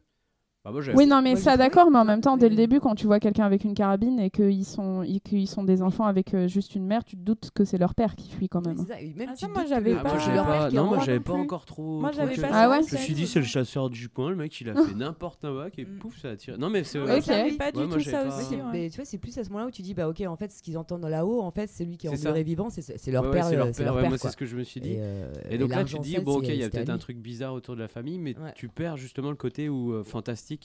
[SPEAKER 9] Bah, moi, j'ai-
[SPEAKER 1] Oui, non, mais
[SPEAKER 8] Moi, j'y
[SPEAKER 1] ça,
[SPEAKER 8] croyais.
[SPEAKER 1] d'accord, mais en même temps, dès le
[SPEAKER 8] Oui.
[SPEAKER 1] début, quand tu vois quelqu'un avec une carabine et qu'ils sont, et qu'ils sont des enfants avec euh, juste une mère, tu te doutes que c'est leur père qui fuit quand
[SPEAKER 8] Oui,
[SPEAKER 1] même.
[SPEAKER 8] c'est ça. Et même
[SPEAKER 10] Ah,
[SPEAKER 8] tu
[SPEAKER 10] ça,
[SPEAKER 8] te
[SPEAKER 10] moi,
[SPEAKER 8] doutes que
[SPEAKER 10] j'avais
[SPEAKER 8] le-
[SPEAKER 9] Ah,
[SPEAKER 10] pas-
[SPEAKER 9] moi,
[SPEAKER 8] que
[SPEAKER 9] j'avais
[SPEAKER 8] leur
[SPEAKER 9] pas,
[SPEAKER 8] mère qui est
[SPEAKER 9] non,
[SPEAKER 8] en
[SPEAKER 9] moi,
[SPEAKER 10] moi
[SPEAKER 8] mort.
[SPEAKER 9] j'avais
[SPEAKER 10] non
[SPEAKER 9] pas
[SPEAKER 10] plus.
[SPEAKER 9] encore trop.
[SPEAKER 10] Moi,
[SPEAKER 9] trop
[SPEAKER 10] j'avais
[SPEAKER 9] que-
[SPEAKER 10] pas
[SPEAKER 1] Ah ouais
[SPEAKER 9] Je me suis dit, c'est le chasseur du coin, le mec, il a fait n'importe quoi, et
[SPEAKER 8] Ah. Mm.
[SPEAKER 9] pouf, ça a tiré. Non, mais c'est.
[SPEAKER 1] Ouais,
[SPEAKER 10] Ouais,
[SPEAKER 1] Ok.
[SPEAKER 10] j'avais pas du
[SPEAKER 9] Ouais, moi,
[SPEAKER 10] tout
[SPEAKER 9] j'avais
[SPEAKER 10] ça
[SPEAKER 9] pas-
[SPEAKER 8] Ouais,
[SPEAKER 10] aussi.
[SPEAKER 8] c'est-
[SPEAKER 10] ouais.
[SPEAKER 8] mais tu vois, c'est plus à ce moment-là où tu dis, bah ok, en fait, ce qu'ils entendent dans là-haut, en fait, c'est lui qui est
[SPEAKER 9] C'est ça.
[SPEAKER 8] emmuré vivant, c'est- c'est c'est leur
[SPEAKER 9] Ouais, ouais,
[SPEAKER 8] père.
[SPEAKER 9] c'est
[SPEAKER 8] euh,
[SPEAKER 9] leur
[SPEAKER 8] c'est
[SPEAKER 9] père.
[SPEAKER 8] leur
[SPEAKER 9] ouais,
[SPEAKER 8] père,
[SPEAKER 9] moi,
[SPEAKER 8] quoi.
[SPEAKER 9] c'est ce que je me suis dit.
[SPEAKER 8] Et, euh,
[SPEAKER 9] Et donc là, tu
[SPEAKER 8] l'argent
[SPEAKER 9] dis,
[SPEAKER 8] sale,
[SPEAKER 9] bon, ok,
[SPEAKER 8] c'est- euh,
[SPEAKER 9] il y a
[SPEAKER 8] c'était à
[SPEAKER 9] peut-être un
[SPEAKER 8] lui.
[SPEAKER 9] truc bizarre autour de la famille, mais
[SPEAKER 8] Ouais.
[SPEAKER 9] tu perds justement le côté où, euh, fantastique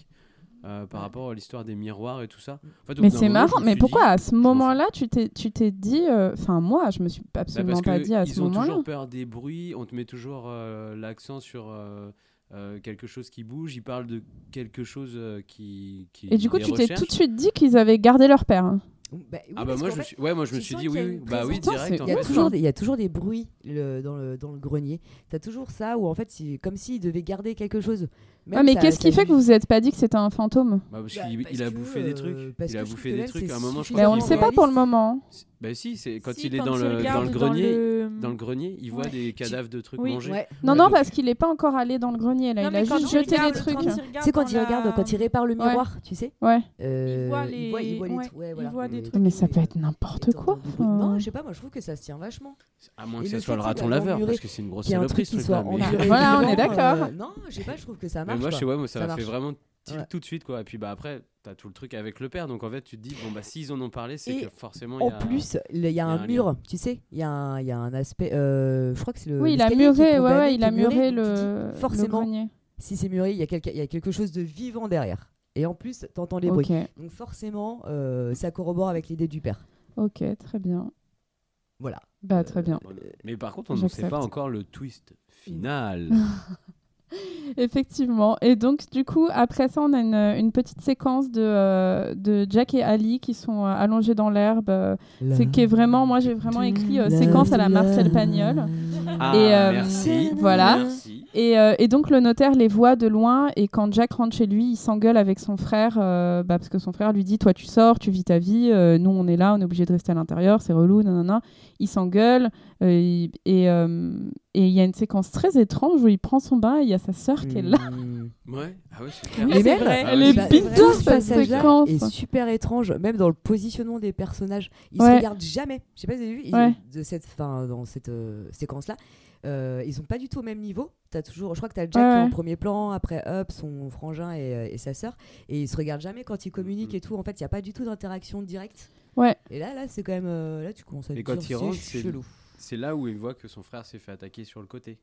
[SPEAKER 9] euh, par rapport à l'histoire des miroirs et tout ça. En fait, au bout
[SPEAKER 1] Mais
[SPEAKER 9] d'un
[SPEAKER 1] c'est
[SPEAKER 9] moment, je
[SPEAKER 1] marrant,
[SPEAKER 9] me
[SPEAKER 1] mais
[SPEAKER 9] suis
[SPEAKER 1] pourquoi
[SPEAKER 9] dit,
[SPEAKER 1] à ce moment-là, tu t'es, tu t'es dit. euh, Enfin, moi, je me suis
[SPEAKER 9] bah,
[SPEAKER 1] absolument
[SPEAKER 9] Parce
[SPEAKER 1] pas dit à
[SPEAKER 9] qu'ils
[SPEAKER 1] ce
[SPEAKER 9] ont
[SPEAKER 1] moment-là.
[SPEAKER 9] toujours peur des bruits, on te met toujours euh, l'accent sur euh, euh, quelque chose qui bouge, ils parlent de quelque chose euh, qui, qui.
[SPEAKER 1] Et du coup,
[SPEAKER 9] les
[SPEAKER 1] tu t'es
[SPEAKER 9] recherche.
[SPEAKER 1] tout de suite dit qu'ils avaient gardé leur père. hein.
[SPEAKER 8] Bah oui,
[SPEAKER 9] Ah bah
[SPEAKER 8] parce
[SPEAKER 9] moi
[SPEAKER 8] qu'en
[SPEAKER 9] je, me
[SPEAKER 8] fait,
[SPEAKER 9] suis... ouais, moi je me
[SPEAKER 8] tu
[SPEAKER 9] suis
[SPEAKER 8] sens
[SPEAKER 9] dit
[SPEAKER 8] qu'il y
[SPEAKER 9] oui,
[SPEAKER 8] a
[SPEAKER 9] oui.
[SPEAKER 8] une
[SPEAKER 9] bah oui
[SPEAKER 1] présence.
[SPEAKER 9] direct
[SPEAKER 1] Pourtant,
[SPEAKER 9] en
[SPEAKER 8] Il y, a
[SPEAKER 9] fait.
[SPEAKER 8] toujours des, il y a toujours des bruits le- dans, le, dans le grenier. T'as toujours ça où en fait, c'est comme s'il devait garder quelque chose. Même
[SPEAKER 1] Ouais, Ah, mais
[SPEAKER 8] ça-
[SPEAKER 1] qu'est-ce
[SPEAKER 8] ça
[SPEAKER 1] qui fait que
[SPEAKER 8] lui-
[SPEAKER 1] vous n'êtes pas dit que c'était un fantôme
[SPEAKER 9] Bah, parce
[SPEAKER 8] Bah,
[SPEAKER 9] qu'il
[SPEAKER 8] parce
[SPEAKER 9] il a
[SPEAKER 8] que,
[SPEAKER 9] bouffé des trucs.
[SPEAKER 8] euh, parce
[SPEAKER 9] il a
[SPEAKER 8] que je
[SPEAKER 9] bouffé
[SPEAKER 8] trouve
[SPEAKER 9] des
[SPEAKER 8] que là,
[SPEAKER 9] trucs.
[SPEAKER 8] c'est
[SPEAKER 9] À un moment, je
[SPEAKER 1] Mais
[SPEAKER 9] crois
[SPEAKER 1] on
[SPEAKER 8] suffisamment
[SPEAKER 1] ne
[SPEAKER 9] qu'il
[SPEAKER 1] sait pas
[SPEAKER 9] voit-
[SPEAKER 1] pour le moment.
[SPEAKER 9] Bah si, c'est quand
[SPEAKER 10] Si,
[SPEAKER 9] il est dans
[SPEAKER 10] tu
[SPEAKER 9] le dans
[SPEAKER 10] regardes
[SPEAKER 9] le grenier,
[SPEAKER 10] le-
[SPEAKER 9] dans le grenier, il voit
[SPEAKER 8] Ouais.
[SPEAKER 9] des cadavres de trucs
[SPEAKER 10] Oui.
[SPEAKER 9] mangés.
[SPEAKER 8] Ouais.
[SPEAKER 1] Non,
[SPEAKER 9] Ouais,
[SPEAKER 1] non,
[SPEAKER 9] donc-
[SPEAKER 1] parce qu'il n'est pas encore allé dans le grenier, là.
[SPEAKER 10] Non,
[SPEAKER 1] il
[SPEAKER 10] mais
[SPEAKER 1] a
[SPEAKER 10] quand
[SPEAKER 1] juste
[SPEAKER 10] tu
[SPEAKER 1] jeté des
[SPEAKER 10] regardes-
[SPEAKER 1] trucs. hein.
[SPEAKER 10] quand tu
[SPEAKER 8] C'est quand
[SPEAKER 10] regardes
[SPEAKER 8] il
[SPEAKER 10] dans
[SPEAKER 8] regarde,
[SPEAKER 10] la-
[SPEAKER 8] quand il répare le
[SPEAKER 1] Ouais.
[SPEAKER 8] miroir, tu sais.
[SPEAKER 1] Ouais.
[SPEAKER 8] Euh,
[SPEAKER 10] voit
[SPEAKER 8] voit-
[SPEAKER 10] les-
[SPEAKER 8] voit les
[SPEAKER 10] ouais,
[SPEAKER 8] trous, ouais,
[SPEAKER 10] il
[SPEAKER 8] voilà.
[SPEAKER 10] voit des
[SPEAKER 8] Et-
[SPEAKER 10] trucs.
[SPEAKER 1] Mais ça peut
[SPEAKER 8] et-
[SPEAKER 1] être n'importe
[SPEAKER 8] et t'entends
[SPEAKER 1] quoi.
[SPEAKER 8] du bruit.
[SPEAKER 1] enfin.
[SPEAKER 8] Non, je sais pas, moi je trouve que ça se tient vachement.
[SPEAKER 9] À moins
[SPEAKER 8] Et
[SPEAKER 9] que
[SPEAKER 8] le
[SPEAKER 9] ça soit le
[SPEAKER 8] fait que ça
[SPEAKER 9] raton
[SPEAKER 8] soit
[SPEAKER 9] laveur,
[SPEAKER 8] emmuré,
[SPEAKER 9] parce que c'est une grosse
[SPEAKER 8] Qu'il y a un
[SPEAKER 9] saloperie
[SPEAKER 8] truc
[SPEAKER 9] ce
[SPEAKER 8] qui soit
[SPEAKER 9] truc-là. mais-
[SPEAKER 8] *laughs* emmuré
[SPEAKER 1] Voilà, on est
[SPEAKER 8] dedans,
[SPEAKER 1] d'accord.
[SPEAKER 8] euh, non, je sais pas, je trouve que ça
[SPEAKER 9] Mais
[SPEAKER 8] marche.
[SPEAKER 9] moi, je
[SPEAKER 8] quoi.
[SPEAKER 9] sais, ouais, moi, ça,
[SPEAKER 8] Ça
[SPEAKER 9] m'a fait
[SPEAKER 8] marche.
[SPEAKER 9] vraiment tilt
[SPEAKER 8] Ouais.
[SPEAKER 9] tout de suite, quoi. Et puis, bah, après, t'as tout le truc avec le père. Donc, en fait, tu te dis, bon, bah, s'ils en ont parlé, c'est
[SPEAKER 8] Et
[SPEAKER 9] que forcément. il
[SPEAKER 8] En
[SPEAKER 9] y a...
[SPEAKER 8] plus, il y a un
[SPEAKER 9] lien.
[SPEAKER 8] mur, tu sais, il y, a un- il y a un aspect. euh, je crois que c'est le.
[SPEAKER 1] Oui, il a
[SPEAKER 8] l'escalier qui est
[SPEAKER 1] muré, ouais,
[SPEAKER 8] condamné,
[SPEAKER 1] ouais,
[SPEAKER 8] qui
[SPEAKER 1] il
[SPEAKER 8] est
[SPEAKER 1] a muré
[SPEAKER 8] donc tu dis,
[SPEAKER 1] le, le
[SPEAKER 8] forcément,
[SPEAKER 1] grenier.
[SPEAKER 8] si c'est muré, il y, a quelqu'un- il y a quelque chose de vivant derrière. Et en plus, t'entends les bruits.
[SPEAKER 1] Ok,
[SPEAKER 8] Donc forcément, euh, ça corrobore avec l'idée du père.
[SPEAKER 1] ok, très bien.
[SPEAKER 8] Voilà.
[SPEAKER 1] Bah, très bien.
[SPEAKER 9] Mais par contre, on ne sait
[SPEAKER 1] J'accepte.
[SPEAKER 9] pas encore le twist
[SPEAKER 1] *laughs*
[SPEAKER 9] final.
[SPEAKER 8] Euh.
[SPEAKER 1] Effectivement. Et donc, du coup, après ça, on a une, une petite séquence de, euh, de Jack et Ali qui sont euh, allongés dans l'herbe. euh, C'est qui est vraiment, moi, j'ai vraiment écrit euh, séquence à la Marcel Pagnol.
[SPEAKER 9] Ah,
[SPEAKER 1] Et, euh,
[SPEAKER 9] merci.
[SPEAKER 1] voilà.
[SPEAKER 9] Merci.
[SPEAKER 1] Et, euh, et donc, le notaire les voit de loin. Et quand Jack rentre chez lui, il s'engueule avec son frère euh, bah, parce que son frère lui dit Toi, tu sors, tu vis ta vie. euh, nous, on est là, on est obligé de rester à l'intérieur. C'est relou, nanana. Il s'engueule. euh, il- et euh, et il y a une séquence très étrange où il prend son bain et il y a sa sœur qui est là.
[SPEAKER 8] Mmh.
[SPEAKER 9] Ouais, ah ouais, c'est clair.
[SPEAKER 10] Oui, c'est
[SPEAKER 8] Et même-
[SPEAKER 10] vrai.
[SPEAKER 9] Elle est
[SPEAKER 8] Bah,
[SPEAKER 1] bizarre,
[SPEAKER 8] tout
[SPEAKER 1] cette
[SPEAKER 8] ce passage-là
[SPEAKER 1] séquence.
[SPEAKER 8] est super étrange, même dans le positionnement des personnages. Ils
[SPEAKER 1] Ouais.
[SPEAKER 8] se regardent jamais. Je sais pas si vous avez vu, ils-
[SPEAKER 1] Ouais.
[SPEAKER 8] de cette, fin, dans cette euh, séquence-là, euh, ils sont pas du tout au même niveau. As toujours, je crois que tu as Jack qui est
[SPEAKER 1] Ouais.
[SPEAKER 8] en premier plan, après Up, son frangin et, euh, et sa sœur, et ils se regardent jamais quand ils communiquent et tout. En fait, il y a pas du tout d'interaction directe.
[SPEAKER 1] Ouais.
[SPEAKER 8] Et là, là, c'est quand même, euh, là, tu commences à te
[SPEAKER 9] Et quand
[SPEAKER 8] dire,
[SPEAKER 9] il rentre,
[SPEAKER 8] c'est
[SPEAKER 9] c'est- *laughs*
[SPEAKER 8] chelou.
[SPEAKER 9] C'est là où il voit que son frère s'est fait attaquer sur le côté.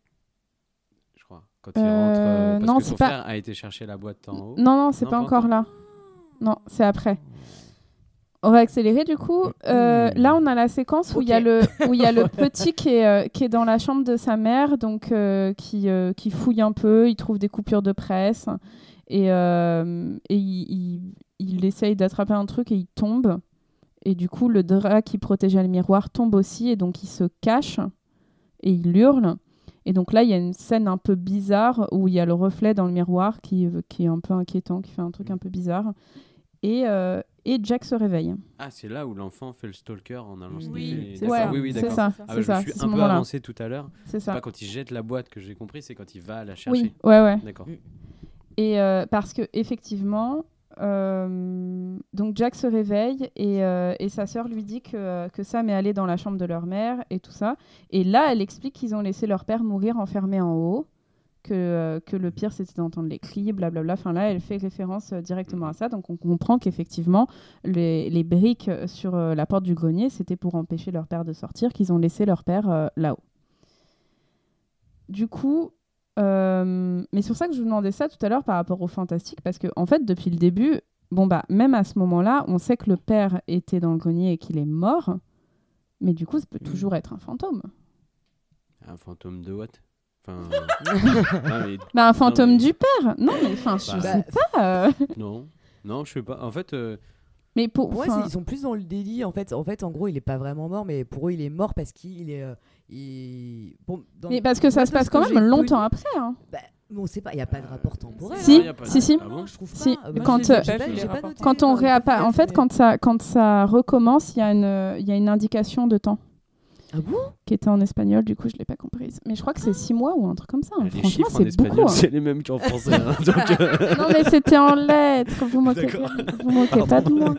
[SPEAKER 9] Je crois. Quand il
[SPEAKER 1] Euh,
[SPEAKER 9] rentre. euh, parce
[SPEAKER 1] non,
[SPEAKER 9] que
[SPEAKER 1] c'est
[SPEAKER 9] son
[SPEAKER 1] pas-
[SPEAKER 9] frère a été chercher la boîte en haut.
[SPEAKER 1] Non, non, c'est
[SPEAKER 9] Non,
[SPEAKER 1] pas
[SPEAKER 9] pas
[SPEAKER 1] encore là. Non, c'est après. On va accélérer du coup. Euh, là, on a la séquence où il y a
[SPEAKER 8] Ok.
[SPEAKER 1] le où il y a le petit qui est euh, qui est dans la chambre de sa mère, donc euh, qui euh, qui fouille un peu, il trouve des coupures de presse et euh, et il, il- il essaye d'attraper un truc et il tombe et du coup le drap qui protégeait le miroir tombe aussi et donc il se cache et il hurle. Et donc là, il y a une scène un peu bizarre où il y a le reflet dans le miroir qui, qui est un peu inquiétant, qui fait un truc un peu bizarre. Et, euh, et Jack se réveille.
[SPEAKER 9] Ah, c'est là où l'enfant fait le stalker en allant se
[SPEAKER 10] Oui,
[SPEAKER 9] défait-
[SPEAKER 10] c'est
[SPEAKER 9] D'accord.
[SPEAKER 10] ça.
[SPEAKER 9] Oui, oui,
[SPEAKER 1] c'est
[SPEAKER 9] d'accord.
[SPEAKER 1] ça.
[SPEAKER 9] Ah, bah,
[SPEAKER 1] c'est
[SPEAKER 9] je
[SPEAKER 1] ça.
[SPEAKER 9] me suis
[SPEAKER 1] c'est ce
[SPEAKER 9] un peu
[SPEAKER 1] moment-là.
[SPEAKER 9] avancé tout à l'heure.
[SPEAKER 1] C'est
[SPEAKER 9] C'est
[SPEAKER 1] ça.
[SPEAKER 9] pas quand il jette la boîte que j'ai compris, c'est quand il va la chercher.
[SPEAKER 1] Oui, ouais, ouais.
[SPEAKER 9] D'accord.
[SPEAKER 1] Et euh, parce que effectivement, euh, donc Jack se réveille et, euh, et sa sœur lui dit que, que Sam est allé dans la chambre de leur mère et tout ça. Et là, elle explique qu'ils ont laissé leur père mourir enfermé en haut, que, euh, que le pire c'était d'entendre les cris, blablabla. Enfin là, elle fait référence euh, directement à ça. Donc on comprend qu'effectivement, les, les briques sur euh, la porte du grenier, c'était pour empêcher leur père de sortir, qu'ils ont laissé leur père euh, là-haut. Du coup, euh, mais c'est pour ça que je vous demandais ça tout à l'heure par rapport au fantastique, parce que en fait, depuis le début, bon bah, même à ce moment-là, on sait que le père était dans le grenier et qu'il est mort, mais du coup, ça
[SPEAKER 9] Mm.
[SPEAKER 1] peut toujours être un fantôme.
[SPEAKER 9] Un fantôme de what Enfin. non, mais
[SPEAKER 1] Bah, un fantôme
[SPEAKER 9] mais-
[SPEAKER 1] du père Non, mais enfin, je
[SPEAKER 9] Ah Bah,
[SPEAKER 1] sais pas. euh,
[SPEAKER 9] non. Non, je sais pas. En fait, euh,
[SPEAKER 1] Mais pour.
[SPEAKER 8] Pour moi,
[SPEAKER 1] enfin,
[SPEAKER 8] c'est- ils sont plus dans le délit. En fait, en fait, en gros, il est pas vraiment mort, mais pour eux, il est mort parce qu'il est. euh, il- bon, dans-
[SPEAKER 1] mais parce que ça
[SPEAKER 8] Moi,
[SPEAKER 1] se
[SPEAKER 8] de ce
[SPEAKER 1] passe quand
[SPEAKER 8] que
[SPEAKER 1] même
[SPEAKER 8] j'ai
[SPEAKER 1] longtemps
[SPEAKER 8] connu-
[SPEAKER 1] après. hein.
[SPEAKER 8] Mais on sait pas, il n'y a pas
[SPEAKER 9] Euh,
[SPEAKER 8] de rapport temporel.
[SPEAKER 1] Si,
[SPEAKER 8] hein.
[SPEAKER 1] si, si.
[SPEAKER 8] Ah bon Je trouve pas.
[SPEAKER 1] Si.
[SPEAKER 8] Ah bah,
[SPEAKER 1] Quand,
[SPEAKER 8] j'ai-
[SPEAKER 1] euh,
[SPEAKER 8] j'ai pas-
[SPEAKER 10] j'ai
[SPEAKER 8] j'ai pas
[SPEAKER 10] rapporté.
[SPEAKER 8] noté,
[SPEAKER 1] Quand on
[SPEAKER 9] Ah,
[SPEAKER 8] euh,
[SPEAKER 1] réapparaît, en fait,
[SPEAKER 8] mais-
[SPEAKER 1] quand ça, quand ça recommence, il y, a une- il y a une indication de temps
[SPEAKER 8] Ah bon
[SPEAKER 1] qui était en espagnol, du coup, je l'ai pas comprise. Mais je crois que
[SPEAKER 8] Ah.
[SPEAKER 1] c'est 6 mois ou un truc comme ça. hein.
[SPEAKER 9] Les
[SPEAKER 1] Franchement,
[SPEAKER 9] chiffres en
[SPEAKER 1] c'est
[SPEAKER 9] espagnol,
[SPEAKER 1] beaucoup. hein.
[SPEAKER 9] c'est les mêmes qu'en français. *laughs* hein, donc, euh,
[SPEAKER 1] Non, mais c'était en lettres. Vous moquez,
[SPEAKER 9] D'accord.
[SPEAKER 1] vous moquez pas de moi.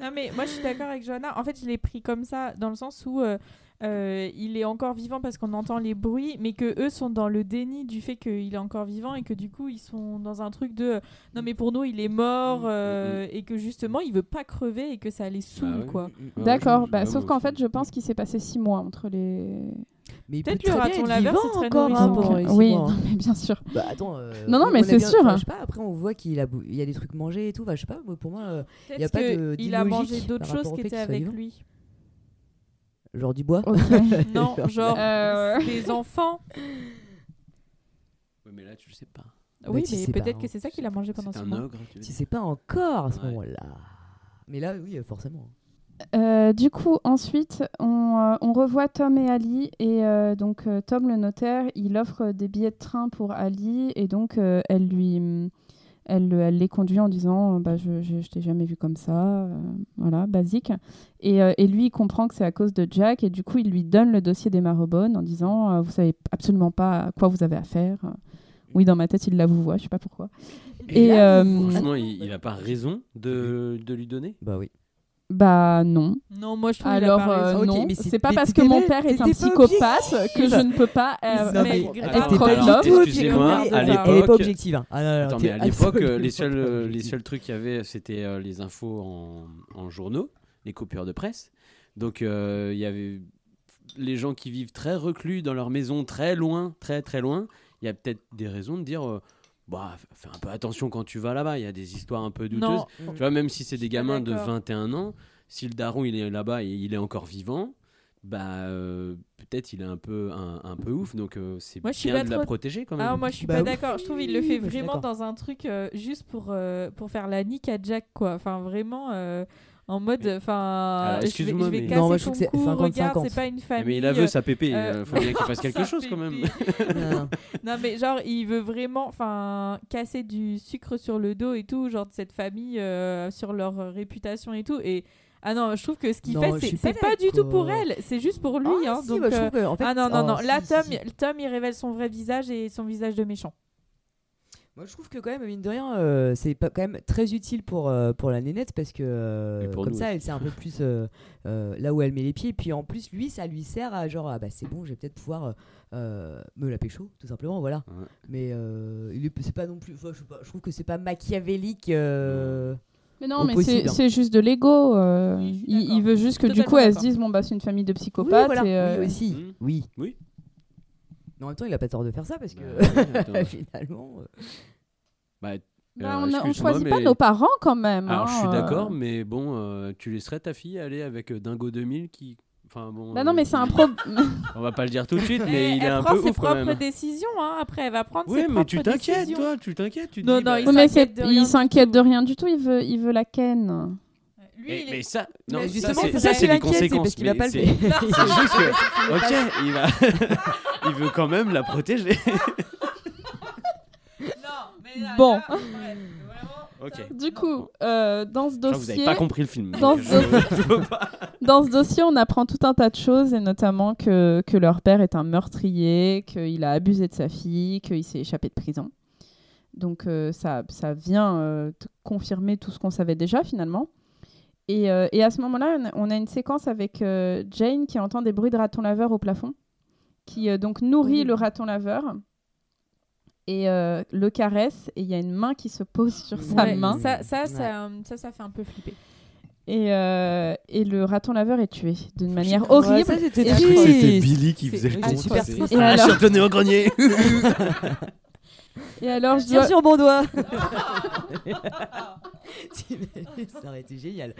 [SPEAKER 10] Non, mais moi, je suis d'accord avec Johanna. En fait, je l'ai pris comme ça, dans le sens où euh, euh, il est encore vivant parce qu'on entend les bruits, mais que eux sont dans le déni du fait qu'il est encore vivant et que du coup, ils sont dans un truc de euh, non, mais pour nous, il est
[SPEAKER 9] Mm,
[SPEAKER 10] mort euh, et que justement, il veut pas crever et que ça
[SPEAKER 9] Bah
[SPEAKER 10] les saoule,
[SPEAKER 9] ouais.
[SPEAKER 10] quoi.
[SPEAKER 9] ouais,
[SPEAKER 1] D'accord.
[SPEAKER 9] je-
[SPEAKER 1] bah,
[SPEAKER 9] ouais,
[SPEAKER 1] sauf
[SPEAKER 9] moi
[SPEAKER 1] qu'en
[SPEAKER 9] aussi.
[SPEAKER 1] fait, je pense qu'il s'est passé 6 mois entre les. euh,
[SPEAKER 8] Mais il
[SPEAKER 10] Peut-être
[SPEAKER 8] peut
[SPEAKER 10] le
[SPEAKER 8] très bien
[SPEAKER 10] raton
[SPEAKER 8] être
[SPEAKER 10] laveur,
[SPEAKER 8] vivant
[SPEAKER 10] c'est très
[SPEAKER 8] encore
[SPEAKER 10] nourrissant.
[SPEAKER 8] hein, pendant les six
[SPEAKER 1] oui,
[SPEAKER 8] mois,
[SPEAKER 1] non,
[SPEAKER 8] hein.
[SPEAKER 1] *laughs* mais bien sûr.
[SPEAKER 8] Bah attends. euh,
[SPEAKER 1] Non, non,
[SPEAKER 8] on
[SPEAKER 1] mais
[SPEAKER 8] a
[SPEAKER 1] c'est
[SPEAKER 8] bien-
[SPEAKER 1] sûr.
[SPEAKER 8] enfin, Je sais pas, après on voit qu'il a, bou- il a des trucs mangés et tout. Enfin, je sais pas, moi, pour moi, euh,
[SPEAKER 10] Peut-être
[SPEAKER 8] Y a pas de-
[SPEAKER 10] qu'il a
[SPEAKER 8] d'illogique
[SPEAKER 10] mangé d'autres
[SPEAKER 8] par rapport
[SPEAKER 10] choses
[SPEAKER 8] au
[SPEAKER 10] qui
[SPEAKER 8] fait
[SPEAKER 10] étaient
[SPEAKER 8] qu'il soit
[SPEAKER 10] avec
[SPEAKER 8] vivant. *laughs*
[SPEAKER 10] lui.
[SPEAKER 8] genre du bois.
[SPEAKER 1] Ok.
[SPEAKER 10] Non, genre
[SPEAKER 1] Euh.
[SPEAKER 10] des enfants.
[SPEAKER 9] Ouais, mais là, tu le sais pas.
[SPEAKER 10] Oui,
[SPEAKER 8] tu sais
[SPEAKER 10] mais
[SPEAKER 8] pas,
[SPEAKER 10] peut-être
[SPEAKER 8] hein.
[SPEAKER 10] que c'est ça qu'il a mangé pendant
[SPEAKER 9] C'est
[SPEAKER 10] ce
[SPEAKER 9] un
[SPEAKER 10] mois.
[SPEAKER 9] ogre. tu veux
[SPEAKER 8] Si
[SPEAKER 9] dire.
[SPEAKER 8] c'est pas encore à ce
[SPEAKER 9] Ouais.
[SPEAKER 8] moment-là. Mais là, oui, euh, forcément.
[SPEAKER 1] Euh, du coup, ensuite, on, euh, on revoit Tom et Ali. Et euh, donc, euh, Tom, le notaire, il offre euh, des billets de train pour Ali. Et donc, euh, elle lui. hum, Elle, le- elle les conduit en disant euh, bah, Je, je, je t'ai jamais vu comme ça. euh, voilà, basique. Et, euh, et lui, il comprend que c'est à cause de Jack. Et du coup, il lui donne le dossier des Marobones en disant euh, Vous savez absolument pas à quoi vous avez affaire. Oui, dans ma tête, il la vous voit, je sais pas pourquoi. Et, euh,
[SPEAKER 9] Franchement, il, il a pas raison de, de lui donner.
[SPEAKER 8] Bah oui.
[SPEAKER 1] bah, non.
[SPEAKER 10] Non, moi je trouve qu'il a
[SPEAKER 1] Alors
[SPEAKER 10] pas
[SPEAKER 1] euh,
[SPEAKER 10] raison.
[SPEAKER 8] Ok,
[SPEAKER 1] non,
[SPEAKER 8] mais c'est-
[SPEAKER 1] c'est pas
[SPEAKER 8] mais
[SPEAKER 1] parce que
[SPEAKER 8] t'étais-
[SPEAKER 1] mon père est
[SPEAKER 8] t'étais
[SPEAKER 1] un
[SPEAKER 8] pas
[SPEAKER 1] psychopathe que je ne peux pas euh,
[SPEAKER 8] Non,
[SPEAKER 10] mais
[SPEAKER 1] être
[SPEAKER 10] grave.
[SPEAKER 1] être
[SPEAKER 10] Attends,
[SPEAKER 1] proche
[SPEAKER 10] alors,
[SPEAKER 1] d'homme.
[SPEAKER 10] t'es-
[SPEAKER 9] Ah, Excusez-moi,
[SPEAKER 8] Elle est
[SPEAKER 9] à
[SPEAKER 8] pas- Elle est pas
[SPEAKER 9] l'époque-
[SPEAKER 8] objective. hein. Ah, non, non,
[SPEAKER 9] Attends,
[SPEAKER 8] t'es
[SPEAKER 9] mais à l'époque, euh,
[SPEAKER 8] absolument
[SPEAKER 9] les
[SPEAKER 8] pas
[SPEAKER 9] seuls, euh, les
[SPEAKER 8] objective.
[SPEAKER 9] seuls trucs qu'il y avait, c'était euh, les infos en, en journaux, les coupures de presse. Donc, euh, il y avait les gens qui vivent très reclus dans leur maison, très loin, très très loin. Il y a peut-être des raisons de dire, euh, bah, f- fais un peu attention quand tu vas là-bas. Il y a des histoires un peu douteuses.
[SPEAKER 10] Non,
[SPEAKER 9] Tu vois, même si c'est des gamins de
[SPEAKER 10] d'accord.
[SPEAKER 9] 21 ans, si le daron il est là-bas et il est encore vivant, bah euh, peut-être il est un peu un, un peu ouf. Donc euh, c'est
[SPEAKER 10] Moi,
[SPEAKER 9] bien
[SPEAKER 10] je suis pas
[SPEAKER 9] de la
[SPEAKER 10] trop-
[SPEAKER 9] protéger quand même.
[SPEAKER 10] Ah, moi je suis
[SPEAKER 8] Bah
[SPEAKER 10] pas
[SPEAKER 8] oui,
[SPEAKER 10] d'accord. Je trouve qu'il le fait
[SPEAKER 8] moi, je suis
[SPEAKER 10] vraiment
[SPEAKER 8] d'accord.
[SPEAKER 10] dans un truc euh, juste pour, euh, pour faire la nique à Jack, quoi. Enfin, vraiment euh, en mode. Enfin,
[SPEAKER 9] Alors,
[SPEAKER 10] je vais-
[SPEAKER 9] excuse-moi,
[SPEAKER 10] je vais
[SPEAKER 9] mais-
[SPEAKER 10] casser
[SPEAKER 8] Non, moi, je
[SPEAKER 10] ton
[SPEAKER 8] trouve que c'est
[SPEAKER 10] cou, regarde,
[SPEAKER 8] 50-50.
[SPEAKER 10] c'est pas une
[SPEAKER 9] Eh,
[SPEAKER 10] famille.
[SPEAKER 9] mais il a veut
[SPEAKER 10] euh,
[SPEAKER 9] sa pépé,
[SPEAKER 10] euh,
[SPEAKER 9] il faut
[SPEAKER 10] *laughs*
[SPEAKER 9] bien qu'il fasse quelque
[SPEAKER 10] sa
[SPEAKER 9] chose quand même.
[SPEAKER 10] pépé.
[SPEAKER 8] Non, *laughs* non.
[SPEAKER 10] non, mais genre, il veut vraiment enfin casser du sucre sur le dos et tout, genre de cette famille, euh, sur leur euh, réputation et tout. Et. Ah non, je trouve que ce qu'il
[SPEAKER 8] Non,
[SPEAKER 10] fait,
[SPEAKER 8] je
[SPEAKER 10] c'est
[SPEAKER 8] suis pas
[SPEAKER 10] c'est pas du tout pour
[SPEAKER 8] d'accord.
[SPEAKER 10] elle, c'est juste pour lui.
[SPEAKER 8] Ah,
[SPEAKER 10] hein,
[SPEAKER 8] si,
[SPEAKER 10] donc,
[SPEAKER 8] bah, je
[SPEAKER 10] euh,
[SPEAKER 8] trouve que, en fait,
[SPEAKER 10] ah non, non,
[SPEAKER 8] oh,
[SPEAKER 10] non.
[SPEAKER 8] si,
[SPEAKER 10] Là,
[SPEAKER 8] si,
[SPEAKER 10] Tom,
[SPEAKER 8] si.
[SPEAKER 10] Tom, il révèle son vrai visage et son visage de méchant.
[SPEAKER 8] Moi, je trouve que quand même, mine de rien, euh, c'est pas quand même très utile pour, euh, pour la nénette parce que euh,
[SPEAKER 9] Et pour
[SPEAKER 8] comme
[SPEAKER 9] nous
[SPEAKER 8] ça,
[SPEAKER 9] aussi.
[SPEAKER 8] elle sait un peu plus euh, euh, là où elle met les pieds. Et puis en plus, lui, ça lui sert à genre, ah bah c'est bon, je vais peut-être pouvoir euh, me la pécho, tout simplement, voilà.
[SPEAKER 9] Ouais.
[SPEAKER 8] Mais euh, il est- c'est pas non plus, enfin, je, sais pas, je trouve que c'est pas machiavélique. euh,
[SPEAKER 1] Mais non,
[SPEAKER 8] Au
[SPEAKER 1] mais
[SPEAKER 8] possible,
[SPEAKER 1] c'est-
[SPEAKER 8] hein.
[SPEAKER 1] c'est juste de l'ego. euh,
[SPEAKER 10] Oui, je suis
[SPEAKER 1] il,
[SPEAKER 10] d'accord.
[SPEAKER 1] il veut juste que du
[SPEAKER 10] Totalement
[SPEAKER 1] coup, elles se
[SPEAKER 10] d'accord.
[SPEAKER 1] disent bon bah c'est une famille de
[SPEAKER 8] Oui,
[SPEAKER 1] psychopathes.
[SPEAKER 8] voilà.
[SPEAKER 1] et, euh,
[SPEAKER 8] oui, aussi.
[SPEAKER 9] Hmm.
[SPEAKER 8] Oui.
[SPEAKER 9] Oui.
[SPEAKER 8] Mais en même temps, il a pas tort de faire ça
[SPEAKER 9] *laughs*
[SPEAKER 8] parce que
[SPEAKER 9] Bah,
[SPEAKER 10] *laughs*
[SPEAKER 8] *laughs*
[SPEAKER 9] attends.
[SPEAKER 8] finalement. euh,
[SPEAKER 9] Bah,
[SPEAKER 1] bah,
[SPEAKER 9] Euh,
[SPEAKER 1] on, a- on
[SPEAKER 9] excuse-moi,
[SPEAKER 1] choisit pas
[SPEAKER 9] mais-
[SPEAKER 1] nos parents quand même.
[SPEAKER 9] alors
[SPEAKER 1] hein,
[SPEAKER 9] je suis
[SPEAKER 1] euh.
[SPEAKER 9] d'accord, mais bon, euh, tu laisserais ta fille aller avec euh, Dingo 2000 qui, enfin bon.
[SPEAKER 1] Bah
[SPEAKER 9] euh,
[SPEAKER 1] non, mais c'est un *laughs* pro.
[SPEAKER 9] *laughs* On va pas le dire tout
[SPEAKER 10] *laughs*
[SPEAKER 9] de suite,
[SPEAKER 10] Eh,
[SPEAKER 9] mais il est
[SPEAKER 10] elle
[SPEAKER 9] un
[SPEAKER 10] prend
[SPEAKER 9] peu
[SPEAKER 10] ses
[SPEAKER 9] ouf quand
[SPEAKER 10] propres
[SPEAKER 9] même.
[SPEAKER 10] décisions, hein. après elle va prendre
[SPEAKER 9] Oui,
[SPEAKER 10] ses
[SPEAKER 9] mais
[SPEAKER 10] propres
[SPEAKER 9] tu t'inquiètes,
[SPEAKER 10] décisions.
[SPEAKER 9] toi, tu t'inquiètes, tu te
[SPEAKER 10] Non,
[SPEAKER 9] dis,
[SPEAKER 10] non,
[SPEAKER 9] bah,
[SPEAKER 10] il
[SPEAKER 1] Oui, mais
[SPEAKER 10] s'inquiète
[SPEAKER 1] c'est-
[SPEAKER 10] de
[SPEAKER 1] il
[SPEAKER 10] rien du
[SPEAKER 1] s'inquiète
[SPEAKER 10] tout.
[SPEAKER 1] de rien du tout. Il veut, il veut la ken.
[SPEAKER 10] Lui,
[SPEAKER 9] Mais,
[SPEAKER 10] il est-
[SPEAKER 9] mais ça, non,
[SPEAKER 10] Mais
[SPEAKER 9] ça,
[SPEAKER 10] justement,
[SPEAKER 9] c'est-
[SPEAKER 10] c'est
[SPEAKER 9] ça,
[SPEAKER 10] ça qui
[SPEAKER 9] c'est des
[SPEAKER 8] l'inquiète, c'est
[SPEAKER 9] conséquences.
[SPEAKER 8] parce qu'il va
[SPEAKER 9] mais
[SPEAKER 8] pas le
[SPEAKER 9] c'est- *laughs*
[SPEAKER 8] faire.
[SPEAKER 9] C'est juste
[SPEAKER 10] *laughs*
[SPEAKER 9] que, ok, il va, *laughs* il veut quand même la protéger.
[SPEAKER 1] Bon.
[SPEAKER 9] Ok.
[SPEAKER 1] *laughs* Du coup, euh, dans ce
[SPEAKER 9] Je crois que vous
[SPEAKER 1] dossier,
[SPEAKER 9] n'avez pas compris le film.
[SPEAKER 1] Dans
[SPEAKER 9] donc
[SPEAKER 1] ce
[SPEAKER 9] je- je peux pas.
[SPEAKER 1] Dans ce dossier, on apprend tout un tas de choses, et notamment que, que leur père est un meurtrier, qu'il a abusé de sa fille, qu'il s'est échappé de prison. Donc euh, ça, ça vient euh, t- confirmer tout ce qu'on savait déjà finalement. Et, euh, et à ce moment-là, on a- on a une séquence avec euh, Jane qui entend des bruits de raton laveur au plafond, qui euh, donc nourrit le raton laveur et euh, le caresse, et il y a une main qui se pose sur sa
[SPEAKER 10] Ouais,
[SPEAKER 1] main.
[SPEAKER 10] Ça, ça,
[SPEAKER 8] Ouais.
[SPEAKER 10] ça, euh, ça, ça fait un peu flipper.
[SPEAKER 1] Et, euh, et le raton laveur est tué d'une
[SPEAKER 8] *laughs*
[SPEAKER 1] manière
[SPEAKER 8] ouais,
[SPEAKER 1] horrible.
[SPEAKER 8] Bah, ça, c'était
[SPEAKER 1] Et je
[SPEAKER 8] triste.
[SPEAKER 1] crois que
[SPEAKER 9] C'était Billy qui
[SPEAKER 10] C'est-
[SPEAKER 9] faisait le
[SPEAKER 10] Ah,
[SPEAKER 9] con.
[SPEAKER 8] super
[SPEAKER 9] c'est-
[SPEAKER 8] triste.
[SPEAKER 1] Et
[SPEAKER 9] Ah,
[SPEAKER 1] alors-
[SPEAKER 9] Je suis retourné au grenier.
[SPEAKER 1] Et alors, je
[SPEAKER 8] Tire
[SPEAKER 1] dois,
[SPEAKER 8] sur
[SPEAKER 1] *laughs*
[SPEAKER 8] mon doigt. ça aurait été génial.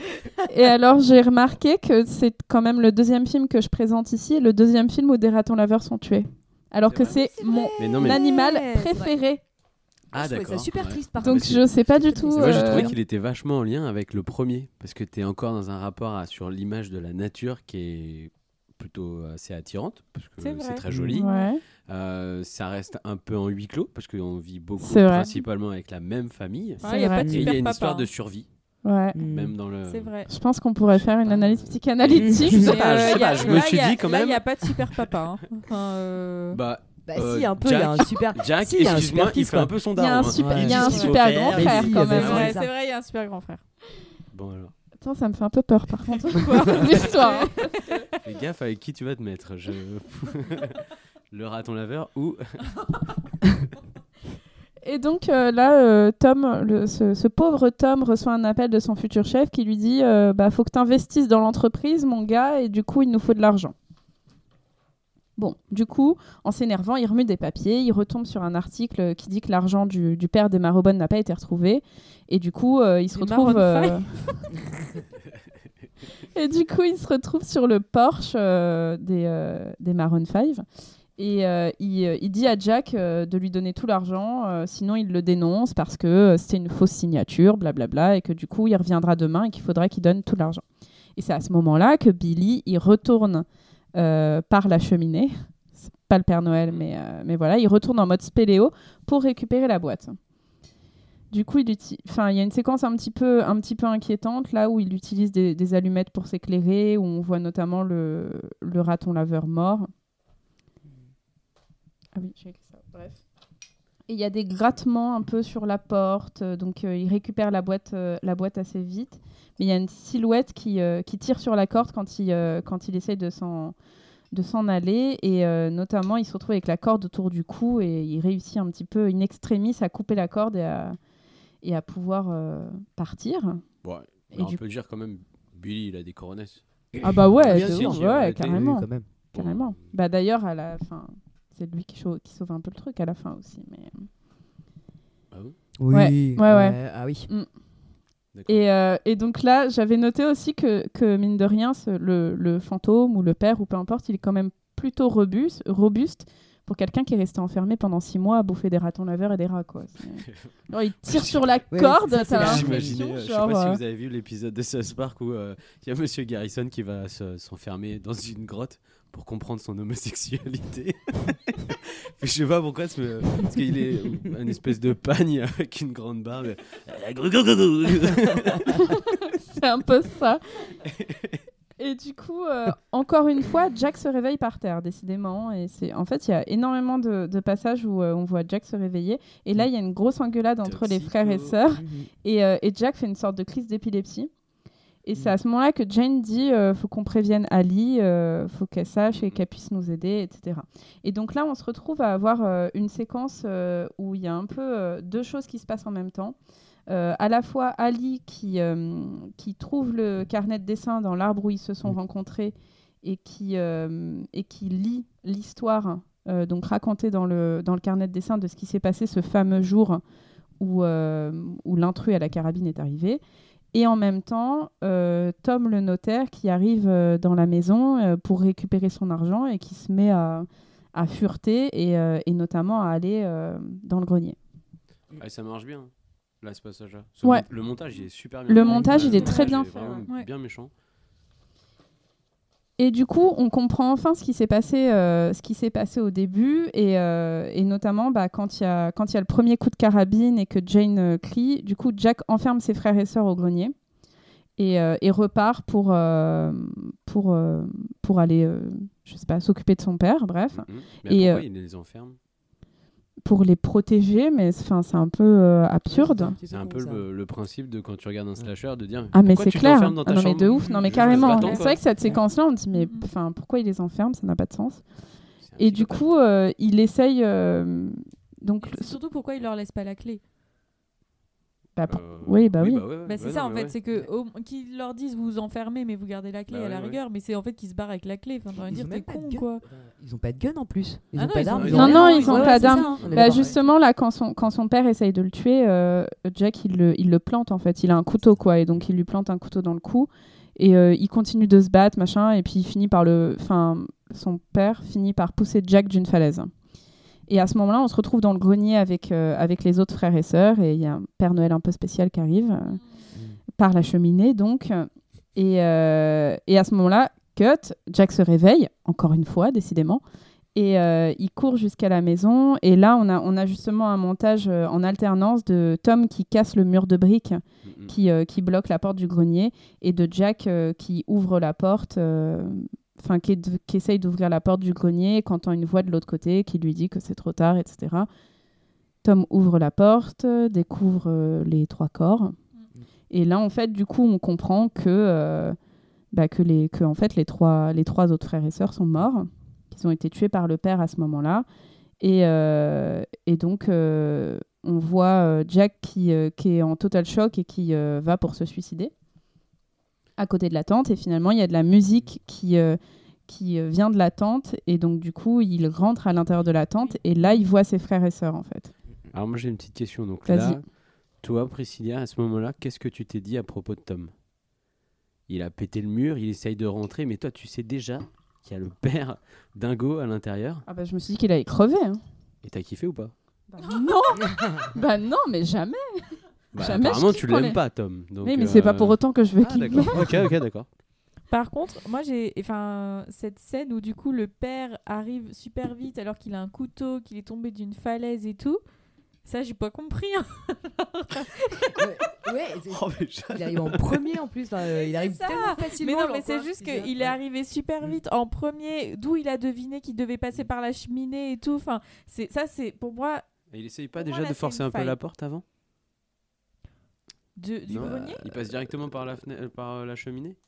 [SPEAKER 1] et alors j'ai remarqué que c'est quand même le deuxième film que je présente ici, et le deuxième film où des ratons laveurs sont tués. Alors
[SPEAKER 9] C'est
[SPEAKER 1] que
[SPEAKER 9] vrai.
[SPEAKER 1] c'est mon
[SPEAKER 9] Mais non, mais.
[SPEAKER 1] animal
[SPEAKER 8] Ouais, c'est vrai.
[SPEAKER 1] préféré.
[SPEAKER 9] Ah,
[SPEAKER 8] je trouvais ça
[SPEAKER 9] d'accord.
[SPEAKER 8] super
[SPEAKER 9] ouais.
[SPEAKER 8] triste par Mmh.
[SPEAKER 1] Donc
[SPEAKER 9] Mais c'est-
[SPEAKER 1] je sais pas du
[SPEAKER 8] c'est-
[SPEAKER 1] tout.
[SPEAKER 8] c'est-
[SPEAKER 9] Moi, j'ai
[SPEAKER 1] euh,
[SPEAKER 9] trouvé qu'il était vachement en lien avec le premier, parce que t'es encore dans un rapport à- sur l'image de la nature qui est plutôt assez attirante, parce que
[SPEAKER 10] C'est vrai.
[SPEAKER 9] c'est très joli.
[SPEAKER 1] Ouais.
[SPEAKER 9] Euh, ça reste un peu en huis clos, parce qu'on vit beaucoup,
[SPEAKER 1] C'est vrai.
[SPEAKER 9] principalement avec la même famille.
[SPEAKER 10] Il n'y a
[SPEAKER 1] vrai.
[SPEAKER 10] pas de
[SPEAKER 9] Et il y
[SPEAKER 10] super
[SPEAKER 9] a une
[SPEAKER 10] papa,
[SPEAKER 9] histoire de
[SPEAKER 10] hein.
[SPEAKER 9] survie,
[SPEAKER 1] Ouais.
[SPEAKER 8] Mm.
[SPEAKER 9] même dans le.
[SPEAKER 10] C'est vrai.
[SPEAKER 1] Je pense qu'on pourrait faire une analyse psychanalytique.
[SPEAKER 9] Je sais
[SPEAKER 10] Mais,
[SPEAKER 9] pas, je
[SPEAKER 10] euh,
[SPEAKER 9] sais
[SPEAKER 10] y a-
[SPEAKER 9] pas, je me
[SPEAKER 10] là,
[SPEAKER 9] suis
[SPEAKER 10] y a-
[SPEAKER 9] dit quand
[SPEAKER 10] là, Il
[SPEAKER 9] même.
[SPEAKER 10] n'y a pas de super papa. hein.
[SPEAKER 9] *laughs*
[SPEAKER 10] Enfin, euh,
[SPEAKER 9] Bah,
[SPEAKER 8] Bah
[SPEAKER 9] euh,
[SPEAKER 8] si, un peu, il y a un
[SPEAKER 9] Jack-
[SPEAKER 8] super.
[SPEAKER 9] Jack,
[SPEAKER 8] si, il y a un
[SPEAKER 9] excuse-moi,
[SPEAKER 8] super
[SPEAKER 9] il
[SPEAKER 8] fils,
[SPEAKER 9] fait
[SPEAKER 8] quoi.
[SPEAKER 9] un peu son
[SPEAKER 1] Il y a un
[SPEAKER 9] daron. hein.
[SPEAKER 1] super,
[SPEAKER 8] Ouais.
[SPEAKER 1] il y a un
[SPEAKER 9] Il dit ce qu'il
[SPEAKER 1] super
[SPEAKER 9] faut
[SPEAKER 1] grand
[SPEAKER 9] faire,
[SPEAKER 1] frère
[SPEAKER 8] il
[SPEAKER 1] quand
[SPEAKER 8] dit,
[SPEAKER 1] même.
[SPEAKER 8] vas-y.
[SPEAKER 10] ouais,
[SPEAKER 1] Ouais.
[SPEAKER 8] ça.
[SPEAKER 10] c'est vrai, il y a un super grand frère.
[SPEAKER 9] Bon alors,
[SPEAKER 1] Putain, ça me fait un peu peur par contre. *laughs* L'histoire. hein.
[SPEAKER 9] fais gaffe avec qui tu vas te mettre. Je...
[SPEAKER 1] *laughs*
[SPEAKER 9] le raton laveur ou
[SPEAKER 1] Et donc euh, là, euh, Tom, le- ce, ce pauvre Tom reçoit un appel de son futur chef qui lui dit euh, bah, faut que tu investisses dans l'entreprise, mon gars, et du coup, il nous faut de l'argent. Bon, du coup, en s'énervant, il remue des papiers, il retombe sur un article qui dit que l'argent du, du père des Marobonnes n'a pas été retrouvé, et du coup, euh, il se
[SPEAKER 10] Des
[SPEAKER 1] retrouve.
[SPEAKER 10] Maroon
[SPEAKER 1] euh, *laughs* et du coup, il se retrouve sur le Porsche euh, des, euh, des Maroon 5. Et euh, il, euh, il dit à Jack euh, de lui donner tout l'argent, euh, sinon il le dénonce parce que euh, c'était une fausse signature, blablabla, et que du coup il reviendra demain et qu'il faudra qu'il donne tout l'argent. Et c'est à ce moment-là que Billy, il retourne euh, par la cheminée, c'est pas le Père Noël, mais, euh, mais voilà, il retourne en mode spéléo pour récupérer la boîte. Du coup, il, uti- enfin, il y a une séquence un petit peu, un petit peu inquiétante, là où il utilise des, des allumettes pour s'éclairer, où on voit notamment le, le raton laveur mort. Ah oui, j'ai écrit ça. Bref. Et il y a des grattements un peu sur la porte, euh, donc euh, il récupère la boîte, euh, la boîte assez vite. Mais il y a une silhouette qui, euh, qui tire sur la corde quand il, euh, quand il essaye de s'en de s'en aller et euh, notamment il se retrouve avec la corde autour du cou et il réussit un petit peu in extremis à couper la corde et à, et à pouvoir euh, partir.
[SPEAKER 9] bon,
[SPEAKER 1] Et
[SPEAKER 9] on
[SPEAKER 1] du-
[SPEAKER 9] peut dire quand même Billy il a des coronesses.
[SPEAKER 1] Ah bah ouais,
[SPEAKER 9] Bien
[SPEAKER 1] de
[SPEAKER 9] sûr,
[SPEAKER 1] ouf,
[SPEAKER 9] il y a
[SPEAKER 1] ouais,
[SPEAKER 9] des-
[SPEAKER 1] carrément,
[SPEAKER 8] Oui, quand même.
[SPEAKER 1] carrément. Bah d'ailleurs à la fin, c'est lui qui, chau- qui sauve un peu le truc à la fin aussi, mais euh,
[SPEAKER 9] Ah
[SPEAKER 8] Oui.
[SPEAKER 1] Ouais, ouais, ouais.
[SPEAKER 8] Ah oui.
[SPEAKER 9] D'accord.
[SPEAKER 1] Et, euh, et donc là, j'avais noté aussi que, que mine de rien, ce- le, le fantôme ou le père ou peu importe, il est quand même plutôt robuste, robuste pour quelqu'un qui est resté enfermé pendant six mois à bouffer des ratons laveurs et des rats. Quoi. C'est- Genre, il tire sur la
[SPEAKER 8] Ouais,
[SPEAKER 1] corde,
[SPEAKER 8] ça, c'est
[SPEAKER 1] t'as
[SPEAKER 8] la-
[SPEAKER 1] l'impression,
[SPEAKER 9] J'imaginais, euh, je sais
[SPEAKER 1] genre,
[SPEAKER 9] pas si
[SPEAKER 1] euh,
[SPEAKER 9] vous avez vu l'épisode de South Park où euh, il y a Monsieur Garrison qui va se- s'enfermer dans une grotte pour comprendre son *laughs* homosexualité. je sais pas pourquoi, parce que- euh, parce qu'il est un espèce de pagne avec une grande barbe.
[SPEAKER 1] c'est un peu
[SPEAKER 9] *laughs*
[SPEAKER 1] ça. Et du coup, euh, encore une fois, Jack se réveille par terre, décidément. Et c'est en fait, il y a énormément de, de passages où euh, on voit Jack se réveiller. Et là, il y a une grosse engueulade entre les
[SPEAKER 9] Toxico.
[SPEAKER 1] frères et sœurs.
[SPEAKER 8] Mhm.
[SPEAKER 1] Et, euh, et Jack fait une sorte de crise d'épilepsie. Et c'est à ce moment-là que Jane dit euh, faut qu'on prévienne Ali, euh, faut qu'elle sache et qu'elle puisse nous aider, etc. Et donc là, on se retrouve à avoir euh, une séquence euh, où il y a un peu euh, deux choses qui se passent en même temps. Euh, à la fois Ali qui, euh, qui trouve le carnet de dessin dans l'arbre où ils se sont
[SPEAKER 8] Mm.
[SPEAKER 1] rencontrés et qui, euh, et qui lit l'histoire euh, donc racontée dans le, dans le carnet de dessin de ce qui s'est passé ce fameux jour où, euh, où l'intrus à la carabine est arrivé. Et en même temps, euh, Tom le notaire qui arrive euh, dans la maison euh, pour récupérer son argent et qui se met à, à fureter et, euh, et notamment à aller euh, dans le grenier.
[SPEAKER 9] Ah, ça marche bien, là, ce passage-là.
[SPEAKER 1] Mm. Ouais.
[SPEAKER 9] Le montage, il est super bien.
[SPEAKER 1] Le
[SPEAKER 9] fait.
[SPEAKER 1] montage,
[SPEAKER 10] il est très
[SPEAKER 9] montage
[SPEAKER 1] bien
[SPEAKER 9] est
[SPEAKER 1] fait,
[SPEAKER 9] vraiment
[SPEAKER 10] ouais.
[SPEAKER 9] Bien méchant.
[SPEAKER 1] Et du coup, on comprend enfin ce qui s'est passé, euh, ce qui s'est passé au début, et, euh, et notamment bah, quand il y a quand il y a le premier coup de carabine et que Jane euh, crie. Du coup, Jack enferme ses frères et sœurs au grenier et, euh, et repart pour euh, pour euh, pour aller, euh, je sais pas, s'occuper de son père, bref, Et,
[SPEAKER 9] Mhm. Mais pourquoi
[SPEAKER 1] euh,
[SPEAKER 9] il les enferme
[SPEAKER 1] pour les protéger. Mais enfin, c'est un peu euh, absurde.
[SPEAKER 9] C'est un peu le, le principe de quand tu regardes un slasher de dire
[SPEAKER 1] Ah mais
[SPEAKER 9] pourquoi
[SPEAKER 1] c'est
[SPEAKER 9] tu
[SPEAKER 1] clair.
[SPEAKER 9] t'enfermes dans
[SPEAKER 1] Ah
[SPEAKER 9] ta
[SPEAKER 1] non mais
[SPEAKER 9] chambre
[SPEAKER 1] de ouf. Non mais
[SPEAKER 9] Juste,
[SPEAKER 1] carrément. C'est
[SPEAKER 9] va-t'en, quoi. Mm.
[SPEAKER 1] vrai que cette séquence-là, on dit mais
[SPEAKER 10] Mhm.
[SPEAKER 1] enfin pourquoi il les enferme Ça n'a pas de sens.
[SPEAKER 9] C'est un
[SPEAKER 1] Et du
[SPEAKER 9] psychopathe.
[SPEAKER 1] coup, euh, il essaye. euh, donc,
[SPEAKER 10] C'est surtout pourquoi il leur laisse pas la clé.
[SPEAKER 1] bah, pour-
[SPEAKER 9] Euh,
[SPEAKER 1] oui, bah oui.
[SPEAKER 9] ouais, ouais,
[SPEAKER 10] Bah, c'est
[SPEAKER 9] ouais,
[SPEAKER 10] ça
[SPEAKER 9] non,
[SPEAKER 10] en
[SPEAKER 9] mais
[SPEAKER 10] fait,
[SPEAKER 9] ouais.
[SPEAKER 10] c'est que au- qu'ils leur disent vous vous enfermez mais vous gardez la clé
[SPEAKER 9] Bah
[SPEAKER 10] à la
[SPEAKER 9] ouais, ouais.
[SPEAKER 10] rigueur, mais c'est en fait qu'ils se barrent avec la clé. Enfin, j'ai envie de
[SPEAKER 8] Ils
[SPEAKER 10] dire
[SPEAKER 8] ont
[SPEAKER 10] t'es
[SPEAKER 8] même pas de
[SPEAKER 10] con
[SPEAKER 8] gueule.
[SPEAKER 10] quoi.
[SPEAKER 8] Ils ont pas de gun en plus. Ils
[SPEAKER 10] Ah
[SPEAKER 8] ont
[SPEAKER 10] non,
[SPEAKER 8] pas
[SPEAKER 10] ils ont-
[SPEAKER 8] d'armes.
[SPEAKER 9] ils ont Non, rien. non, ils
[SPEAKER 10] ont
[SPEAKER 8] Ouais,
[SPEAKER 10] pas
[SPEAKER 8] c'est
[SPEAKER 1] d'armes.
[SPEAKER 8] ça, hein. On est
[SPEAKER 1] Bah,
[SPEAKER 8] d'accord.
[SPEAKER 1] justement, là, quand son, quand son père essaye de le tuer, euh, Jack, il le, il le plante, en fait. Il a un couteau, quoi. Et donc, il lui plante un couteau dans le cou. Et euh, il continue de se battre, machin. Et puis, il finit par le. Enfin, son père finit par pousser Jack d'une falaise. Et à ce moment-là, on se retrouve dans le grenier avec, euh, avec les autres frères et sœurs. Et il y a un Père Noël un peu spécial qui arrive euh, par la cheminée, donc. Et, euh, et à ce moment-là, cut. Jack se réveille, encore une fois, décidément. Et euh, il court jusqu'à la maison. Et là, on a, on a justement un montage euh, en alternance de Tom qui casse le mur de briques
[SPEAKER 9] Mm,
[SPEAKER 1] qui, euh, qui bloque la porte du grenier et de Jack euh, qui ouvre la porte, euh, enfin qui, est- qui essaye d'ouvrir la porte du grenier, qui entend une voix de l'autre côté qui lui dit que c'est trop tard, etc. Tom ouvre la porte, euh, découvre euh, les trois corps. Et là, en fait, du coup, on comprend que, euh, bah, que, les, que en fait, les, trois, les trois autres frères et sœurs sont morts, qu'ils ont été tués par le père à ce moment-là. Et, euh, et donc, euh, on voit euh, Jack qui, euh, qui est en total choc et qui euh, va pour se suicider à côté de la tente. Et finalement, il y a de la musique qui, euh, qui euh, vient de la tente. Et donc, du coup, il rentre à l'intérieur de la tente. Et là, il voit ses frères et sœurs, en fait.
[SPEAKER 9] Alors moi j'ai une petite question. Donc
[SPEAKER 1] Vas-y.
[SPEAKER 9] là, toi Priscilla, à ce moment-là, qu'est-ce que tu t'es dit à propos de Tom Il a pété le mur, il essaye de rentrer, mais toi tu sais déjà qu'il y a le père Dingo à l'intérieur.
[SPEAKER 1] Ah bah, je me suis dit qu'il allait crever. hein.
[SPEAKER 9] Et t'as kiffé ou pas
[SPEAKER 1] non *laughs* Bah non, mais jamais
[SPEAKER 9] Bah,
[SPEAKER 1] Jamais je
[SPEAKER 9] Apparemment
[SPEAKER 1] kiffe
[SPEAKER 9] tu
[SPEAKER 1] quand
[SPEAKER 9] l'aimes
[SPEAKER 1] les-
[SPEAKER 9] pas Tom. Donc,
[SPEAKER 1] Oui, mais c'est pas pour autant que je veux
[SPEAKER 9] ah,
[SPEAKER 1] qu'il
[SPEAKER 9] d'accord. ok, ok,
[SPEAKER 10] *laughs*
[SPEAKER 9] d'accord.
[SPEAKER 10] Par contre, moi j'ai enfin cette scène où du coup le père arrive super vite alors qu'il a un couteau, qu'il est tombé d'une falaise et tout. Ça, j'ai pas compris. hein.
[SPEAKER 8] Ouais, c'est-
[SPEAKER 10] *laughs* Oh,
[SPEAKER 8] il arrive en premier en plus. enfin, euh, il arrive
[SPEAKER 10] C'est ça.
[SPEAKER 8] tellement facilement.
[SPEAKER 10] Mais non,
[SPEAKER 8] genre,
[SPEAKER 10] mais c'est
[SPEAKER 8] quoi.
[SPEAKER 10] juste
[SPEAKER 8] C'est-
[SPEAKER 10] qu'il est arrivé super vite en premier, d'où il a deviné qu'il devait passer par la cheminée et tout. Enfin, c'est ça, c'est pour moi
[SPEAKER 9] Et il essaye pas
[SPEAKER 10] Pour moi,
[SPEAKER 9] déjà
[SPEAKER 10] là,
[SPEAKER 9] de
[SPEAKER 10] c'est
[SPEAKER 9] forcer
[SPEAKER 10] une
[SPEAKER 9] un peu
[SPEAKER 10] faille.
[SPEAKER 9] la porte avant
[SPEAKER 10] de- du
[SPEAKER 9] Non, euh,
[SPEAKER 10] grenier.
[SPEAKER 9] Il passe directement par la fenêtre, euh, par euh, la cheminée.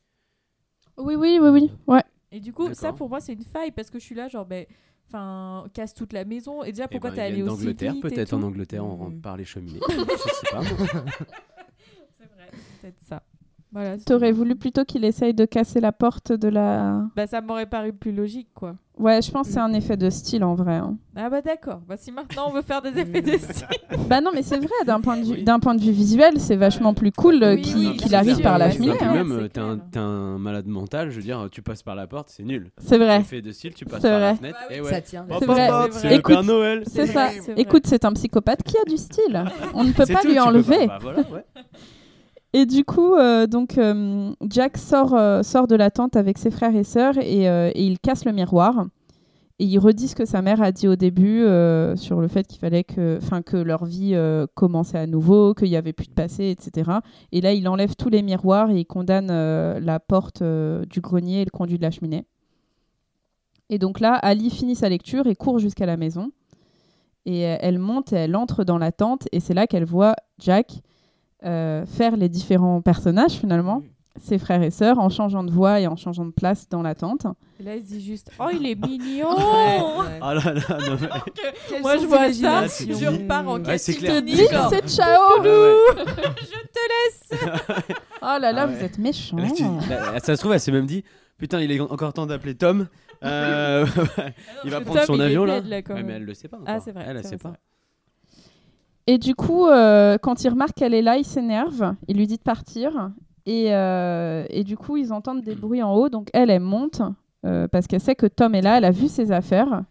[SPEAKER 1] Oui, oui, oui, oui. Ouais.
[SPEAKER 10] Et du coup, ça
[SPEAKER 9] D'accord.
[SPEAKER 10] pour moi c'est une faille parce que je suis là genre ben, enfin casse toute la maison.
[SPEAKER 1] Ah,
[SPEAKER 10] Et déjà
[SPEAKER 9] Eh
[SPEAKER 10] pourquoi
[SPEAKER 9] ben,
[SPEAKER 10] t'es
[SPEAKER 9] ils
[SPEAKER 10] allé
[SPEAKER 9] viennent
[SPEAKER 10] aussi vite
[SPEAKER 9] d'Angleterre,
[SPEAKER 10] et
[SPEAKER 9] peut-être
[SPEAKER 10] tout
[SPEAKER 9] en Angleterre on
[SPEAKER 1] Hmm.
[SPEAKER 9] rentre
[SPEAKER 8] Mm.
[SPEAKER 9] par les cheminées.
[SPEAKER 1] *laughs*
[SPEAKER 9] je sais pas. moi.
[SPEAKER 10] C'est vrai,
[SPEAKER 9] hein.
[SPEAKER 10] peut-être ça. Voilà. c'est-
[SPEAKER 1] T'aurais voulu plutôt qu'il essaye de casser la porte de la...
[SPEAKER 10] Bah ça m'aurait paru plus logique quoi.
[SPEAKER 1] Ouais, je pense que c'est un effet de style, en vrai. hein.
[SPEAKER 10] Ah bah d'accord. Bah si maintenant on veut faire des effets de style.
[SPEAKER 1] Bah non, mais c'est vrai, d'un point, de vue- d'un point de vue visuel, c'est vachement plus cool euh,
[SPEAKER 10] Oui,
[SPEAKER 1] qu'il
[SPEAKER 10] oui,
[SPEAKER 1] qu'il
[SPEAKER 10] bien
[SPEAKER 1] arrive
[SPEAKER 10] sûr,
[SPEAKER 1] par la
[SPEAKER 10] ouais,
[SPEAKER 9] Non,
[SPEAKER 1] cheminée.
[SPEAKER 9] puis
[SPEAKER 10] hein.
[SPEAKER 9] même,
[SPEAKER 10] C'est
[SPEAKER 9] euh, t'es un,
[SPEAKER 10] clair.
[SPEAKER 9] t'es un malade mental, je veux dire, tu passes par la porte, c'est nul.
[SPEAKER 1] hein. C'est vrai.
[SPEAKER 9] Effet de style, tu passes
[SPEAKER 1] C'est
[SPEAKER 9] par la
[SPEAKER 1] vrai.
[SPEAKER 9] fenêtre.
[SPEAKER 10] Bah oui.
[SPEAKER 9] et
[SPEAKER 8] Ça
[SPEAKER 9] ouais.
[SPEAKER 8] tient.
[SPEAKER 1] C'est vrai.
[SPEAKER 10] c'est
[SPEAKER 1] le Écoute, Père
[SPEAKER 9] Noël.
[SPEAKER 1] C'est ça.
[SPEAKER 10] vrai, c'est vrai.
[SPEAKER 1] Écoute, c'est un psychopathe qui a du style. On ne peut pas lui enlever.
[SPEAKER 9] Bah
[SPEAKER 1] *laughs* Et du coup, euh, donc euh, Jack sort, euh, sort de la tente avec ses frères et sœurs et, euh, et il casse le miroir. Et il redit ce que sa mère a dit au début euh, sur le fait qu'il fallait que, enfin, que leur vie euh, commençait à nouveau, qu'il n'y avait plus de passé, etc. Et là, il enlève tous les miroirs et il condamne euh, la porte euh, du grenier et le conduit de la cheminée. Et donc là, Ali finit sa lecture et court jusqu'à la maison. Et euh, elle monte et elle entre dans la tente. Et c'est là qu'elle voit Jack euh, faire les différents personnages, finalement, ses frères et sœurs, en changeant de voix et en changeant de place dans la tente.
[SPEAKER 10] Et Là, il se dit juste Oh, il est mignon *laughs* Oh.
[SPEAKER 9] Ah là là, non, mais-
[SPEAKER 10] Moi, je vois ça,
[SPEAKER 9] imaginations.
[SPEAKER 10] je repars en
[SPEAKER 9] Ouais,
[SPEAKER 10] quête
[SPEAKER 9] c'est clair.
[SPEAKER 10] titanique.
[SPEAKER 1] Dis, c'est ciao
[SPEAKER 9] Ah Ouais, ouais.
[SPEAKER 1] Oh là là,
[SPEAKER 9] Ah
[SPEAKER 1] vous
[SPEAKER 9] ouais.
[SPEAKER 1] êtes méchants
[SPEAKER 9] Là, tu- là, ça se trouve, elle s'est même dit Putain, il est encore temps d'appeler Tom. Euh, *laughs* il va
[SPEAKER 10] Tom,
[SPEAKER 9] prendre son
[SPEAKER 10] il est
[SPEAKER 9] avion là.
[SPEAKER 10] dead, là, quand
[SPEAKER 9] Ouais,
[SPEAKER 10] même.
[SPEAKER 9] mais elle le sait pas.
[SPEAKER 10] Ah,
[SPEAKER 9] encore.
[SPEAKER 10] c'est vrai,
[SPEAKER 9] Elle, elle
[SPEAKER 10] c'est
[SPEAKER 9] sait
[SPEAKER 10] vrai,
[SPEAKER 9] pas.
[SPEAKER 1] Et du coup, euh, quand il remarque qu'elle est là, il s'énerve. Il lui dit de partir. Et, euh, et du coup, ils entendent des bruits en haut. Donc, elle, elle monte euh, parce qu'elle sait que Tom est là. Elle a vu ses affaires.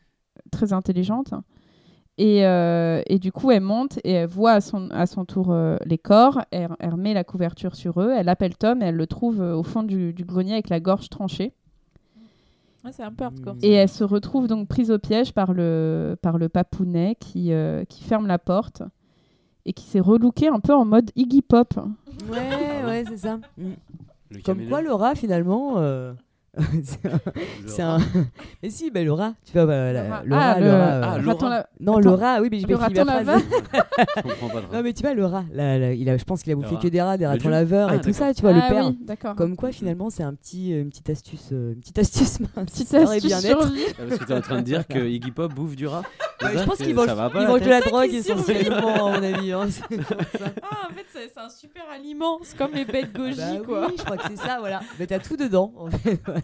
[SPEAKER 1] Très intelligente. Et, euh, et du coup, elle monte et elle voit à son, à son tour euh, les corps. Elle, elle remet la couverture sur eux. Elle appelle Tom et elle le trouve euh, au fond du, du grenier avec la gorge tranchée.
[SPEAKER 10] Ouais, c'est un peu hardcore.
[SPEAKER 1] Et elle se retrouve donc prise au piège par le, par le papounet qui, euh, qui ferme la porte et qui s'est relooké un peu en mode Iggy Pop.
[SPEAKER 8] Ouais, ouais, c'est ça. Mm.
[SPEAKER 9] Le
[SPEAKER 8] Comme quoi,
[SPEAKER 9] *laughs*
[SPEAKER 8] Laura, finalement. euh, *laughs* c'est un-
[SPEAKER 9] caméléon.
[SPEAKER 8] c'est un. *laughs* Mais si, bah, Laura, tu vois, bah, la- Laura,
[SPEAKER 1] Ah,
[SPEAKER 8] Laura.
[SPEAKER 1] le-
[SPEAKER 8] euh,
[SPEAKER 9] Ah,
[SPEAKER 1] raton
[SPEAKER 9] Laura.
[SPEAKER 1] la-
[SPEAKER 8] Non,
[SPEAKER 1] Attends.
[SPEAKER 8] Laura, oui, mais j'ai
[SPEAKER 1] Le
[SPEAKER 8] pas fini ma
[SPEAKER 1] raton
[SPEAKER 8] phrase.
[SPEAKER 1] laveur.
[SPEAKER 9] Je comprends pas trop.
[SPEAKER 8] Non, mais tu vois, le rat, là, là, il a, je pense qu'il a bouffé
[SPEAKER 9] rat.
[SPEAKER 8] que des rats, des ratons
[SPEAKER 9] dieu.
[SPEAKER 8] laveurs
[SPEAKER 9] Ah,
[SPEAKER 8] et tout ça, tu vois,
[SPEAKER 1] Ah
[SPEAKER 8] le père.
[SPEAKER 1] oui, d'accord.
[SPEAKER 8] Comme quoi, finalement, c'est un petit, euh, une petite astuce, euh, une petite astuce, *laughs* mince,
[SPEAKER 1] Petite
[SPEAKER 8] histoire et
[SPEAKER 1] astuce
[SPEAKER 8] bien-être.
[SPEAKER 1] survie.
[SPEAKER 9] Ah, parce que t'es en train de dire que Iggy Pop bouffe du rat.
[SPEAKER 8] Ouais, Ah, je pense
[SPEAKER 9] C'est-
[SPEAKER 8] qu'ils vendent,
[SPEAKER 9] ça va pas,
[SPEAKER 8] ils
[SPEAKER 9] la
[SPEAKER 8] vendent de la
[SPEAKER 10] tête.
[SPEAKER 8] drogue
[SPEAKER 10] C'est ça qui
[SPEAKER 8] essentiellement, à mon
[SPEAKER 9] *laughs*
[SPEAKER 8] avis. hein,
[SPEAKER 9] Bah
[SPEAKER 8] c'est pour ça.
[SPEAKER 10] Ah, en fait, c'est c'est un super aliment. C'est comme les bêtes goji,
[SPEAKER 8] Bah oui,
[SPEAKER 10] quoi.
[SPEAKER 8] je crois que c'est ça, voilà. Mais t'as tout dedans. en fait, *laughs* voilà.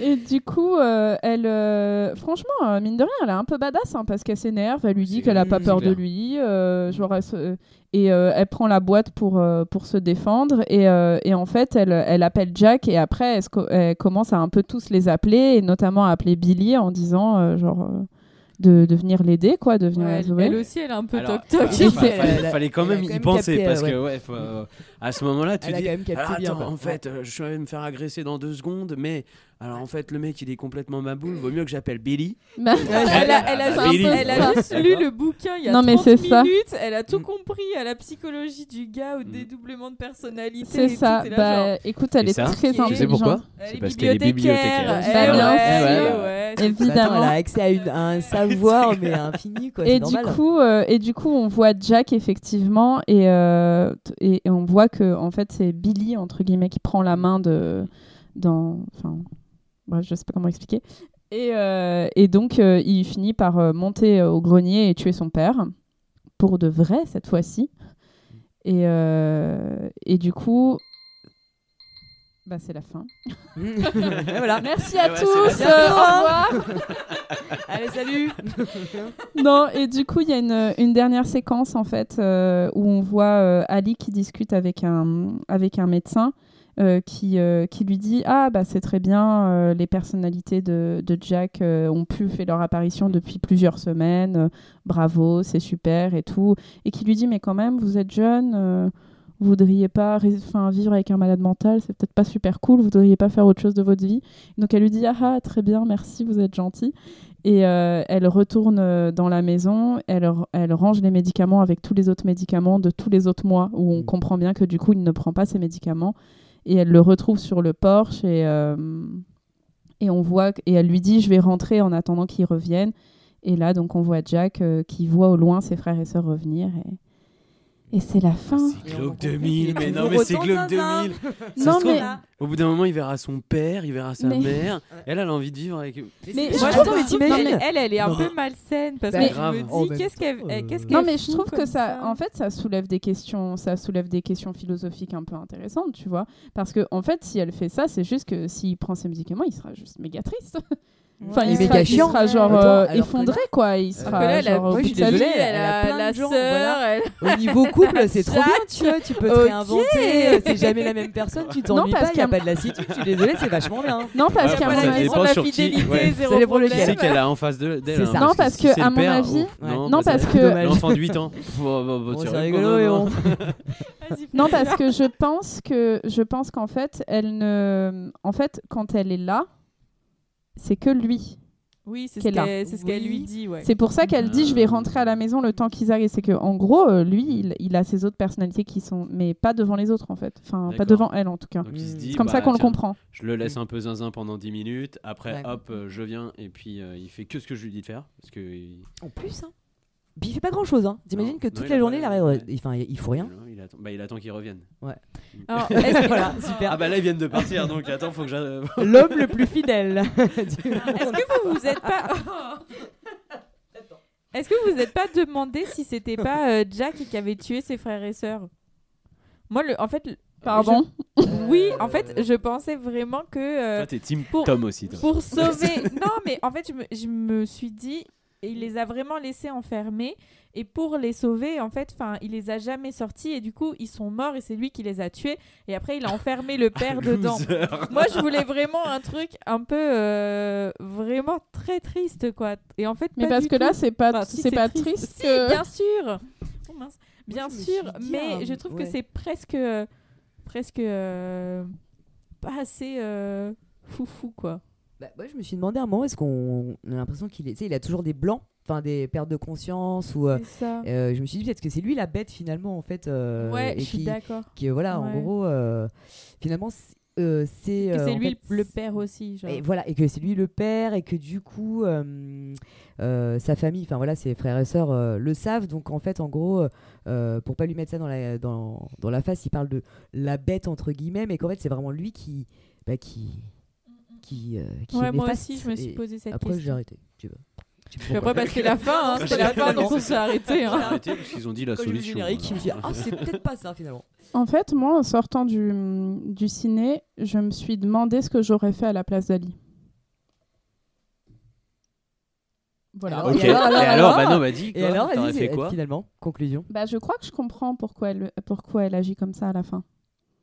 [SPEAKER 1] Et du coup, euh, elle, euh, franchement, euh, mine de rien, elle est un peu badass hein, parce qu'elle s'énerve, elle lui dit
[SPEAKER 9] C'est-
[SPEAKER 1] qu'elle a pas
[SPEAKER 8] c'est
[SPEAKER 1] peur de
[SPEAKER 9] clair.
[SPEAKER 1] lui, euh, genre elle se- et euh, elle prend la boîte pour, euh, pour se défendre et, euh, et en fait, elle, elle appelle Jack et après, elle, se co- elle commence à un peu tous les appeler et notamment à appeler Billy en disant euh, genre euh, de, de venir l'aider, quoi, de venir la
[SPEAKER 10] elle,
[SPEAKER 1] sauver.
[SPEAKER 10] elle aussi, elle est un peu
[SPEAKER 1] Alors, Oui,
[SPEAKER 10] toc-toc. *laughs*
[SPEAKER 9] Enfin,
[SPEAKER 1] c'est-
[SPEAKER 9] fallait,
[SPEAKER 1] elle a-
[SPEAKER 9] fallait quand
[SPEAKER 1] elle a
[SPEAKER 9] même
[SPEAKER 1] quand
[SPEAKER 9] y
[SPEAKER 1] même
[SPEAKER 9] penser
[SPEAKER 1] capté,
[SPEAKER 9] parce
[SPEAKER 1] ouais.
[SPEAKER 9] que ouais, faut- euh, à ce moment-là, tu
[SPEAKER 8] Elle a
[SPEAKER 9] dis
[SPEAKER 8] quand même capté
[SPEAKER 9] alors,
[SPEAKER 8] bien,
[SPEAKER 9] attends,
[SPEAKER 8] quoi.
[SPEAKER 9] en fait, euh, je vais me faire agresser dans deux secondes, mais alors en fait, le mec il est complètement maboule. Vaut mieux que j'appelle Billy.
[SPEAKER 1] Bah,
[SPEAKER 10] Elle a, elle a
[SPEAKER 9] Ah, bah,
[SPEAKER 10] juste,
[SPEAKER 9] Billy,
[SPEAKER 10] elle a
[SPEAKER 9] voilà.
[SPEAKER 10] juste lu le bouquin il y a
[SPEAKER 1] Non, mais
[SPEAKER 10] 30
[SPEAKER 1] c'est ça.
[SPEAKER 10] minutes, elle a tout compris à la psychologie du gars, au dédoublement de personnalité.
[SPEAKER 1] *laughs* C'est
[SPEAKER 10] et tout,
[SPEAKER 1] ça.
[SPEAKER 10] t'es là,
[SPEAKER 1] Bah,
[SPEAKER 10] genre,
[SPEAKER 1] écoute, elle
[SPEAKER 9] Et
[SPEAKER 1] est
[SPEAKER 9] ça,
[SPEAKER 1] très
[SPEAKER 10] tu
[SPEAKER 1] intelligente.
[SPEAKER 10] sais
[SPEAKER 9] pourquoi
[SPEAKER 10] elle
[SPEAKER 9] C'est
[SPEAKER 10] est
[SPEAKER 9] parce qu'elle est
[SPEAKER 10] bibliothécaire.
[SPEAKER 9] bibliothécaire.
[SPEAKER 1] Bah,
[SPEAKER 10] eh
[SPEAKER 1] bien
[SPEAKER 10] ouais,
[SPEAKER 9] sûr.
[SPEAKER 10] ouais, c'est-
[SPEAKER 8] Bah, attends, elle a
[SPEAKER 1] Évidemment.
[SPEAKER 8] accès à, une- à
[SPEAKER 9] *laughs*
[SPEAKER 8] un savoir, mais infini, quoi.
[SPEAKER 1] Et du,
[SPEAKER 8] c'est normal. hein.
[SPEAKER 1] coup, euh, et du coup, on voit Jack effectivement, et, euh, t- et, et on voit que en fait c'est Billy entre guillemets qui prend la main de, dans, enfin, bref, je sais pas comment expliquer. Et, euh, et donc euh, il finit par euh, monter euh, au grenier et tuer son père pour de vrai cette fois-ci. Et, euh, et du coup, bah c'est la
[SPEAKER 9] *laughs*
[SPEAKER 1] fin.
[SPEAKER 8] *laughs* Et voilà.
[SPEAKER 1] Merci à
[SPEAKER 9] Ouais, c'est
[SPEAKER 1] tous.
[SPEAKER 9] la
[SPEAKER 8] fin.
[SPEAKER 1] euh, au revoir.
[SPEAKER 8] Allez, salut
[SPEAKER 9] *laughs*
[SPEAKER 1] Non, et du coup, il y a une, une dernière séquence, en fait, euh, où on voit euh, Ali qui discute avec un, avec un médecin euh, qui, euh, qui lui dit Ah, bah, c'est très bien, euh, les personnalités de, de Jack euh, ont pu faire leur apparition depuis plusieurs semaines, euh, bravo, c'est super et tout. Et qui lui dit Mais quand même, vous êtes jeune. euh, vous voudriez pas ré- 'fin, vivre avec un malade mental, c'est peut-être pas super cool, vous voudriez pas faire autre chose de votre vie. Donc elle lui dit Ah, ah très bien, merci, vous êtes gentil. Et euh, elle retourne euh, dans la maison, elle, r- elle range les médicaments avec tous les autres médicaments de tous les autres mois, où on
[SPEAKER 9] Mm.
[SPEAKER 1] comprend bien que du coup, il ne prend pas ses médicaments. Et elle le retrouve sur le porche et, euh, et on voit que- et elle lui dit je vais rentrer en attendant qu'ils reviennent. Et là, donc, on voit Jack euh, qui voit au loin ses frères et sœurs revenir. Et, et c'est la fin.
[SPEAKER 9] Ah, C'est Globe 2000, mais non, mais
[SPEAKER 8] Toujours
[SPEAKER 9] c'est
[SPEAKER 8] autant
[SPEAKER 9] Globe *laughs*
[SPEAKER 8] zinzin.
[SPEAKER 9] 2000. Ça
[SPEAKER 1] Non,
[SPEAKER 9] se trouve,
[SPEAKER 1] mais,
[SPEAKER 9] Au bout d'un moment, il verra son père, il verra sa
[SPEAKER 1] Mais-
[SPEAKER 9] mère. Elle, elle a envie de vivre avec.
[SPEAKER 1] Mais
[SPEAKER 8] c'est-
[SPEAKER 1] je
[SPEAKER 8] Attends,
[SPEAKER 1] trouve-
[SPEAKER 8] mais t'imagines
[SPEAKER 1] Non,
[SPEAKER 10] elle, elle, elle est un
[SPEAKER 8] Non.
[SPEAKER 10] peu malsaine parce
[SPEAKER 8] Bah,
[SPEAKER 10] que
[SPEAKER 9] grave.
[SPEAKER 10] je
[SPEAKER 8] En
[SPEAKER 10] me dis
[SPEAKER 8] même
[SPEAKER 10] qu'est-ce qu'elle
[SPEAKER 8] temps,
[SPEAKER 10] eh, qu'est-ce
[SPEAKER 8] euh,
[SPEAKER 10] qu'elle
[SPEAKER 1] non, mais je
[SPEAKER 10] fout
[SPEAKER 1] trouve que
[SPEAKER 10] comme
[SPEAKER 1] ça, en fait, ça soulève des questions, ça soulève des questions philosophiques un peu intéressantes, tu vois. Parce que, en fait, si elle fait ça, c'est juste que s'il prend ses médicaments, il sera juste méga triste. Enfin, il,
[SPEAKER 8] Ouais. Mais
[SPEAKER 1] sera,
[SPEAKER 8] méga
[SPEAKER 1] il
[SPEAKER 8] chiant.
[SPEAKER 1] sera genre
[SPEAKER 8] Attends,
[SPEAKER 1] euh,
[SPEAKER 8] alors que
[SPEAKER 1] effondré, quoi. Il sera
[SPEAKER 10] Alors que là, elle a-
[SPEAKER 1] genre, euh, au
[SPEAKER 8] moi,
[SPEAKER 1] bout
[SPEAKER 8] je
[SPEAKER 1] de
[SPEAKER 8] suis
[SPEAKER 1] sa vie.
[SPEAKER 8] désolée,
[SPEAKER 10] elle,
[SPEAKER 8] elle a
[SPEAKER 10] a
[SPEAKER 8] plein de
[SPEAKER 10] la
[SPEAKER 8] gens,
[SPEAKER 10] sœur,
[SPEAKER 8] voilà.
[SPEAKER 10] elle-
[SPEAKER 8] Au niveau couple, c'est trop bien, tu vois, tu peux te
[SPEAKER 10] Ok.
[SPEAKER 8] réinventer, euh, c'est jamais la même personne, tu t'ennuies
[SPEAKER 1] Non, parce
[SPEAKER 8] pas, il n'y a
[SPEAKER 1] qu'à-
[SPEAKER 8] pas de lassitude, je suis désolée, c'est vachement bien.
[SPEAKER 1] Non, parce
[SPEAKER 9] Ouais,
[SPEAKER 1] qu'à
[SPEAKER 9] enfin,
[SPEAKER 1] mon
[SPEAKER 9] ça
[SPEAKER 1] avis,
[SPEAKER 9] dépend
[SPEAKER 10] la
[SPEAKER 9] sur
[SPEAKER 10] *laughs*
[SPEAKER 9] qui.
[SPEAKER 10] fidélité,
[SPEAKER 9] Ouais.
[SPEAKER 10] zéro
[SPEAKER 8] C'est les
[SPEAKER 10] problème.
[SPEAKER 8] problèmes.
[SPEAKER 9] Tu sais qu'elle a en face de- d'elle.
[SPEAKER 8] C'est
[SPEAKER 9] hein,
[SPEAKER 8] ça.
[SPEAKER 1] Non,
[SPEAKER 9] parce que
[SPEAKER 1] parce
[SPEAKER 9] si
[SPEAKER 1] que,
[SPEAKER 9] c'est
[SPEAKER 1] à
[SPEAKER 9] le
[SPEAKER 1] mon
[SPEAKER 9] père,
[SPEAKER 1] avis-
[SPEAKER 9] oh,
[SPEAKER 8] Ouais.
[SPEAKER 9] non,
[SPEAKER 1] Non,
[SPEAKER 9] bah,
[SPEAKER 1] parce
[SPEAKER 9] ça-
[SPEAKER 1] que-
[SPEAKER 8] dommage.
[SPEAKER 9] L'enfant de *laughs* 8 ans. Bon, bon, bon,
[SPEAKER 8] Bon,
[SPEAKER 9] tu
[SPEAKER 8] c'est
[SPEAKER 9] rigoles,
[SPEAKER 8] rigolo et
[SPEAKER 9] non
[SPEAKER 8] on...
[SPEAKER 10] Vas-y,
[SPEAKER 1] Non,
[SPEAKER 10] fais
[SPEAKER 1] parce
[SPEAKER 10] ça.
[SPEAKER 1] que je pense que je pense qu'en fait, elle ne, en fait, quand elle est là, c'est que lui.
[SPEAKER 10] oui, c'est ce
[SPEAKER 1] qu'elle a.
[SPEAKER 10] qu'elle c'est ce qu'elle
[SPEAKER 8] Oui.
[SPEAKER 10] lui dit, ouais.
[SPEAKER 1] C'est pour ça qu'elle dit
[SPEAKER 9] Ah.
[SPEAKER 1] je vais rentrer à la maison le temps qu'ils arrivent. C'est que en gros, euh, lui, il, il a ses autres personnalités qui sont, mais pas devant les autres en fait. Enfin, pas
[SPEAKER 9] D'accord.
[SPEAKER 1] devant elle en tout cas.
[SPEAKER 9] Donc il se
[SPEAKER 8] Mm.
[SPEAKER 9] dit,
[SPEAKER 1] C'est comme ça
[SPEAKER 9] bah,
[SPEAKER 1] qu'on le
[SPEAKER 9] tiens,
[SPEAKER 1] comprend.
[SPEAKER 9] Je le laisse un peu zinzin pendant 10 minutes. Après,
[SPEAKER 8] Ouais.
[SPEAKER 9] hop, euh, je viens. Et puis, euh, il fait que ce que je lui dis de faire. Parce que. il-
[SPEAKER 8] En plus, hein. Puis il fait pas grand chose, hein. T'imagines
[SPEAKER 9] Non.
[SPEAKER 8] que
[SPEAKER 9] Non, il
[SPEAKER 8] toute
[SPEAKER 9] a
[SPEAKER 8] la
[SPEAKER 9] pas-
[SPEAKER 8] journée, il, arrive, euh,
[SPEAKER 9] ouais.
[SPEAKER 8] enfin, il il faut rien.
[SPEAKER 9] Il attend, bah, il attend qu'il revienne.
[SPEAKER 1] *laughs*
[SPEAKER 10] Alors, est-ce que- *laughs*
[SPEAKER 8] Voilà, super.
[SPEAKER 9] Ah, bah là, ils viennent *laughs* de partir. donc, attends, faut que j'aille.
[SPEAKER 8] L'homme le
[SPEAKER 10] *laughs*
[SPEAKER 8] plus fidèle.
[SPEAKER 10] Est-ce que vous vous
[SPEAKER 1] *laughs*
[SPEAKER 10] êtes pas Est-ce que vous n'êtes pas demandé si c'était pas euh, Jack qui avait tué ses frères et sœurs Moi, le, en fait, le-
[SPEAKER 1] Pardon.
[SPEAKER 10] je- oui, en fait, je pensais vraiment que euh,
[SPEAKER 9] Toi, t'es Team
[SPEAKER 10] pour-
[SPEAKER 9] Tom aussi. toi.
[SPEAKER 8] *laughs*
[SPEAKER 10] pour sauver. non, mais en fait, je me, je me suis dit, il les a vraiment laissés enfermés et pour les sauver, en fait, enfin, il les a jamais sortis et du coup, ils sont morts et c'est lui qui les a tués et après, il a enfermé le père
[SPEAKER 8] *laughs*
[SPEAKER 10] dedans.
[SPEAKER 9] *laughs* Loser.
[SPEAKER 10] Moi, je voulais vraiment un truc un peu euh, vraiment très triste, quoi. Et en fait,
[SPEAKER 1] Mais
[SPEAKER 10] pas
[SPEAKER 1] parce
[SPEAKER 10] du
[SPEAKER 1] que
[SPEAKER 10] tout.
[SPEAKER 1] là, c'est pas,
[SPEAKER 10] Enfin, si
[SPEAKER 1] c'est pas triste.
[SPEAKER 10] Si,
[SPEAKER 1] que-
[SPEAKER 10] bien sûr. Oh, mince. Bien
[SPEAKER 8] je me suis
[SPEAKER 10] sûr,
[SPEAKER 8] dit,
[SPEAKER 10] mais
[SPEAKER 8] ah,
[SPEAKER 10] je trouve
[SPEAKER 8] ouais.
[SPEAKER 10] que c'est presque, euh, presque euh, pas assez euh, foufou, quoi.
[SPEAKER 8] Bah, moi, je me suis demandé à un moment, est-ce qu'on on a l'impression qu'il est, tu sais, il a toujours des blancs, enfin des pertes de conscience ou. euh,
[SPEAKER 10] C'est ça.
[SPEAKER 8] euh, je me suis dit peut-être que c'est lui la bête finalement en fait. euh,
[SPEAKER 10] ouais,
[SPEAKER 8] et
[SPEAKER 10] je suis
[SPEAKER 8] qui-
[SPEAKER 10] d'accord.
[SPEAKER 8] qui, euh, voilà, en
[SPEAKER 10] Ouais.
[SPEAKER 8] gros, euh, finalement, c'est. euh, c'est
[SPEAKER 10] Que
[SPEAKER 8] euh,
[SPEAKER 10] c'est
[SPEAKER 8] en
[SPEAKER 10] lui
[SPEAKER 8] fait,
[SPEAKER 10] le le père aussi. Genre.
[SPEAKER 8] Et voilà, et que c'est lui le père, et que du coup, euh, euh, sa famille, enfin voilà, ses frères et sœurs euh, le savent. Donc en fait, en gros, euh, pour pas lui mettre ça dans la, dans, dans la face, il parle de la bête entre guillemets, mais qu'en fait, c'est vraiment lui qui, bah, qui, qui, euh, qui
[SPEAKER 10] ouais,
[SPEAKER 8] est
[SPEAKER 10] moi
[SPEAKER 8] néfaste.
[SPEAKER 10] aussi, je me suis
[SPEAKER 8] Et
[SPEAKER 10] posé cette
[SPEAKER 8] Après, j'ai
[SPEAKER 10] question.
[SPEAKER 8] arrêté. Je sais pas. Je sais pas
[SPEAKER 10] Puis
[SPEAKER 8] pourquoi.
[SPEAKER 10] après, parce que la
[SPEAKER 8] *laughs*
[SPEAKER 10] fin, hein, c'était la fin, donc on s'est arrêté. hein.
[SPEAKER 9] Arrêtez, parce qu'ils ont dit la
[SPEAKER 8] Quand j'ai vu le
[SPEAKER 9] solution. euh.
[SPEAKER 8] générique, je me suis dit,
[SPEAKER 9] alors.
[SPEAKER 8] ah, c'est peut-être pas ça finalement.
[SPEAKER 1] En fait, moi, en sortant du, du ciné, je me suis demandé ce que j'aurais fait à la place d'Ali. Voilà.
[SPEAKER 8] Alors,
[SPEAKER 9] Ok.
[SPEAKER 8] Et alors, alors,
[SPEAKER 9] et alors, bah
[SPEAKER 8] alors
[SPEAKER 9] non, bah dis.
[SPEAKER 8] Et
[SPEAKER 9] quoi,
[SPEAKER 8] alors,
[SPEAKER 9] t'aurais
[SPEAKER 8] vas-y,
[SPEAKER 9] fait
[SPEAKER 8] c'est-
[SPEAKER 9] quoi
[SPEAKER 8] finalement, conclusion.
[SPEAKER 1] Bah, je crois que je comprends pourquoi elle, pourquoi elle agit comme ça à la fin.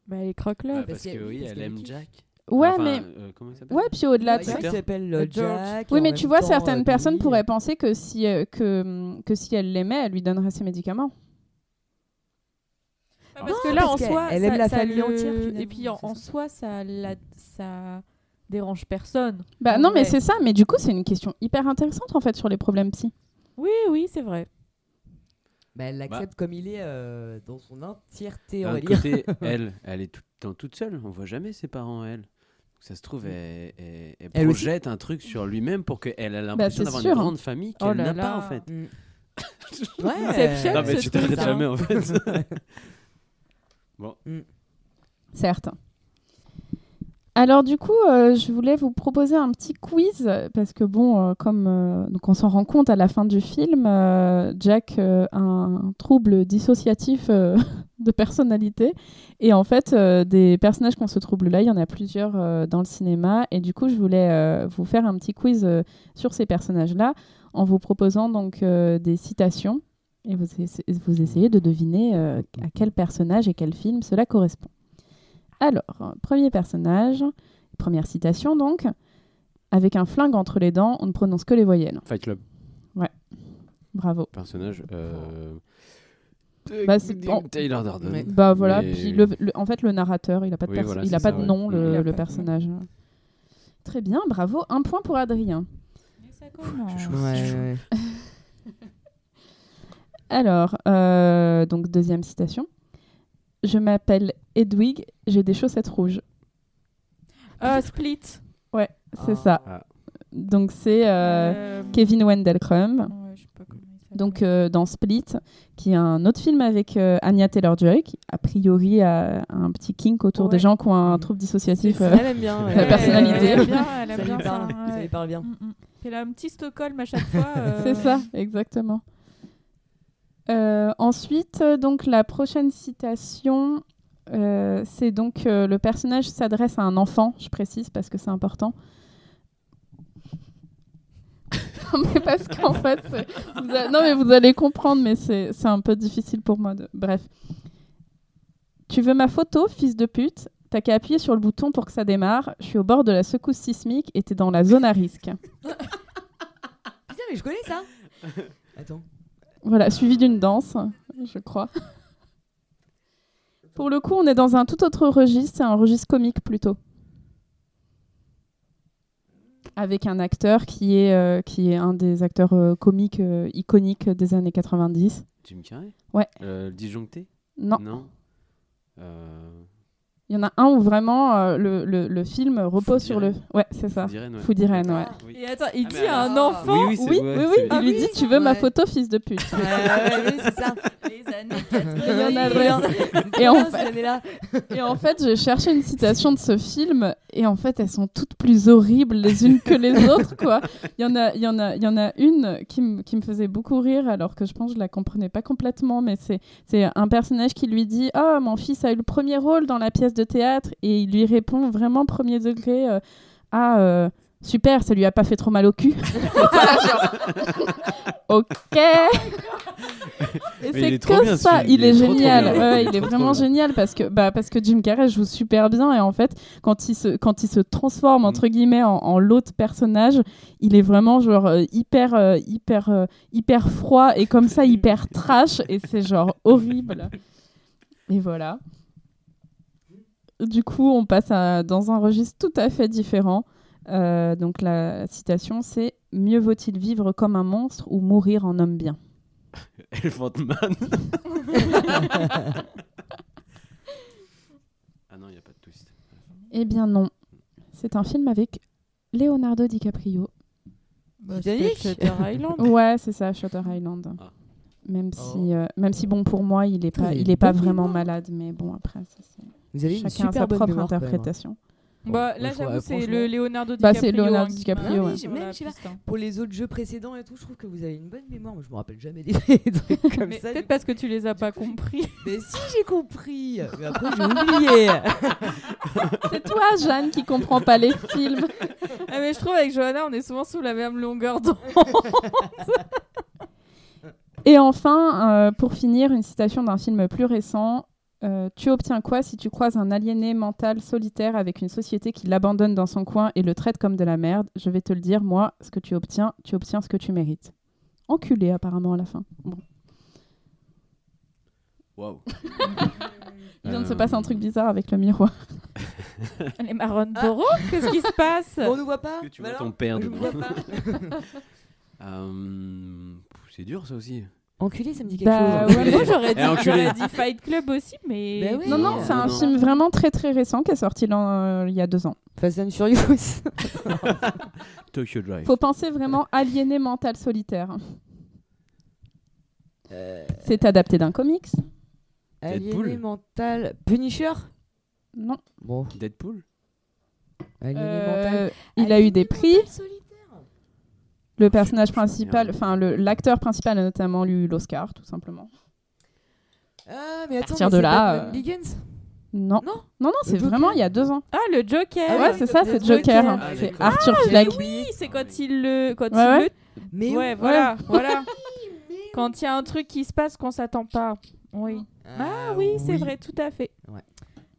[SPEAKER 10] Bah, les croque
[SPEAKER 9] Bah,
[SPEAKER 10] là
[SPEAKER 9] Parce que oui, elle aime Jack.
[SPEAKER 1] Ouais,
[SPEAKER 9] Enfin,
[SPEAKER 1] mais.
[SPEAKER 9] euh, comment il s'appelle
[SPEAKER 1] Ouais, puis au-delà de
[SPEAKER 8] Il y en
[SPEAKER 1] ça.
[SPEAKER 8] a qui s'appelle euh,
[SPEAKER 10] George.
[SPEAKER 8] Jack. et
[SPEAKER 1] Oui,
[SPEAKER 8] en
[SPEAKER 1] mais
[SPEAKER 8] même
[SPEAKER 1] tu vois,
[SPEAKER 8] temps,
[SPEAKER 1] certaines
[SPEAKER 8] euh,
[SPEAKER 1] personnes
[SPEAKER 8] Billy.
[SPEAKER 1] pourraient penser que si, euh, que, que si elle l'aimait, elle lui donnerait ses médicaments.
[SPEAKER 10] Parce que
[SPEAKER 8] Non,
[SPEAKER 10] là, en
[SPEAKER 8] parce
[SPEAKER 10] soi,
[SPEAKER 8] qu'elle
[SPEAKER 10] ça-
[SPEAKER 8] aime la
[SPEAKER 10] ça
[SPEAKER 8] famille
[SPEAKER 10] le-
[SPEAKER 8] entière, finalement,
[SPEAKER 10] Et puis en,
[SPEAKER 8] c'est
[SPEAKER 10] en
[SPEAKER 8] ça.
[SPEAKER 10] soi, ça, la- ça dérange personne.
[SPEAKER 1] Bah
[SPEAKER 8] Ah
[SPEAKER 1] non, mais
[SPEAKER 10] Ouais.
[SPEAKER 1] c'est ça. Mais du coup, c'est une question hyper intéressante en fait sur les problèmes psy.
[SPEAKER 10] Oui, oui, c'est vrai.
[SPEAKER 8] Bah, elle l'accepte comme il est euh, dans son entièreté, on
[SPEAKER 9] D'un
[SPEAKER 8] va *laughs*
[SPEAKER 9] *laughs*
[SPEAKER 8] dire.
[SPEAKER 9] côté, elle, elle est tout le temps toute seule. On voit jamais ses parents, elle. Donc, ça se trouve, elle, elle, Mm. elle Bah,
[SPEAKER 8] Elle aussi.
[SPEAKER 9] projette un truc sur lui-même pour qu'elle ait l'impression
[SPEAKER 1] c'est
[SPEAKER 9] d'avoir
[SPEAKER 1] sûr.
[SPEAKER 9] une grande famille
[SPEAKER 10] Oh
[SPEAKER 9] qu'elle
[SPEAKER 10] là
[SPEAKER 9] n'a
[SPEAKER 10] là.
[SPEAKER 9] pas, en fait.
[SPEAKER 8] Mm.
[SPEAKER 10] Inception,
[SPEAKER 9] Non, mais
[SPEAKER 10] ce
[SPEAKER 9] tu
[SPEAKER 10] truc,
[SPEAKER 9] t'arrêtes
[SPEAKER 10] hein.
[SPEAKER 9] jamais, oh, en *laughs* fait.
[SPEAKER 1] Certes. Alors du coup, euh, je voulais vous proposer un petit quiz euh, parce que bon, euh, comme euh, donc on s'en rend compte à la fin du film, euh, Jack euh, a un trouble dissociatif euh, *laughs* de personnalité et en fait euh, des personnages qui ont ce trouble-là, il y en a plusieurs euh, dans le cinéma et du coup, je voulais euh, vous faire un petit quiz euh, sur ces personnages-là en vous proposant donc euh, des citations et vous, essa- vous essayez de deviner euh, à quel personnage et quel film cela correspond. Alors, premier personnage, première citation donc. Avec un flingue entre les dents, on ne prononce que les voyelles.
[SPEAKER 9] Fight Club,
[SPEAKER 1] Bravo.
[SPEAKER 9] personnage. euh,
[SPEAKER 1] Bah, c'est-
[SPEAKER 9] Taylor Taylor Darden.
[SPEAKER 8] Ouais.
[SPEAKER 1] Bah voilà,
[SPEAKER 9] Mais-
[SPEAKER 1] puis le- le- en fait le narrateur, il n'a pas de,
[SPEAKER 9] Oui,
[SPEAKER 1] perso-
[SPEAKER 9] voilà,
[SPEAKER 1] il a
[SPEAKER 9] c'est
[SPEAKER 1] pas
[SPEAKER 9] ça,
[SPEAKER 1] de
[SPEAKER 9] ouais.
[SPEAKER 1] nom,
[SPEAKER 10] Il
[SPEAKER 1] le,
[SPEAKER 10] a
[SPEAKER 1] le
[SPEAKER 10] pas de nom.
[SPEAKER 1] personnage. Très bien, bravo. Un point pour Adrien.
[SPEAKER 9] chaud.
[SPEAKER 8] Ouais,
[SPEAKER 9] C'est chaud.
[SPEAKER 8] ouais.
[SPEAKER 1] Alors, euh, donc deuxième citation. Je m'appelle Edwig, j'ai des chaussettes rouges.
[SPEAKER 10] Euh, Split.
[SPEAKER 1] Ouais, c'est
[SPEAKER 8] Ah.
[SPEAKER 1] ça. Donc c'est euh,
[SPEAKER 10] Euh,
[SPEAKER 1] Kevin Wendell Crumb.
[SPEAKER 10] ouais, je sais pas comment il s'appelle.
[SPEAKER 1] Donc euh, dans Split, qui est un autre film avec euh, Anya Taylor-Joy, qui a priori a un petit kink autour
[SPEAKER 10] Ouais.
[SPEAKER 1] des gens qui ont un
[SPEAKER 8] Mhm.
[SPEAKER 1] trouble
[SPEAKER 8] C'est
[SPEAKER 1] dissociatif.
[SPEAKER 8] ça,
[SPEAKER 1] euh.
[SPEAKER 8] elle aime bien.
[SPEAKER 1] Sa
[SPEAKER 10] Ouais,
[SPEAKER 8] ouais.
[SPEAKER 1] personnalité.
[SPEAKER 10] Elle aime bien, elle
[SPEAKER 8] Ça
[SPEAKER 10] aime
[SPEAKER 8] lui
[SPEAKER 10] bien ça.
[SPEAKER 8] parle, ça lui
[SPEAKER 10] ouais.
[SPEAKER 8] parle bien.
[SPEAKER 10] Mm, mm. Elle a un petit Stockholm à chaque
[SPEAKER 8] *laughs*
[SPEAKER 10] fois. euh,
[SPEAKER 1] C'est ça, exactement. Euh, ensuite, euh, donc la prochaine citation, euh, c'est donc euh, le personnage s'adresse à un enfant, je précise parce que c'est important. *laughs* non mais parce qu'en fait, c'est- vous a- non mais vous allez comprendre, mais c'est c'est un peu difficile pour moi. De... Bref, tu veux ma photo, fils de pute T'as qu'à appuyer sur le bouton pour que ça démarre. Je suis au bord de la secousse sismique et t'es dans la zone à risque.
[SPEAKER 8] Putain, mais je connais ça. *laughs* Attends.
[SPEAKER 1] Voilà, suivi d'une danse, je crois. Pour le coup, on est dans un tout autre registre, c'est un registre comique plutôt. Avec un acteur qui est, euh, qui est un des acteurs euh, comiques euh, iconiques des années 90.
[SPEAKER 9] Jim Carrey
[SPEAKER 1] Ouais.
[SPEAKER 9] Euh, le disjoncté
[SPEAKER 1] Non,
[SPEAKER 9] Euh,
[SPEAKER 1] il y en a un où vraiment euh, le, le- le film repose
[SPEAKER 9] Food
[SPEAKER 1] sur le.
[SPEAKER 9] Irene.
[SPEAKER 1] Ouais, c'est ça.
[SPEAKER 9] Food Irene, ouais.
[SPEAKER 1] Food Irene, ouais.
[SPEAKER 10] euh.
[SPEAKER 9] *laughs*
[SPEAKER 10] Et attends, il
[SPEAKER 9] Ah,
[SPEAKER 10] dit
[SPEAKER 9] mais
[SPEAKER 10] à un
[SPEAKER 8] alors-
[SPEAKER 10] enfant
[SPEAKER 9] oui, c'est-
[SPEAKER 1] oui,
[SPEAKER 9] ouais,
[SPEAKER 1] oui,
[SPEAKER 9] c'est-
[SPEAKER 1] oui, il lui dit Tu veux ma
[SPEAKER 8] ouais.
[SPEAKER 1] photo, fils de pute
[SPEAKER 8] Ouais, Ah ouais, ouais, c'est ça.
[SPEAKER 10] les années 80.
[SPEAKER 1] Il y en a
[SPEAKER 8] bien.
[SPEAKER 1] vraiment. Et en fait-
[SPEAKER 8] Elle est là.
[SPEAKER 1] *laughs* Et en fait, j'ai cherché une citation de ce film, et en fait, elles sont toutes plus horribles les unes que les autres, quoi. Il y en a, il y en a, il y en a une qui, me- qui me faisait beaucoup rire, alors que je pense que je la comprenais pas complètement, mais c'est, c'est un personnage qui lui dit « Ah, mon fils a eu le premier rôle dans la pièce de théâtre », et il lui répond vraiment premier degré euh, Ah, euh, super, ça lui a pas fait trop mal au cul ». Voilà, genre, Ok. Et
[SPEAKER 9] Mais il
[SPEAKER 1] c'est
[SPEAKER 9] est trop
[SPEAKER 1] que
[SPEAKER 9] bien, ce
[SPEAKER 1] ça,
[SPEAKER 9] film.
[SPEAKER 1] il
[SPEAKER 9] Il
[SPEAKER 1] est
[SPEAKER 9] est trop, trop
[SPEAKER 1] génial.
[SPEAKER 9] bien.
[SPEAKER 1] Ouais,
[SPEAKER 9] Il est
[SPEAKER 1] il est
[SPEAKER 9] trop, trop
[SPEAKER 1] vraiment
[SPEAKER 9] bien.
[SPEAKER 1] génial parce que bah parce que Jim Carrey joue super bien et en fait quand il se quand il se transforme entre
[SPEAKER 9] Mm.
[SPEAKER 1] guillemets en, en l'autre personnage, il est vraiment genre euh, hyper euh, hyper euh, hyper froid et comme
[SPEAKER 9] *laughs*
[SPEAKER 1] ça hyper trash et c'est genre horrible. Et voilà. Du coup, on passe à- dans un registre tout à fait différent. Euh, donc la citation, c'est mieux vaut-il vivre comme un monstre ou mourir en homme bien.
[SPEAKER 9] Elephant
[SPEAKER 1] *laughs*
[SPEAKER 9] Man. ah non, il n'y a pas de twist.
[SPEAKER 1] Eh bien non. C'est un film avec Leonardo DiCaprio. Bah,
[SPEAKER 8] Titanic
[SPEAKER 10] Shutter Island.
[SPEAKER 1] Ouais, c'est ça, Shutter Island.
[SPEAKER 9] Ah.
[SPEAKER 1] Même
[SPEAKER 8] Oh.
[SPEAKER 1] si, euh, même si bon pour moi, il est
[SPEAKER 8] Putain,
[SPEAKER 1] pas,
[SPEAKER 8] il a
[SPEAKER 1] il
[SPEAKER 8] une
[SPEAKER 1] est pas
[SPEAKER 8] bonne
[SPEAKER 1] vraiment
[SPEAKER 8] mémoire.
[SPEAKER 1] malade, mais bon après, ça, c'est-
[SPEAKER 8] *laughs* Vous avez
[SPEAKER 1] chacun
[SPEAKER 8] une
[SPEAKER 1] a
[SPEAKER 8] super
[SPEAKER 1] sa
[SPEAKER 8] bonne
[SPEAKER 1] propre
[SPEAKER 8] mémoire, quand même, hein.
[SPEAKER 1] interprétation.
[SPEAKER 10] Bah, là,
[SPEAKER 8] Ouais, faut-
[SPEAKER 10] j'avoue,
[SPEAKER 8] ouais,
[SPEAKER 10] c'est
[SPEAKER 8] franchement.
[SPEAKER 10] le Leonardo DiCaprio.
[SPEAKER 1] Bah, c'est Leonardo
[SPEAKER 10] hein, qui
[SPEAKER 1] DiCaprio,
[SPEAKER 10] m'a-
[SPEAKER 1] ouais.
[SPEAKER 10] qui m'a
[SPEAKER 8] Même,
[SPEAKER 10] la
[SPEAKER 8] je sais pas.
[SPEAKER 10] piste, hein.
[SPEAKER 8] Pour les autres jeux précédents et tout, je trouve que vous avez une bonne mémoire. Moi, je me rappelle jamais des *laughs* trucs comme
[SPEAKER 10] Mais
[SPEAKER 8] ça.
[SPEAKER 10] Peut-être parce que tu les as pas compris.
[SPEAKER 8] Mais si, j'ai compris. Mais après,
[SPEAKER 10] *laughs*
[SPEAKER 8] j'ai oublié.
[SPEAKER 1] C'est toi, Jeanne, qui comprends pas
[SPEAKER 8] *laughs*
[SPEAKER 1] les films.
[SPEAKER 10] Ah, mais je trouve avec Johanna, on est souvent sous la même
[SPEAKER 1] *laughs*
[SPEAKER 10] longueur d'onde.
[SPEAKER 1] Et enfin, euh, pour finir, une citation d'un film plus récent. Euh, tu obtiens quoi si tu croises un aliéné mental solitaire avec une société qui l'abandonne dans son coin et le traite comme de la merde Je vais te le dire, moi, ce que tu obtiens, tu obtiens ce que tu mérites. Enculé, apparemment, à la fin. Bon. *laughs*
[SPEAKER 9] Waouh.
[SPEAKER 1] Il
[SPEAKER 8] Euh,
[SPEAKER 1] vient de se passer un truc bizarre avec le miroir.
[SPEAKER 10] Les marrons Boro, Ah, qu'est-ce qui se passe
[SPEAKER 8] On ne voit pas
[SPEAKER 9] Que tu
[SPEAKER 8] Bah
[SPEAKER 9] vois ton
[SPEAKER 8] non,
[SPEAKER 9] père
[SPEAKER 8] je
[SPEAKER 9] dedans.
[SPEAKER 8] me vois pas.
[SPEAKER 9] *laughs* Euh, pff, c'est dur ça aussi.
[SPEAKER 8] Enculé, ça me dit quelque
[SPEAKER 1] Bah
[SPEAKER 8] chose. *laughs*
[SPEAKER 1] ouais,
[SPEAKER 10] Ah Moi, j'aurais
[SPEAKER 9] Eh,
[SPEAKER 10] dit,
[SPEAKER 9] enculé.
[SPEAKER 10] j'aurais dit Fight Club aussi, mais.
[SPEAKER 8] Bah oui.
[SPEAKER 1] Non, non,
[SPEAKER 9] Non,
[SPEAKER 1] c'est un
[SPEAKER 9] non.
[SPEAKER 1] film vraiment très très récent qui est sorti l'an- euh, il y a deux ans.
[SPEAKER 8] Fast
[SPEAKER 9] *laughs*
[SPEAKER 8] and Furious.
[SPEAKER 9] Tokyo Drive.
[SPEAKER 1] Faut penser vraiment aliéné mental solitaire.
[SPEAKER 8] Euh,
[SPEAKER 1] C'est adapté d'un comics
[SPEAKER 9] Deadpool.
[SPEAKER 8] Aliéné mental. Punisher
[SPEAKER 1] Non.
[SPEAKER 8] Bon,
[SPEAKER 9] Deadpool
[SPEAKER 8] aliéné mental.
[SPEAKER 1] Euh, il a eu des prix. Le personnage principal, enfin le- l'acteur principal a notamment eu l'Oscar, tout simplement.
[SPEAKER 8] Ah, mais attends,
[SPEAKER 1] partir
[SPEAKER 8] mais
[SPEAKER 1] de
[SPEAKER 8] c'est
[SPEAKER 1] là,
[SPEAKER 8] Batman
[SPEAKER 1] euh,
[SPEAKER 8] Begins
[SPEAKER 1] Non.
[SPEAKER 8] Non
[SPEAKER 1] non, non, c'est
[SPEAKER 8] Joker.
[SPEAKER 1] vraiment il y a deux ans.
[SPEAKER 10] Ah, le Joker
[SPEAKER 1] ouais, c'est ça,
[SPEAKER 8] le
[SPEAKER 1] c'est
[SPEAKER 8] Joker. hein.
[SPEAKER 1] Joker.
[SPEAKER 9] Ah,
[SPEAKER 1] c'est
[SPEAKER 9] d'accord.
[SPEAKER 1] Arthur
[SPEAKER 10] mais
[SPEAKER 1] Fleck.
[SPEAKER 10] Oui, c'est
[SPEAKER 8] Ah
[SPEAKER 10] quand il le.
[SPEAKER 1] Ouais,
[SPEAKER 10] Quand il
[SPEAKER 1] ouais.
[SPEAKER 8] Mais
[SPEAKER 10] le...
[SPEAKER 8] oui.
[SPEAKER 10] ouais, voilà,
[SPEAKER 1] *laughs*
[SPEAKER 10] voilà. Quand il y a un truc qui se passe qu'on s'attend pas. Oui. Ah oui, c'est vrai, tout à fait.
[SPEAKER 8] Ouais.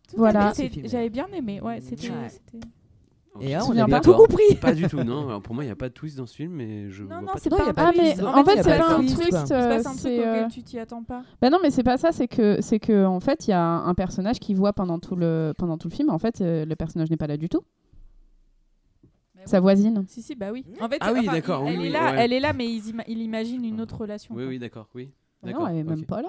[SPEAKER 10] Tout à
[SPEAKER 1] Voilà.
[SPEAKER 10] fait, c'est-
[SPEAKER 8] Ce film,
[SPEAKER 10] J'avais bien aimé. Ouais, c'était.
[SPEAKER 8] Ouais.
[SPEAKER 10] c'était-
[SPEAKER 8] Et
[SPEAKER 1] Tu
[SPEAKER 8] là,
[SPEAKER 1] te
[SPEAKER 8] on
[SPEAKER 1] souviens
[SPEAKER 8] a
[SPEAKER 1] pas
[SPEAKER 8] bien tout compris.
[SPEAKER 9] Pas du
[SPEAKER 1] *laughs*
[SPEAKER 9] tout, non. Alors, pour moi, il n'y a pas de twist dans ce film, mais je.
[SPEAKER 10] Non,
[SPEAKER 9] vois
[SPEAKER 10] non,
[SPEAKER 9] pas
[SPEAKER 10] c'est
[SPEAKER 8] Non,
[SPEAKER 10] pas
[SPEAKER 8] y a
[SPEAKER 10] un
[SPEAKER 8] pas de
[SPEAKER 1] Ah
[SPEAKER 10] twist.
[SPEAKER 1] mais en
[SPEAKER 8] il y
[SPEAKER 1] fait
[SPEAKER 8] a
[SPEAKER 1] c'est
[SPEAKER 8] pas
[SPEAKER 1] pas
[SPEAKER 8] de
[SPEAKER 1] un
[SPEAKER 8] twist,
[SPEAKER 1] truc.
[SPEAKER 8] quoi. Il se
[SPEAKER 10] Il se
[SPEAKER 1] euh,
[SPEAKER 10] passe un truc
[SPEAKER 1] c'est, euh,
[SPEAKER 10] auquel tu t'y attends pas.
[SPEAKER 1] Bah non, mais c'est pas ça, c'est que c'est que en fait, il y a un, un personnage qui voit pendant tout le pendant tout le film, en fait, euh, le personnage n'est pas là du tout. Sa voisine.
[SPEAKER 10] Si, si, bah oui. En fait,
[SPEAKER 9] Ah
[SPEAKER 10] c'est-
[SPEAKER 9] oui,
[SPEAKER 10] enfin,
[SPEAKER 9] d'accord,
[SPEAKER 10] il- Elle,
[SPEAKER 9] oui,
[SPEAKER 10] est là,
[SPEAKER 9] ouais.
[SPEAKER 10] elle est là, mais ils ima- il imagine une autre relation.
[SPEAKER 9] Oui,
[SPEAKER 10] quoi.
[SPEAKER 9] oui, d'accord, oui.
[SPEAKER 1] Bah
[SPEAKER 9] D'accord,
[SPEAKER 1] non, elle est même
[SPEAKER 9] ok.
[SPEAKER 1] pas là.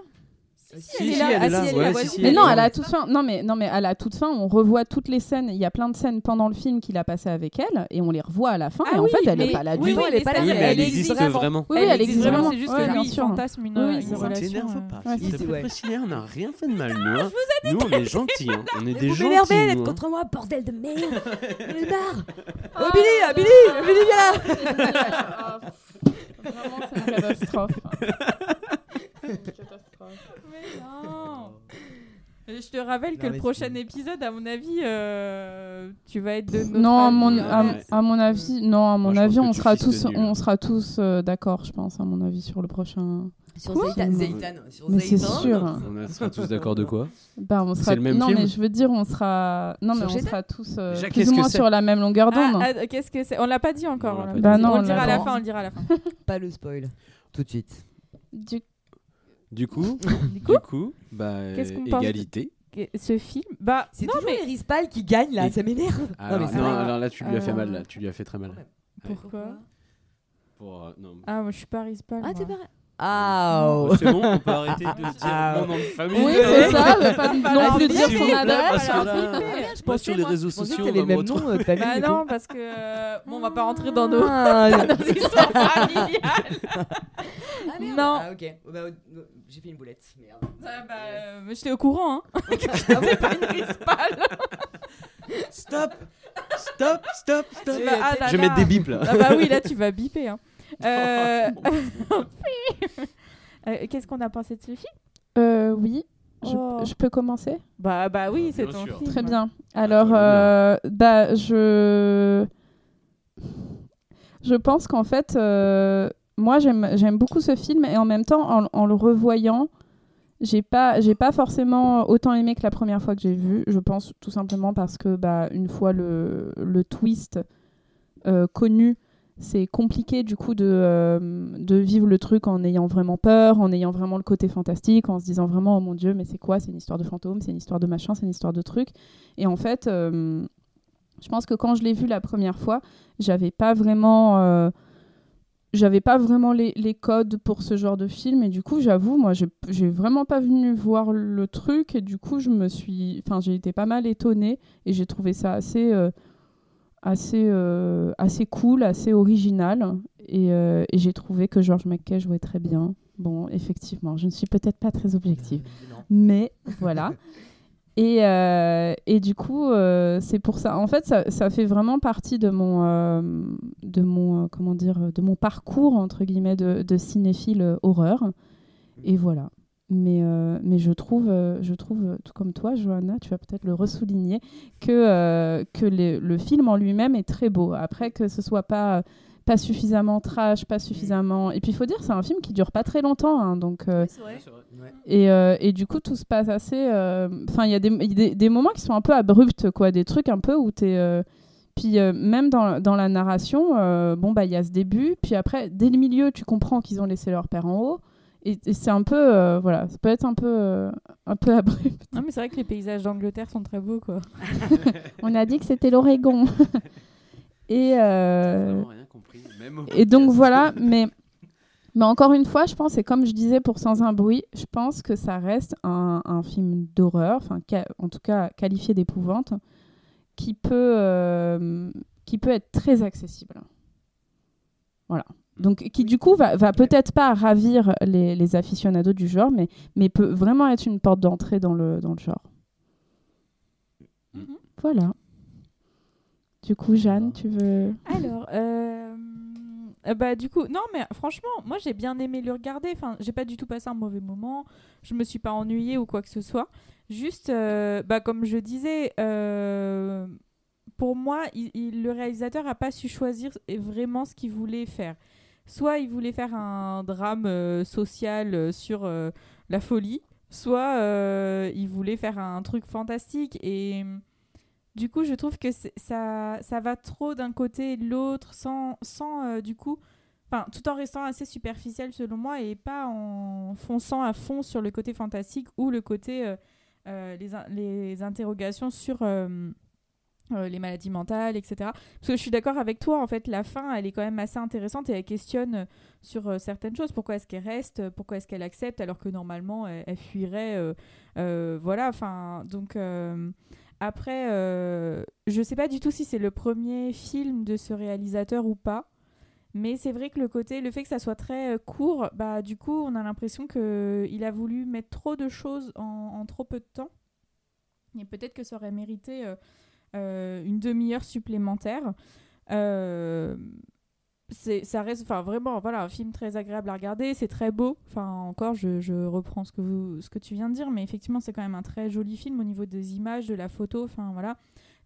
[SPEAKER 9] Si, si,
[SPEAKER 10] là.
[SPEAKER 9] elle
[SPEAKER 10] Ah,
[SPEAKER 9] est
[SPEAKER 10] si, elle est
[SPEAKER 9] là. ouais,
[SPEAKER 10] la
[SPEAKER 9] si,
[SPEAKER 10] voisine.
[SPEAKER 9] si,
[SPEAKER 1] Mais
[SPEAKER 9] elle
[SPEAKER 1] non,
[SPEAKER 9] est
[SPEAKER 1] à
[SPEAKER 9] là.
[SPEAKER 1] la toute fin, non mais non mais à la toute fin, on revoit toutes les scènes. Il y a plein de scènes pendant le film qu'il a passé avec elle, et on les revoit à la fin.
[SPEAKER 10] Ah
[SPEAKER 1] et en
[SPEAKER 10] oui,
[SPEAKER 1] fait, elle
[SPEAKER 10] mais-
[SPEAKER 1] est pas là
[SPEAKER 10] oui,
[SPEAKER 1] du
[SPEAKER 10] oui,
[SPEAKER 1] tout.
[SPEAKER 8] Non, elle est pas
[SPEAKER 10] mais
[SPEAKER 8] là.
[SPEAKER 10] ça,
[SPEAKER 9] Oui, mais elle
[SPEAKER 10] existe
[SPEAKER 9] existe vraiment.
[SPEAKER 1] Oui, oui, elle existe vraiment.
[SPEAKER 10] C'est juste
[SPEAKER 1] Ouais,
[SPEAKER 10] que
[SPEAKER 1] bien
[SPEAKER 10] lui, il
[SPEAKER 1] sûr.
[SPEAKER 10] fantasme une,
[SPEAKER 1] Oui, oui,
[SPEAKER 10] une
[SPEAKER 1] c'est
[SPEAKER 9] Ne
[SPEAKER 1] vrai.
[SPEAKER 10] relation.
[SPEAKER 9] t'énerve
[SPEAKER 10] euh,
[SPEAKER 9] pas.
[SPEAKER 1] ouais,
[SPEAKER 9] s'il te
[SPEAKER 8] c'est
[SPEAKER 9] plaît,
[SPEAKER 8] vrai.
[SPEAKER 9] Priscilla, hein. on n'a rien fait de mal, nous. hein. Nous, on est gentils. hein. On est
[SPEAKER 8] Mais
[SPEAKER 9] des
[SPEAKER 8] *laughs* vous
[SPEAKER 9] gentils.
[SPEAKER 8] m'énervez, elle est
[SPEAKER 9] nous, hein.
[SPEAKER 8] contre moi, Oh, bordel de merde J'en ai marre Oh, Billy, ah, Billy, Billy, viens là
[SPEAKER 1] Vraiment, c'est une catastrophe.
[SPEAKER 10] Mais non. Et Je te rappelle que
[SPEAKER 8] Non,
[SPEAKER 10] le
[SPEAKER 8] mais
[SPEAKER 10] prochain
[SPEAKER 8] c'est-
[SPEAKER 10] épisode, à mon avis, euh, tu vas être de notre
[SPEAKER 1] Non, à
[SPEAKER 10] avis,
[SPEAKER 1] mon,
[SPEAKER 10] euh,
[SPEAKER 1] à,
[SPEAKER 9] Ouais.
[SPEAKER 1] à mon avis, non, à mon
[SPEAKER 9] je pense
[SPEAKER 1] avis,
[SPEAKER 9] que
[SPEAKER 1] on
[SPEAKER 9] tu
[SPEAKER 1] sera,
[SPEAKER 9] fistes
[SPEAKER 1] tous,
[SPEAKER 9] nul.
[SPEAKER 1] on sera tous euh, d'accord, je pense, à mon avis, sur le prochain.
[SPEAKER 8] Sur
[SPEAKER 1] Quoi
[SPEAKER 8] Zaytan,
[SPEAKER 1] Non.
[SPEAKER 8] Zaytan, sur
[SPEAKER 1] Mais c'est
[SPEAKER 8] Zaytan.
[SPEAKER 1] sûr.
[SPEAKER 9] On sera tous d'accord de quoi
[SPEAKER 1] Bah, on
[SPEAKER 9] C'est
[SPEAKER 1] sera...
[SPEAKER 9] le même
[SPEAKER 1] non,
[SPEAKER 9] film
[SPEAKER 1] mais je veux dire, on sera, non, mais
[SPEAKER 8] Sur
[SPEAKER 1] on
[SPEAKER 8] Jedi
[SPEAKER 1] sera tous euh,
[SPEAKER 9] Déjà,
[SPEAKER 1] plus
[SPEAKER 9] qu'est-ce
[SPEAKER 1] ou
[SPEAKER 9] que
[SPEAKER 1] moins
[SPEAKER 9] c'est
[SPEAKER 1] sur la même longueur
[SPEAKER 10] Ah,
[SPEAKER 1] d'onde.
[SPEAKER 10] ah, qu'est-ce que c'est On l'a pas dit encore.
[SPEAKER 9] Non, on
[SPEAKER 10] on l'a
[SPEAKER 9] l'a pas
[SPEAKER 10] pas
[SPEAKER 1] Bah
[SPEAKER 10] dit.
[SPEAKER 1] non,
[SPEAKER 10] on
[SPEAKER 1] on
[SPEAKER 10] le dira
[SPEAKER 1] l'a
[SPEAKER 10] à la
[SPEAKER 1] pas.
[SPEAKER 10] fin. On le dira à
[SPEAKER 1] *laughs*
[SPEAKER 10] la fin.
[SPEAKER 8] Pas le spoil, tout de suite.
[SPEAKER 1] ah, Du-
[SPEAKER 9] Du coup,
[SPEAKER 10] Du coup,
[SPEAKER 9] du coup, bah,
[SPEAKER 10] Qu'est-ce qu'on pense
[SPEAKER 9] égalité.
[SPEAKER 10] ce film, bah
[SPEAKER 8] C'est
[SPEAKER 10] non
[SPEAKER 8] toujours
[SPEAKER 10] mais
[SPEAKER 8] les Rispal qui gagnent là,
[SPEAKER 9] Et-
[SPEAKER 8] ça m'énerve
[SPEAKER 9] Alors,
[SPEAKER 8] mais
[SPEAKER 9] non,
[SPEAKER 8] c'est vrai.
[SPEAKER 9] alors là, tu lui as fait
[SPEAKER 1] Euh,
[SPEAKER 9] mal. Là, tu lui as fait très mal.
[SPEAKER 10] pourquoi
[SPEAKER 9] Pour, euh, non.
[SPEAKER 10] Ah, moi je suis pas Rispal.
[SPEAKER 8] Ah,
[SPEAKER 10] moi.
[SPEAKER 8] t'es pas... Ah oh.
[SPEAKER 9] C'est bon, on peut arrêter de se
[SPEAKER 8] Ah,
[SPEAKER 9] dire mon nom de famille.
[SPEAKER 1] Oui,
[SPEAKER 8] Ouais.
[SPEAKER 1] c'est
[SPEAKER 9] *laughs*
[SPEAKER 1] ça, mais pas non
[SPEAKER 8] Ah,
[SPEAKER 1] plus
[SPEAKER 8] c'est
[SPEAKER 1] dire
[SPEAKER 8] bien,
[SPEAKER 1] son
[SPEAKER 8] c'est
[SPEAKER 1] adresse.
[SPEAKER 9] parce que là,
[SPEAKER 10] Ah, merde,
[SPEAKER 8] Je
[SPEAKER 9] moi, sur les réseaux
[SPEAKER 8] je pensais
[SPEAKER 9] sociaux,
[SPEAKER 8] que
[SPEAKER 9] on
[SPEAKER 8] t'avais
[SPEAKER 9] va
[SPEAKER 8] le
[SPEAKER 9] me
[SPEAKER 8] même
[SPEAKER 9] retrouver.
[SPEAKER 8] nom euh, de famille.
[SPEAKER 10] Bah
[SPEAKER 8] du coup.
[SPEAKER 10] non, parce que euh, bon, on va pas rentrer *laughs*
[SPEAKER 1] *laughs*
[SPEAKER 10] dans nos
[SPEAKER 8] Ah,
[SPEAKER 10] nos histoires familiales.
[SPEAKER 8] Ah, merde.
[SPEAKER 10] Non.
[SPEAKER 8] Ah, ok. Bah, euh, j'ai fait une boulette. Merde.
[SPEAKER 10] Ah, bah, euh, j'étais au courant.
[SPEAKER 1] Ah,
[SPEAKER 10] *laughs* Hein.
[SPEAKER 1] bah.
[SPEAKER 10] C'est pas
[SPEAKER 1] *laughs*
[SPEAKER 10] une Rispal.
[SPEAKER 9] Stop, stop,
[SPEAKER 10] *laughs*
[SPEAKER 9] stop, stop.
[SPEAKER 10] Bah, ah, là,
[SPEAKER 9] Je vais
[SPEAKER 10] là.
[SPEAKER 9] mettre des bips là.
[SPEAKER 10] Ah
[SPEAKER 9] *laughs*
[SPEAKER 10] bah oui, là tu vas biper.
[SPEAKER 1] *laughs*
[SPEAKER 10] Hein.
[SPEAKER 1] Oh,
[SPEAKER 10] Euh, *laughs* euh, Qu'est-ce qu'on a pensé de ce film
[SPEAKER 1] Euh, oui, je,
[SPEAKER 10] Oh.
[SPEAKER 1] je peux commencer
[SPEAKER 10] Bah bah oui,
[SPEAKER 9] Ah,
[SPEAKER 10] c'est
[SPEAKER 9] bien
[SPEAKER 10] ton
[SPEAKER 9] sûr.
[SPEAKER 10] film.
[SPEAKER 1] Très bien. Alors,
[SPEAKER 9] Attends,
[SPEAKER 1] euh, bah, je... je pense qu'en fait, euh, moi, j'aime j'aime beaucoup ce film et en même temps, en, en le revoyant, j'ai pas, j'ai pas forcément autant aimé que la première fois que j'ai vu. Je pense tout simplement parce que, bah, une fois le, le twist euh, connu, c'est compliqué du coup de, euh, de vivre le truc en ayant vraiment peur, en ayant vraiment le côté fantastique, en se disant vraiment oh mon dieu mais c'est quoi C'est une histoire de fantôme, c'est une histoire de machin, c'est une histoire de truc. Et en fait, euh, je pense que quand je l'ai vu la première fois, j'avais pas vraiment, euh, j'avais pas vraiment les, les codes pour ce genre de film. Et du coup, j'avoue, moi, j'ai- j'ai vraiment pas venu voir le truc. Et du coup, je me suis, enfin, j'ai été pas mal étonnée et j'ai trouvé ça assez. euh, assez euh, assez cool, assez original et, euh, et j'ai trouvé que George McKay jouait très bien. Bon, effectivement, je ne suis peut-être pas très objective
[SPEAKER 8] Non.
[SPEAKER 1] mais voilà. Et, euh, et du coup, euh, c'est pour ça. En fait, ça, ça fait vraiment partie de mon, euh, de mon, euh, comment dire, de mon parcours entre guillemets de, de cinéphile euh, horreur. Et voilà. Mais, euh, mais je trouve, euh, je trouve, euh, tout comme toi, Johanna, tu vas peut-être le ressouligner, que, euh, que les- le film en lui-même est très beau. Après, que ce soit pas pas suffisamment trash, pas suffisamment. Et puis il faut dire, c'est un film qui dure pas très longtemps, hein, donc. euh, Et, euh, et du coup, tout se passe assez. euh, Enfin, il y a des, il y a des- des moments qui sont un peu abrupts, quoi, des trucs un peu où t'es. euh, Puis euh, même dans, dans la narration, euh, bon bah il y a ce début, puis après dès le milieu, tu comprends qu'ils ont laissé leur père en haut, et, et c'est un peu euh, voilà, ça peut être un peu euh, un peu *laughs* abrupt.
[SPEAKER 10] Non, mais c'est vrai que les paysages d'Angleterre sont très beaux, quoi.
[SPEAKER 1] On a dit que c'était l'Oregon. *laughs* et euh,
[SPEAKER 9] vraiment rien compris, même au
[SPEAKER 1] et donc
[SPEAKER 9] podcast.
[SPEAKER 1] voilà, mais mais encore une fois, je pense et comme je disais pour sans un bruit, je pense que ça reste un, un film d'horreur, enfin ca- en tout cas qualifié d'épouvante, qui peut euh, qui peut être très accessible. Voilà. Donc, qui du coup va, va peut-être pas ravir les, les aficionados du genre, mais, mais peut vraiment être une porte d'entrée dans le, dans le genre. Voilà. Du coup, Jeanne, tu veux.
[SPEAKER 10] Alors, euh, euh, bah du coup, non mais franchement, moi j'ai bien aimé le regarder. Enfin, j'ai pas du tout passé un mauvais moment. Je me suis pas ennuyée ou quoi que ce soit. Juste, euh, bah comme je disais, euh, pour moi, il- il- le réalisateur a pas su choisir vraiment ce qu'il voulait faire. Soit il voulait faire un drame euh, social euh, sur euh, la folie, soit euh, il voulait faire un truc fantastique et du coup, je trouve que c'est- ça, ça va trop d'un côté et de l'autre, sans, sans euh, du coup, enfin, tout en restant assez superficiel selon moi et pas en fonçant à fond sur le côté fantastique ou le côté euh, euh, les, in- les interrogations sur euh, euh, les maladies mentales, etc. Parce que je suis d'accord avec toi, en fait, la fin, elle est quand même assez intéressante et elle questionne euh, sur euh, certaines choses. Pourquoi est-ce qu'elle reste Pourquoi est-ce qu'elle accepte alors que normalement elle, elle fuirait euh, euh, Voilà, enfin, donc. euh, après, euh, je sais pas du tout si c'est le premier film de ce réalisateur ou pas, mais c'est vrai que le côté, le fait que ça soit très euh, court, bah du coup, on a l'impression que il a voulu mettre trop de choses en, en trop peu de temps, et peut-être que ça aurait mérité euh, euh, une demi-heure supplémentaire. Euh, c'est ça reste enfin vraiment voilà un film très agréable à regarder c'est très beau enfin encore je, je reprends ce que vous ce que tu viens de dire mais effectivement c'est quand même un très joli film au niveau des images de la photo enfin voilà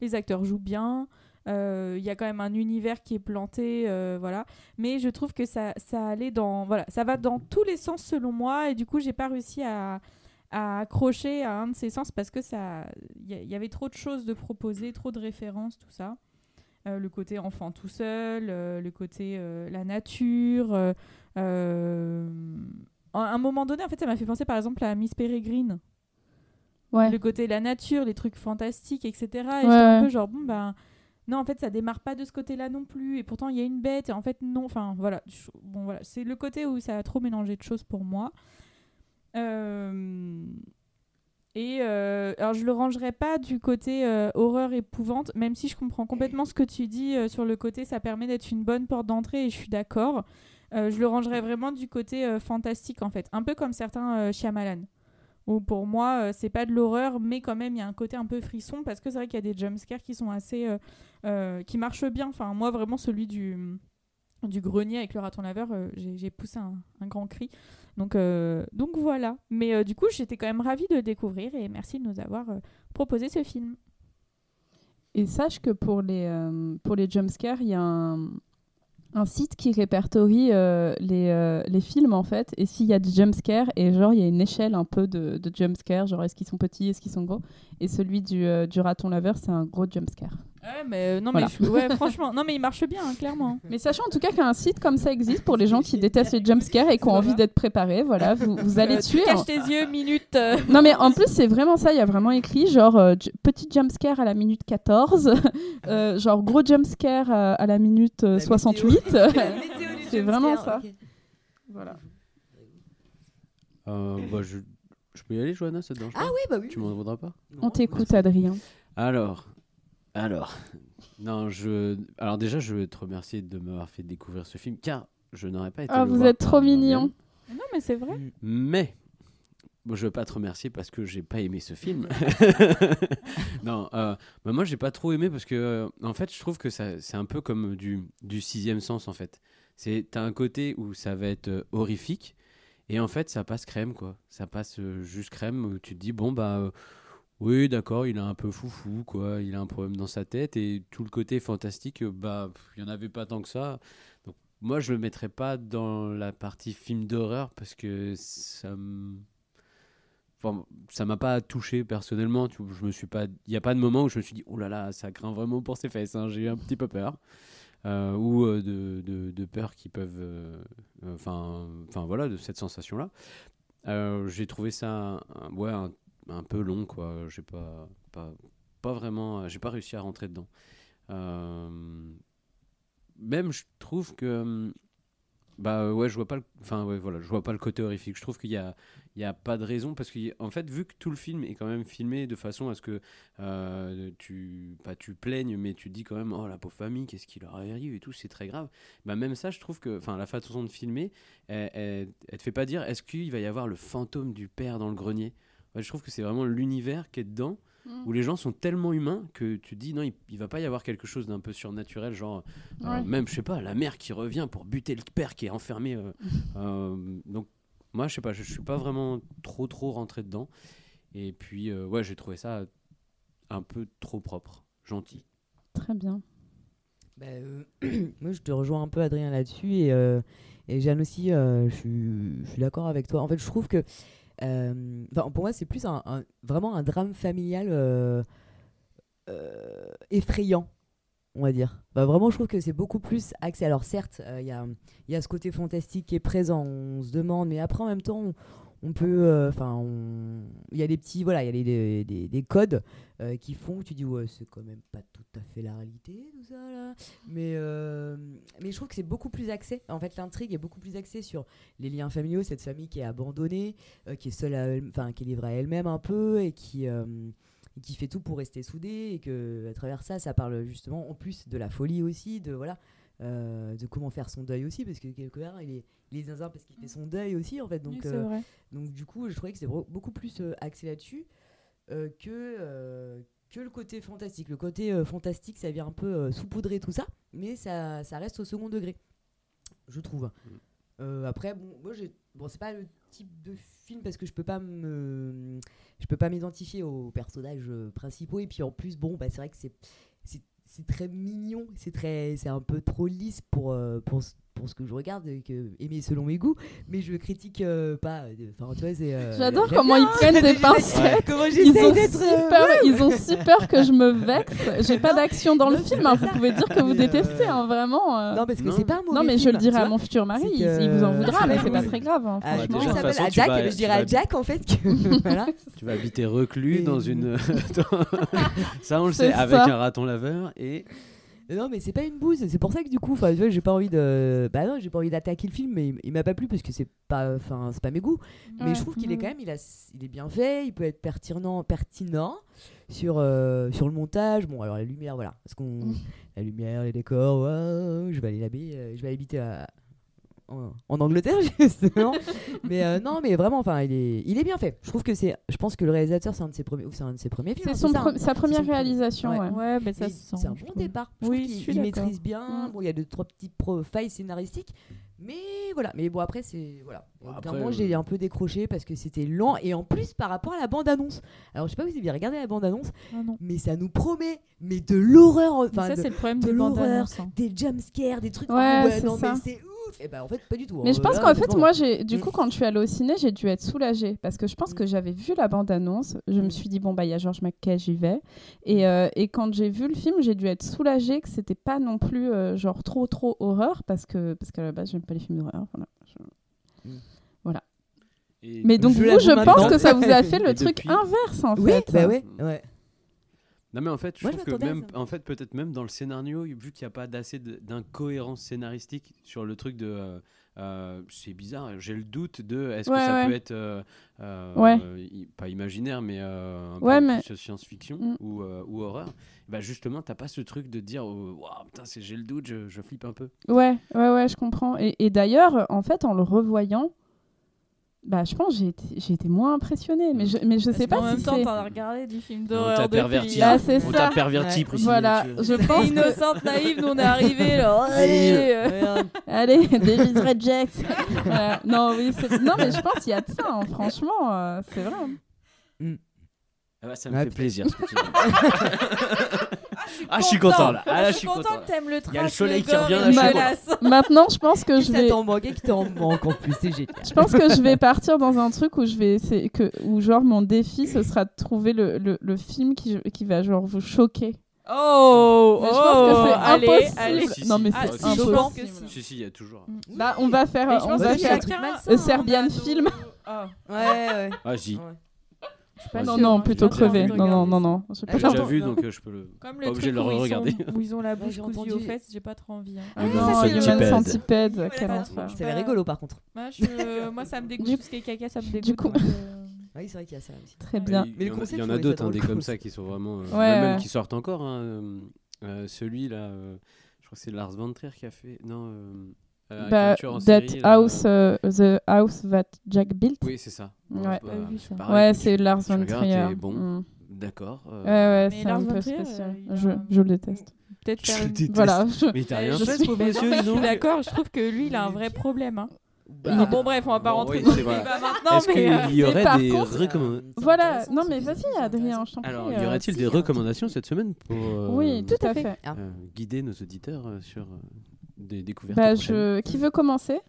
[SPEAKER 10] les acteurs jouent bien euh, il y a quand même un univers qui est planté euh, voilà mais je trouve que ça ça allait dans voilà ça va dans tous les sens selon moi et du coup j'ai pas réussi à à accrocher à un de ces sens parce que ça il y a- il y avait trop de choses de proposer trop de références tout ça euh, le côté enfant tout seul, euh, le côté euh, la nature. euh, euh, À un moment donné, en fait, ça m'a fait penser par exemple à Miss Peregrine.
[SPEAKER 1] Ouais.
[SPEAKER 10] Le côté la nature, les trucs fantastiques, etc. Et j'étais
[SPEAKER 1] Ouais,
[SPEAKER 10] un
[SPEAKER 1] ouais.
[SPEAKER 10] peu genre, bon, ben. Non, en fait, ça démarre pas de ce côté-là non plus. Et pourtant, il y a une bête. Et en fait, non. Enfin, voilà. Je- Bon, voilà. C'est le côté où ça a trop mélangé de choses pour moi. Euh, Et euh, alors je le rangerai pas du côté euh, horreur épouvante, même si je comprends complètement ce que tu dis euh, sur le côté ça permet d'être une bonne porte d'entrée et je suis d'accord. Euh, je le rangerai vraiment du côté euh, fantastique en fait, un peu comme certains euh, Shyamalan. Où pour moi euh, c'est pas de l'horreur, mais quand même il y a un côté un peu frisson parce que c'est vrai qu'il y a des jumpscares qui sont assez, euh, euh, qui marchent bien. Enfin moi vraiment celui du du grenier avec le raton laveur, euh, j'ai j'ai poussé un, un grand cri. Donc, euh, donc voilà. Mais euh, du coup, j'étais quand même ravie de le découvrir et merci de nous avoir euh, proposé ce film.
[SPEAKER 1] Et sache que pour les, euh, pour les jumpscares, il y a un, un site qui répertorie euh, les, euh, les films, en fait. Et s'il y a des jumpscares, et genre, il y a une échelle un peu de, de jumpscares, genre, est-ce qu'ils sont petits, est-ce qu'ils sont gros Et celui du, euh, du raton laveur, c'est un gros jumpscare.
[SPEAKER 10] Ouais, mais euh, non,
[SPEAKER 1] Voilà.
[SPEAKER 10] mais je- ouais, franchement, non, mais il marche bien, hein, clairement.
[SPEAKER 1] Mais sachant en tout cas qu'un site comme ça existe pour les gens qui détestent les jumpscares et qui ont envie d'être préparés, voilà, vous, vous allez
[SPEAKER 10] Euh, tu
[SPEAKER 1] tuer. hein.
[SPEAKER 10] caches tes yeux, minute. euh.
[SPEAKER 1] Non mais en plus c'est vraiment ça, il y a vraiment écrit genre euh, ju- petit jumpscare à la minute 14, *laughs* euh, genre gros jumpscare à, à la minute euh,
[SPEAKER 8] *laughs*
[SPEAKER 1] 68. c'est vraiment ça. *laughs* Voilà.
[SPEAKER 9] Euh, bah, je... je peux y aller, Johanna, ça te dérange Ah
[SPEAKER 8] oui, bah oui.
[SPEAKER 9] Tu m'en voudras pas
[SPEAKER 1] On t'écoute Adrien.
[SPEAKER 9] Alors, alors, non, je, alors déjà, je veux te remercier de m'avoir fait découvrir ce film, car je n'aurais pas été.
[SPEAKER 1] Ah,
[SPEAKER 9] le
[SPEAKER 1] vous
[SPEAKER 9] voir
[SPEAKER 1] êtes
[SPEAKER 9] par
[SPEAKER 1] trop
[SPEAKER 9] moi-même.
[SPEAKER 1] mignon.
[SPEAKER 10] Non, mais c'est vrai.
[SPEAKER 9] Mais bon, je veux pas te remercier parce que j'ai pas aimé
[SPEAKER 10] *laughs*
[SPEAKER 9] ce film. *laughs* non, euh, bah, moi j'ai pas trop aimé parce que euh, en fait je trouve que ça c'est un peu comme du du sixième sens en fait. C'est t'as un côté où ça va être euh, horrifique et en fait ça passe crème quoi. Ça passe euh, juste crème où tu te dis bon bah euh, Oui, d'accord, il est un peu foufou, quoi. Il a un problème dans sa tête et tout le côté fantastique, euh, bah, pff, il n'y en avait pas tant que ça. Donc, moi, je le mettrais pas dans la partie film d'horreur parce que ça me. Enfin, ça m'a pas touché personnellement. Tu vois, Je me suis pas. Il n'y a pas de moment où je me suis dit, oh là là, ça craint vraiment pour ses fesses. hein. J'ai eu un petit peu peur. Euh, ou euh, de, de, de peur qui peuvent. euh, euh, Enfin, enfin voilà, de cette sensation-là. Euh, J'ai trouvé ça, un- ouais, un un peu long quoi j'ai pas pas pas vraiment euh, j'ai pas réussi à rentrer dedans Euh, même je trouve que hum, bah euh, ouais je vois pas le enfin ouais voilà je vois pas le côté horrifique je trouve qu'il y a il y a pas de raison parce que en fait vu que tout le film est quand même filmé de façon à ce que euh, tu pas tu plaignes mais tu te dis quand même oh la pauvre famille qu'est-ce qui leur arrive et tout c'est très grave bah même ça je trouve que enfin la façon de filmer elle, elle- elle te fait pas dire est-ce qu'il va y avoir le fantôme du père dans le grenier Ouais, je trouve que c'est vraiment l'univers qui est dedans,
[SPEAKER 8] Mmh.
[SPEAKER 9] où les gens sont tellement humains que tu te dis non, il, il va pas y avoir quelque chose d'un peu surnaturel, genre euh,
[SPEAKER 1] Ouais.
[SPEAKER 9] même, je sais pas, la mère qui revient pour buter le père qui est enfermé.
[SPEAKER 1] *laughs*
[SPEAKER 9] euh, euh, donc, moi, je sais pas, je, je suis pas vraiment trop, trop rentré dedans. Et puis, euh, ouais, j'ai trouvé ça un peu trop propre, gentil.
[SPEAKER 1] Très bien.
[SPEAKER 8] Bah, euh, *clears throat* moi, je te rejoins un peu, Adrien, là-dessus. Et, euh, et Jeanne aussi, euh, je suis- je suis d'accord avec toi. En fait, je trouve que. euh, enfin, pour moi, c'est plus un, un- vraiment un drame familial euh, euh, effrayant, on va dire. Bah, vraiment, je trouve que c'est beaucoup plus axé. Alors, certes, euh, il y, a, il y a ce côté fantastique qui est présent, on se demande, mais après, en même temps, on, on peut. euh, Enfin, il y a des petits. Voilà, il y a des- des- des- des codes euh, qui font que tu dis, ouais, c'est quand même pas tout à fait la réalité, tout ça, là. Mais, euh, mais je trouve que c'est beaucoup plus axé. En fait, l'intrigue est beaucoup plus axée sur les liens familiaux, cette famille qui est abandonnée, euh, qui est seule à elle- enfin, qui est livrée à elle-même un peu et qui. euh, et qui fait tout pour rester soudée et que à travers ça ça parle justement en plus de la folie aussi de voilà euh, de comment faire son deuil aussi parce que quelque part il est il est zinzin parce qu'il fait son deuil aussi en fait donc
[SPEAKER 10] Oui, c'est
[SPEAKER 8] euh,
[SPEAKER 10] vrai.
[SPEAKER 8] donc du coup, je trouvais que c'est bro- beaucoup plus euh, axé là-dessus euh, que, euh, que le côté fantastique. Le côté euh, fantastique, ça vient un peu euh, saupoudrer tout ça, mais ça, ça reste au second degré, je trouve. Euh, après, bon, moi, j'ai- bon, c'est pas le type de film parce que je peux pas me, je peux pas m'identifier aux personnages euh, principaux et puis en plus, bon, bah, c'est vrai que c'est, c'est, c'est très mignon, c'est très, c'est un peu trop lisse pour euh, pour ce- pour ce que je regarde et que aimer selon mes goûts, mais je critique euh, pas. euh, Enfin, tu vois, c'est. euh,
[SPEAKER 1] J'adore
[SPEAKER 8] j'aime
[SPEAKER 1] comment
[SPEAKER 8] bien,
[SPEAKER 1] ils prennent
[SPEAKER 8] hein,
[SPEAKER 1] tes
[SPEAKER 8] *laughs* j'essaie-
[SPEAKER 1] pincettes.
[SPEAKER 8] Comment
[SPEAKER 1] Ils
[SPEAKER 8] j'essaie
[SPEAKER 1] ont,
[SPEAKER 8] d'être.
[SPEAKER 1] si
[SPEAKER 8] euh,
[SPEAKER 1] peur,
[SPEAKER 8] ouais,
[SPEAKER 1] ils ont si peur que je me vexe. J'ai pas d'action dans le
[SPEAKER 8] non, c'est
[SPEAKER 1] film.
[SPEAKER 8] pas
[SPEAKER 1] hein. Vous
[SPEAKER 8] ça.
[SPEAKER 1] pouvez dire que vous
[SPEAKER 8] Mais, euh,
[SPEAKER 1] détestez, hein, vraiment. euh.
[SPEAKER 8] Non, parce que
[SPEAKER 9] Non.
[SPEAKER 8] c'est pas un mauvais
[SPEAKER 1] Non, mais je
[SPEAKER 8] film,
[SPEAKER 1] le dirai
[SPEAKER 8] tu
[SPEAKER 1] à
[SPEAKER 8] vois.
[SPEAKER 1] mon futur mari.
[SPEAKER 8] c'est
[SPEAKER 1] Il,
[SPEAKER 8] que-
[SPEAKER 1] il vous en voudra,
[SPEAKER 8] Ah,
[SPEAKER 1] mais
[SPEAKER 8] bah
[SPEAKER 1] c'est pas
[SPEAKER 8] oui.
[SPEAKER 1] très grave. hein,
[SPEAKER 8] Ah,
[SPEAKER 1] franchement.
[SPEAKER 8] je
[SPEAKER 9] déjà, de toute
[SPEAKER 8] s'appelle
[SPEAKER 9] façon,
[SPEAKER 8] à
[SPEAKER 9] tu
[SPEAKER 8] Jack
[SPEAKER 9] vas-
[SPEAKER 8] et je
[SPEAKER 9] tu
[SPEAKER 8] dirais
[SPEAKER 9] vas-
[SPEAKER 8] à Jack en
[SPEAKER 9] *laughs*
[SPEAKER 8] fait que voilà.
[SPEAKER 9] Tu
[SPEAKER 1] *laughs*
[SPEAKER 9] vas habiter reclus
[SPEAKER 8] Et-
[SPEAKER 9] dans une. *laughs* dans- ça, on le
[SPEAKER 1] C'est
[SPEAKER 9] sait, avec
[SPEAKER 1] ça.
[SPEAKER 9] un raton laveur et.
[SPEAKER 8] Non mais c'est pas une bouse, c'est pour ça que du coup, enfin tu vois, j'ai pas envie de bah non, j'ai pas envie d'attaquer le film mais il- il m'a pas plu parce que c'est pas enfin c'est pas mes goûts, mais
[SPEAKER 1] Ouais.
[SPEAKER 8] je trouve qu'il
[SPEAKER 10] Mm.
[SPEAKER 8] est
[SPEAKER 1] Mhm.
[SPEAKER 8] quand même il a il est bien fait, il peut être pertinent pertinent sur euh, sur le montage. Bon alors la lumière voilà,
[SPEAKER 1] *laughs*
[SPEAKER 8] parce qu'on la lumière, les décors, waouh, je vais aller l'habiller, euh, je vais aller habiter à en, en Angleterre *laughs* justement. mais euh, non, mais vraiment enfin, il est il est bien fait. Je trouve que c'est je pense que le réalisateur c'est un de ses premiers ou c'est un de ses premiers films.
[SPEAKER 1] C'est son
[SPEAKER 8] hein, ça, hein.
[SPEAKER 1] pre- sa première
[SPEAKER 8] premier.
[SPEAKER 1] réalisation.
[SPEAKER 8] Ouais.
[SPEAKER 1] ouais.
[SPEAKER 10] Ouais, mais ça
[SPEAKER 8] Et
[SPEAKER 10] se sent.
[SPEAKER 8] C'est un
[SPEAKER 10] je
[SPEAKER 8] bon
[SPEAKER 10] trouve.
[SPEAKER 8] départ. Je
[SPEAKER 10] Oui,
[SPEAKER 8] trouve
[SPEAKER 10] je
[SPEAKER 8] qu'il-
[SPEAKER 10] suis
[SPEAKER 8] il
[SPEAKER 10] d'accord.
[SPEAKER 8] maîtrise bien.
[SPEAKER 1] Mm.
[SPEAKER 8] Bon, il y a deux trois petites pro- failles scénaristiques, mais voilà. Mais bon après c'est voilà. Au bout d'un
[SPEAKER 9] Après,
[SPEAKER 8] moment,
[SPEAKER 9] euh,
[SPEAKER 8] j'ai un peu décroché parce que c'était lent et en plus par rapport à la bande annonce. Alors je sais pas si vous avez regardé la bande annonce,
[SPEAKER 10] Ah non.
[SPEAKER 8] mais ça nous promet mais de l'horreur.
[SPEAKER 10] Mais
[SPEAKER 8] Enfin,
[SPEAKER 10] ça,
[SPEAKER 8] de-
[SPEAKER 10] c'est le problème
[SPEAKER 8] de
[SPEAKER 10] des bandes
[SPEAKER 8] l'horreur.
[SPEAKER 10] annonces. hein.
[SPEAKER 8] des jumpscares, des trucs.
[SPEAKER 1] Ouais,
[SPEAKER 8] Ah
[SPEAKER 1] c'est
[SPEAKER 8] non,
[SPEAKER 1] ça.
[SPEAKER 8] mais c'est ouf. Et bah en fait pas du tout.
[SPEAKER 1] Mais je
[SPEAKER 8] Euh,
[SPEAKER 1] pense
[SPEAKER 8] là,
[SPEAKER 1] qu'en fait,
[SPEAKER 8] bon,
[SPEAKER 1] moi, j'ai du
[SPEAKER 8] Mm.
[SPEAKER 1] coup, quand je suis allée au ciné, j'ai dû être soulagée parce que je pense que j'avais vu la bande-annonce. Je me suis dit bon bah il y a George McKay, j'y vais. Et, euh, et quand j'ai vu le film, j'ai dû être soulagée que c'était pas non plus euh, genre trop trop horreur parce que parce qu'à la base j'aime pas les films d'horreur. voilà. Je-
[SPEAKER 8] Mm.
[SPEAKER 1] Voilà.
[SPEAKER 9] et-
[SPEAKER 1] Mais donc
[SPEAKER 8] Je
[SPEAKER 1] vous,
[SPEAKER 8] l'avoue
[SPEAKER 1] je pense
[SPEAKER 8] maintenant.
[SPEAKER 1] que ça vous a fait le
[SPEAKER 9] Et
[SPEAKER 1] truc
[SPEAKER 9] depuis-
[SPEAKER 1] inverse en
[SPEAKER 8] Oui,
[SPEAKER 1] fait.
[SPEAKER 8] bah ouais,
[SPEAKER 1] *laughs*
[SPEAKER 8] ouais.
[SPEAKER 9] Non mais en fait, je
[SPEAKER 8] Moi, je
[SPEAKER 9] trouve que
[SPEAKER 8] m'attendais à
[SPEAKER 9] même,
[SPEAKER 8] ça.
[SPEAKER 9] en fait peut-être même dans le scénario, vu qu'il n'y a pas d'assez de- d'incohérence scénaristique sur le truc de, euh, euh, c'est bizarre, j'ai le doute de, est-ce
[SPEAKER 1] Ouais,
[SPEAKER 9] que ça
[SPEAKER 1] ouais.
[SPEAKER 9] peut être, euh, euh,
[SPEAKER 1] Ouais.
[SPEAKER 9] i- pas imaginaire, mais euh, un
[SPEAKER 1] Ouais,
[SPEAKER 9] peu
[SPEAKER 1] mais-
[SPEAKER 9] plus science-fiction
[SPEAKER 1] Mm.
[SPEAKER 9] ou, euh, ou horreur. Bah justement, t'as pas ce truc de dire, oh, waouh, putain, c'est- j'ai le doute, je, je flippe un peu.
[SPEAKER 1] Ouais, ouais, ouais, je comprends. Et, et d'ailleurs, en fait, en le revoyant, bah, je pense que j'ai été, j'ai été moins impressionnée. Mais je, mais je sais
[SPEAKER 10] en
[SPEAKER 1] pas
[SPEAKER 10] même
[SPEAKER 1] si
[SPEAKER 10] temps,
[SPEAKER 1] c'est.
[SPEAKER 10] t'en as regardé du film
[SPEAKER 9] on
[SPEAKER 10] d'horreur
[SPEAKER 9] t'a
[SPEAKER 10] depuis.
[SPEAKER 9] perverti,
[SPEAKER 1] Bah, c'est
[SPEAKER 9] on
[SPEAKER 1] ça.
[SPEAKER 9] t'a perverti,
[SPEAKER 8] Ouais.
[SPEAKER 9] Priscilla,
[SPEAKER 1] Voilà,
[SPEAKER 9] tu vois.
[SPEAKER 1] je pense que
[SPEAKER 10] Innocente, naïve, nous on est arrivés là.
[SPEAKER 1] Oh,
[SPEAKER 10] Allez, euh.
[SPEAKER 8] Merde.
[SPEAKER 1] Allez, *laughs* David Reject. Voilà. euh, hein. non, oui, c'est- non, mais je pense qu'il y a de ça, hein. franchement, euh, c'est vrai.
[SPEAKER 9] Ah bah, ça me
[SPEAKER 8] Ouais,
[SPEAKER 9] fait
[SPEAKER 8] peut-être.
[SPEAKER 9] plaisir. ce que tu dis.
[SPEAKER 10] Ah,
[SPEAKER 9] je suis content là. Ah, là, je suis content.
[SPEAKER 10] que t'aimes le trash.
[SPEAKER 9] Il y a le soleil qui
[SPEAKER 10] gore
[SPEAKER 9] revient,
[SPEAKER 10] et
[SPEAKER 9] là, je suis
[SPEAKER 10] le
[SPEAKER 9] content.
[SPEAKER 10] dégueulasse.
[SPEAKER 1] Maintenant, je pense que je
[SPEAKER 8] Ça
[SPEAKER 1] vais.
[SPEAKER 8] t'en manquait, qui t'en manque en plus, c'est génial.
[SPEAKER 1] Je pense que je vais partir dans un truc où je vais essayer que où genre mon défi ce sera de trouver le, le, le film qui, qui va genre vous choquer.
[SPEAKER 10] Oh,
[SPEAKER 1] Mais je pense que
[SPEAKER 10] oh,
[SPEAKER 1] c'est
[SPEAKER 10] allez,
[SPEAKER 1] impossible.
[SPEAKER 10] allez.
[SPEAKER 9] Si, si,
[SPEAKER 1] Non mais
[SPEAKER 9] Ah,
[SPEAKER 1] c'est
[SPEAKER 9] si, je
[SPEAKER 1] impossible.
[SPEAKER 10] pense que si.
[SPEAKER 9] Si, si, il y a toujours.
[SPEAKER 1] Bah on va faire
[SPEAKER 10] Et je
[SPEAKER 1] on
[SPEAKER 10] pense
[SPEAKER 1] va
[SPEAKER 10] que
[SPEAKER 8] qu'il y a
[SPEAKER 1] faire
[SPEAKER 8] un truc
[SPEAKER 10] chacun
[SPEAKER 8] malsain,
[SPEAKER 1] le Serbian
[SPEAKER 10] on a
[SPEAKER 1] film.
[SPEAKER 10] nos- Ah,
[SPEAKER 8] Ouais, ouais.
[SPEAKER 9] Ah, si.
[SPEAKER 10] je suis pas
[SPEAKER 1] non
[SPEAKER 10] sûre,
[SPEAKER 1] non
[SPEAKER 10] hein,
[SPEAKER 1] plutôt
[SPEAKER 10] j'ai pas envie
[SPEAKER 1] crever.
[SPEAKER 10] de
[SPEAKER 1] Non non
[SPEAKER 10] regarder
[SPEAKER 1] non
[SPEAKER 10] ça.
[SPEAKER 1] non. J'ai
[SPEAKER 9] J'ai
[SPEAKER 1] pas
[SPEAKER 9] déjà
[SPEAKER 1] envie.
[SPEAKER 9] vu, donc euh, je peux le.
[SPEAKER 10] Comme
[SPEAKER 9] Pas
[SPEAKER 10] le
[SPEAKER 9] obligé
[SPEAKER 10] truc
[SPEAKER 9] de le
[SPEAKER 10] où ils
[SPEAKER 9] regarder.
[SPEAKER 10] sont- où ils ont la bouche
[SPEAKER 8] j'ai
[SPEAKER 10] cousue
[SPEAKER 8] entendu.
[SPEAKER 10] aux fesses, j'ai pas trop envie. hein.
[SPEAKER 1] Ah,
[SPEAKER 9] ça,
[SPEAKER 1] non,
[SPEAKER 9] c'est
[SPEAKER 1] Human
[SPEAKER 9] Centipede.
[SPEAKER 1] Centipede, quel
[SPEAKER 10] Voilà,
[SPEAKER 1] enfer.
[SPEAKER 10] c'est
[SPEAKER 8] Ça avait
[SPEAKER 10] pas-
[SPEAKER 8] rigolo par contre.
[SPEAKER 10] Moi, je- moi, ça me dégoûte.
[SPEAKER 1] Du-
[SPEAKER 10] Tout ce qui est caca, ça me dégoûte.
[SPEAKER 1] coup-
[SPEAKER 10] donc, euh,
[SPEAKER 8] Oui, c'est vrai qu'il y a ça aussi.
[SPEAKER 1] Très
[SPEAKER 10] Mais
[SPEAKER 1] bien.
[SPEAKER 9] Bah, Il,
[SPEAKER 8] Mais
[SPEAKER 9] y en
[SPEAKER 8] le
[SPEAKER 9] a- il
[SPEAKER 8] concept,
[SPEAKER 9] y en
[SPEAKER 8] je
[SPEAKER 9] a
[SPEAKER 8] trouvais ça
[SPEAKER 9] d'autres, hein,
[SPEAKER 8] drôle,
[SPEAKER 9] des
[SPEAKER 8] le
[SPEAKER 9] comme
[SPEAKER 8] concept.
[SPEAKER 9] ça qui sont vraiment. euh,
[SPEAKER 1] Ouais,
[SPEAKER 9] Même
[SPEAKER 1] ouais.
[SPEAKER 9] qui sortent encore. hein, euh, euh, Celui-là, euh, je crois que c'est Lars von Trier qui a fait. Non. euh, euh, avec
[SPEAKER 1] Bah,
[SPEAKER 9] un tueur en
[SPEAKER 1] that
[SPEAKER 9] série, là.
[SPEAKER 1] house, euh, the house that Jack built.
[SPEAKER 9] Oui, c'est ça. Bon,
[SPEAKER 1] Ouais.
[SPEAKER 9] c'est pas-
[SPEAKER 10] Pas vu,
[SPEAKER 9] c'est
[SPEAKER 10] ça.
[SPEAKER 9] pareil,
[SPEAKER 1] Ouais,
[SPEAKER 9] tu-
[SPEAKER 1] c'est Lars
[SPEAKER 9] tu
[SPEAKER 1] von
[SPEAKER 9] regardes,
[SPEAKER 1] Trier.
[SPEAKER 9] t'es Bon,
[SPEAKER 1] Mm.
[SPEAKER 9] d'accord. euh,
[SPEAKER 1] Ouais, ouais,
[SPEAKER 10] Mais
[SPEAKER 1] c'est un
[SPEAKER 10] Lars
[SPEAKER 1] peu
[SPEAKER 10] von Trier,
[SPEAKER 1] spécial.
[SPEAKER 10] euh, il a
[SPEAKER 1] Je,
[SPEAKER 10] un-
[SPEAKER 1] je le déteste.
[SPEAKER 10] Peut-être faire
[SPEAKER 9] *laughs* Je le
[SPEAKER 10] une-
[SPEAKER 9] déteste.
[SPEAKER 1] Voilà, je-
[SPEAKER 9] Mais t'as
[SPEAKER 10] Ouais,
[SPEAKER 9] rien
[SPEAKER 10] je
[SPEAKER 9] fait,
[SPEAKER 10] suis-
[SPEAKER 9] ce pauvre monsieur,
[SPEAKER 10] Je
[SPEAKER 9] dis
[SPEAKER 10] suis
[SPEAKER 9] donc.
[SPEAKER 10] d'accord, je trouve que lui, il a un vrai problème. hein.
[SPEAKER 8] Bah,
[SPEAKER 10] Enfin, bon, bref, on va pas
[SPEAKER 9] Bon,
[SPEAKER 10] rentrer
[SPEAKER 9] oui,
[SPEAKER 10] dans
[SPEAKER 9] c'est
[SPEAKER 10] le
[SPEAKER 9] vrai.
[SPEAKER 10] débat maintenant,
[SPEAKER 9] Est-ce
[SPEAKER 10] mais. euh,
[SPEAKER 9] qu'il y
[SPEAKER 1] c'est
[SPEAKER 9] aurait
[SPEAKER 1] par
[SPEAKER 9] des
[SPEAKER 1] contre-
[SPEAKER 9] recommandations
[SPEAKER 8] c'est
[SPEAKER 1] Voilà,
[SPEAKER 8] intéressant,
[SPEAKER 1] non
[SPEAKER 8] ce
[SPEAKER 1] mais
[SPEAKER 8] film,
[SPEAKER 1] vas-y
[SPEAKER 8] c'est
[SPEAKER 1] Adrien,
[SPEAKER 8] intéressant.
[SPEAKER 1] je t'en prie.
[SPEAKER 9] Alors, y
[SPEAKER 1] euh,
[SPEAKER 9] aurait-il
[SPEAKER 8] si,
[SPEAKER 9] des
[SPEAKER 8] il y a un
[SPEAKER 9] recommandations cette semaine pour euh,
[SPEAKER 1] Oui, tout à fait.
[SPEAKER 9] euh, guider nos auditeurs euh, sur euh, des découvertes
[SPEAKER 1] Bah,
[SPEAKER 9] prochaines
[SPEAKER 1] je... Qui veut commencer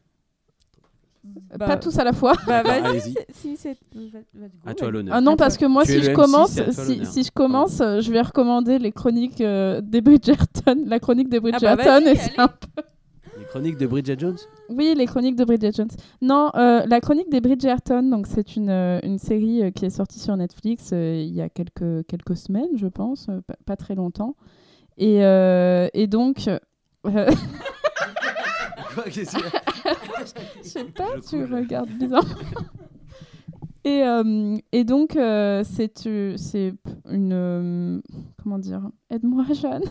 [SPEAKER 10] Bah,
[SPEAKER 1] Pas tous à la fois.
[SPEAKER 10] Bah,
[SPEAKER 9] D'accord,
[SPEAKER 10] vas-y.
[SPEAKER 9] allez-y.
[SPEAKER 10] c'est- Si, c'est. va- va- go,
[SPEAKER 9] À toi
[SPEAKER 10] vas-y.
[SPEAKER 9] l'honneur.
[SPEAKER 1] Ah non,
[SPEAKER 10] À
[SPEAKER 1] parce que moi,
[SPEAKER 9] Tu
[SPEAKER 1] si
[SPEAKER 9] es
[SPEAKER 1] je,
[SPEAKER 9] le MC,
[SPEAKER 1] commence,
[SPEAKER 9] c'est à toi
[SPEAKER 1] si,
[SPEAKER 9] l'honneur.
[SPEAKER 1] si je commence, euh, je vais recommander les chroniques euh, des Bridgerton, la chronique des
[SPEAKER 10] bah,
[SPEAKER 1] Bridgerton.
[SPEAKER 10] vas-y,
[SPEAKER 1] et c'est un
[SPEAKER 10] allez.
[SPEAKER 1] peu-
[SPEAKER 9] Les chroniques de Bridget Jones
[SPEAKER 1] Oui, les chroniques de Bridget Jones. Non, euh, la chronique des Bridgerton, donc c'est une, euh, une série euh, qui est sortie sur Netflix euh, il y a quelques, quelques semaines, je pense, euh, pas, pas très longtemps. Et, euh, et donc, euh,
[SPEAKER 9] Quoi *laughs* Qu'est-ce que
[SPEAKER 1] Je sais pas,
[SPEAKER 9] Je
[SPEAKER 1] tu
[SPEAKER 9] coule.
[SPEAKER 1] regardes
[SPEAKER 9] *laughs*
[SPEAKER 1] bizarrement. Et, euh, et donc, euh, c'est euh, c'est une. euh, comment dire Aide-moi, Jeanne.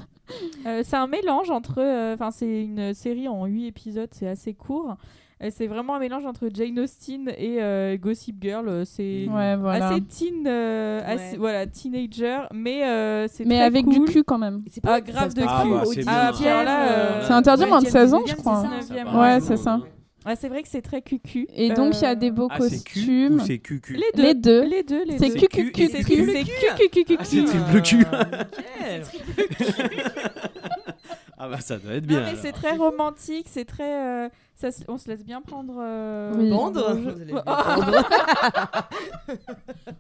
[SPEAKER 10] Euh, c'est un mélange entre. euh, Enfin, c'est une série en 8 épisodes, c'est assez court. Euh, c'est vraiment un mélange entre Jane Austen et euh, Gossip Girl. euh, C'est
[SPEAKER 1] Ouais, voilà.
[SPEAKER 10] assez teen, euh, assez-
[SPEAKER 8] Ouais.
[SPEAKER 10] voilà, teenager, mais euh, c'est
[SPEAKER 1] Mais
[SPEAKER 10] très
[SPEAKER 1] avec
[SPEAKER 10] cool.
[SPEAKER 1] du cul quand même.
[SPEAKER 8] C'est
[SPEAKER 10] Ah,
[SPEAKER 8] pas-
[SPEAKER 10] grave
[SPEAKER 8] ça
[SPEAKER 10] de
[SPEAKER 8] se passe
[SPEAKER 9] cul.
[SPEAKER 8] pas
[SPEAKER 9] Ah, bah,
[SPEAKER 8] au
[SPEAKER 9] c'est
[SPEAKER 8] 18e,
[SPEAKER 9] bien.
[SPEAKER 10] Ah, puis alors là,
[SPEAKER 8] euh,
[SPEAKER 10] euh,
[SPEAKER 1] C'est interdit
[SPEAKER 8] ouais,
[SPEAKER 1] moins de
[SPEAKER 8] 19e,
[SPEAKER 1] 16 ans, je crois.
[SPEAKER 8] c'est ça.
[SPEAKER 10] Neuvième.
[SPEAKER 1] Ouais, c'est ça.
[SPEAKER 10] Ah, c'est vrai que c'est très cucu.
[SPEAKER 1] Et
[SPEAKER 10] Euh,
[SPEAKER 1] donc, il y a des beaux
[SPEAKER 9] Ah, c'est cul ou
[SPEAKER 1] costumes.
[SPEAKER 9] c'est cucu
[SPEAKER 10] Les deux.
[SPEAKER 1] Les deux.
[SPEAKER 10] Les deux, les
[SPEAKER 1] C'est
[SPEAKER 10] deux.
[SPEAKER 1] cul, cul,
[SPEAKER 10] Et
[SPEAKER 1] cul,
[SPEAKER 10] c'est-
[SPEAKER 1] cul.
[SPEAKER 10] C'est cul, cul, cul,
[SPEAKER 9] Ah,
[SPEAKER 10] cul.
[SPEAKER 9] c'est triple cul
[SPEAKER 8] Nickel.
[SPEAKER 9] Ah bah ça doit être
[SPEAKER 10] Non,
[SPEAKER 9] bien
[SPEAKER 10] mais
[SPEAKER 9] alors.
[SPEAKER 10] c'est très romantique, c'est très. euh, ça se- on se laisse bien prendre. euh,
[SPEAKER 1] Oui.
[SPEAKER 10] Je-
[SPEAKER 8] Pendre Vous allez bien
[SPEAKER 10] *laughs* Ah,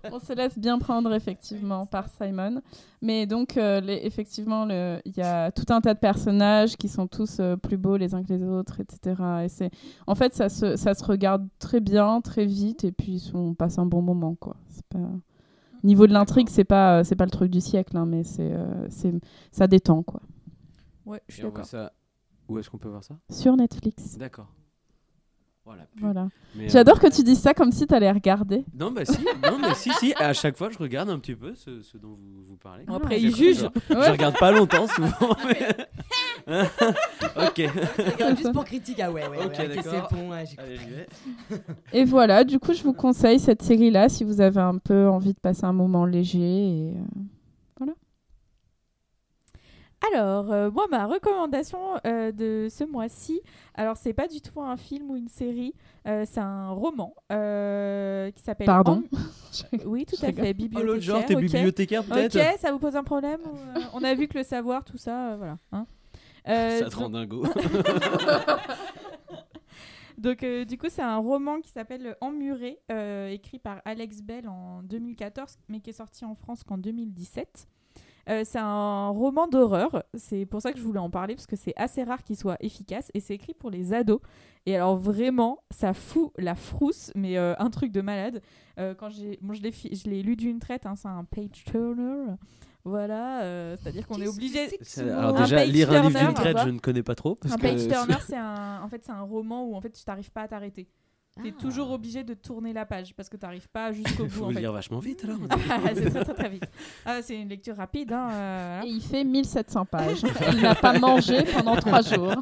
[SPEAKER 8] pendre.
[SPEAKER 1] On se laisse bien prendre, effectivement, par Simon. Mais donc, euh, les- effectivement, le- il y a tout un tas de personnages qui sont tous euh, plus beaux les uns que les autres, etc. Et c'est- en fait, ça se, ça se regarde très bien, très vite, et puis ils sont- on passe un bon moment, quoi. C'est pas... Niveau de l'intrigue, c'est pas, euh, c'est pas le truc du siècle, hein, mais c'est, euh, c'est, ça détend, quoi.
[SPEAKER 10] Ouais, je suis
[SPEAKER 9] Et on voit
[SPEAKER 10] d'accord.
[SPEAKER 9] ça... Où est-ce qu'on peut voir ça
[SPEAKER 1] Sur Netflix.
[SPEAKER 9] D'accord. Voilà.
[SPEAKER 1] Voilà.
[SPEAKER 9] Mais, euh,
[SPEAKER 1] J'adore que tu dises ça comme si t'allais regarder.
[SPEAKER 9] Non, bah si, non, mais si, si, à chaque fois je regarde un petit peu ce, ce dont vous, vous parlez.
[SPEAKER 10] Bon,
[SPEAKER 1] Ah,
[SPEAKER 10] après,
[SPEAKER 9] J'ai-
[SPEAKER 10] il juge.
[SPEAKER 9] Je, je regarde pas
[SPEAKER 10] *laughs*
[SPEAKER 9] longtemps souvent. mais- *laughs* Hein ok.
[SPEAKER 8] Regarde, Juste pour critique, ah ouais, ouais, ouais.
[SPEAKER 9] Ok,
[SPEAKER 8] ok,
[SPEAKER 9] d'accord.
[SPEAKER 8] c'est bon, ouais, j'ai
[SPEAKER 9] Allez, j'y vais.
[SPEAKER 1] Et voilà, du coup, je vous conseille cette série-là si vous avez un peu envie de passer un moment léger. Et... euh,
[SPEAKER 10] Alors, euh, moi, ma recommandation euh, de ce mois-ci, alors c'est pas du tout un film ou une série, euh, c'est un roman euh, qui s'appelle.
[SPEAKER 1] Pardon.
[SPEAKER 10] Am-
[SPEAKER 1] *laughs*
[SPEAKER 10] Oui, tout
[SPEAKER 1] Je
[SPEAKER 10] à
[SPEAKER 1] rigole.
[SPEAKER 10] fait.
[SPEAKER 9] Oh,
[SPEAKER 10] Bibliothécaire.
[SPEAKER 9] l'autre genre, t'es
[SPEAKER 10] ok.
[SPEAKER 9] bibliothécaire peut-être
[SPEAKER 10] Ok, ça vous pose un problème ou, euh, On a vu que le savoir, tout ça, euh, voilà. hein. Euh,
[SPEAKER 9] *laughs* Ça te rend dingo.
[SPEAKER 10] Donc, euh, du coup, c'est un roman qui s'appelle Emmuré, euh, écrit par Alex Bell en 2014, mais qui est sorti en France qu'en 2017. Euh, c'est un roman d'horreur, c'est pour ça que je voulais en parler, parce que c'est assez rare qu'il soit efficace, et c'est écrit pour les ados. Et alors vraiment, ça fout la frousse, mais euh, un truc de malade. Euh, quand j'ai, bon, je l'ai, fi- je l'ai lu d'une traite, hein, c'est un page turner. Voilà, euh, c'est-à-dire qu'on est obligé.
[SPEAKER 9] Ça- Alors
[SPEAKER 10] Un
[SPEAKER 9] déjà,
[SPEAKER 10] page
[SPEAKER 9] lire un livre
[SPEAKER 10] turner,
[SPEAKER 9] d'une traite,
[SPEAKER 10] quoi.
[SPEAKER 9] je ne connais pas trop. Parce
[SPEAKER 10] un
[SPEAKER 9] que
[SPEAKER 10] page
[SPEAKER 9] *laughs*
[SPEAKER 10] turner, c'est un, en fait, c'est un roman où en fait, tu t'arrives pas à t'arrêter. Tu es toujours obligé de tourner la page parce que tu n'arrives
[SPEAKER 9] *laughs*
[SPEAKER 10] pas jusqu'au bout.
[SPEAKER 9] Faut
[SPEAKER 10] en fait.
[SPEAKER 9] lire vachement vite alors.
[SPEAKER 10] *laughs* c'est très, très, très vite. Ah, c'est une lecture rapide. hein, euh,
[SPEAKER 1] Et il fait 1700 pages. *laughs* il n'a pas mangé pendant trois jours.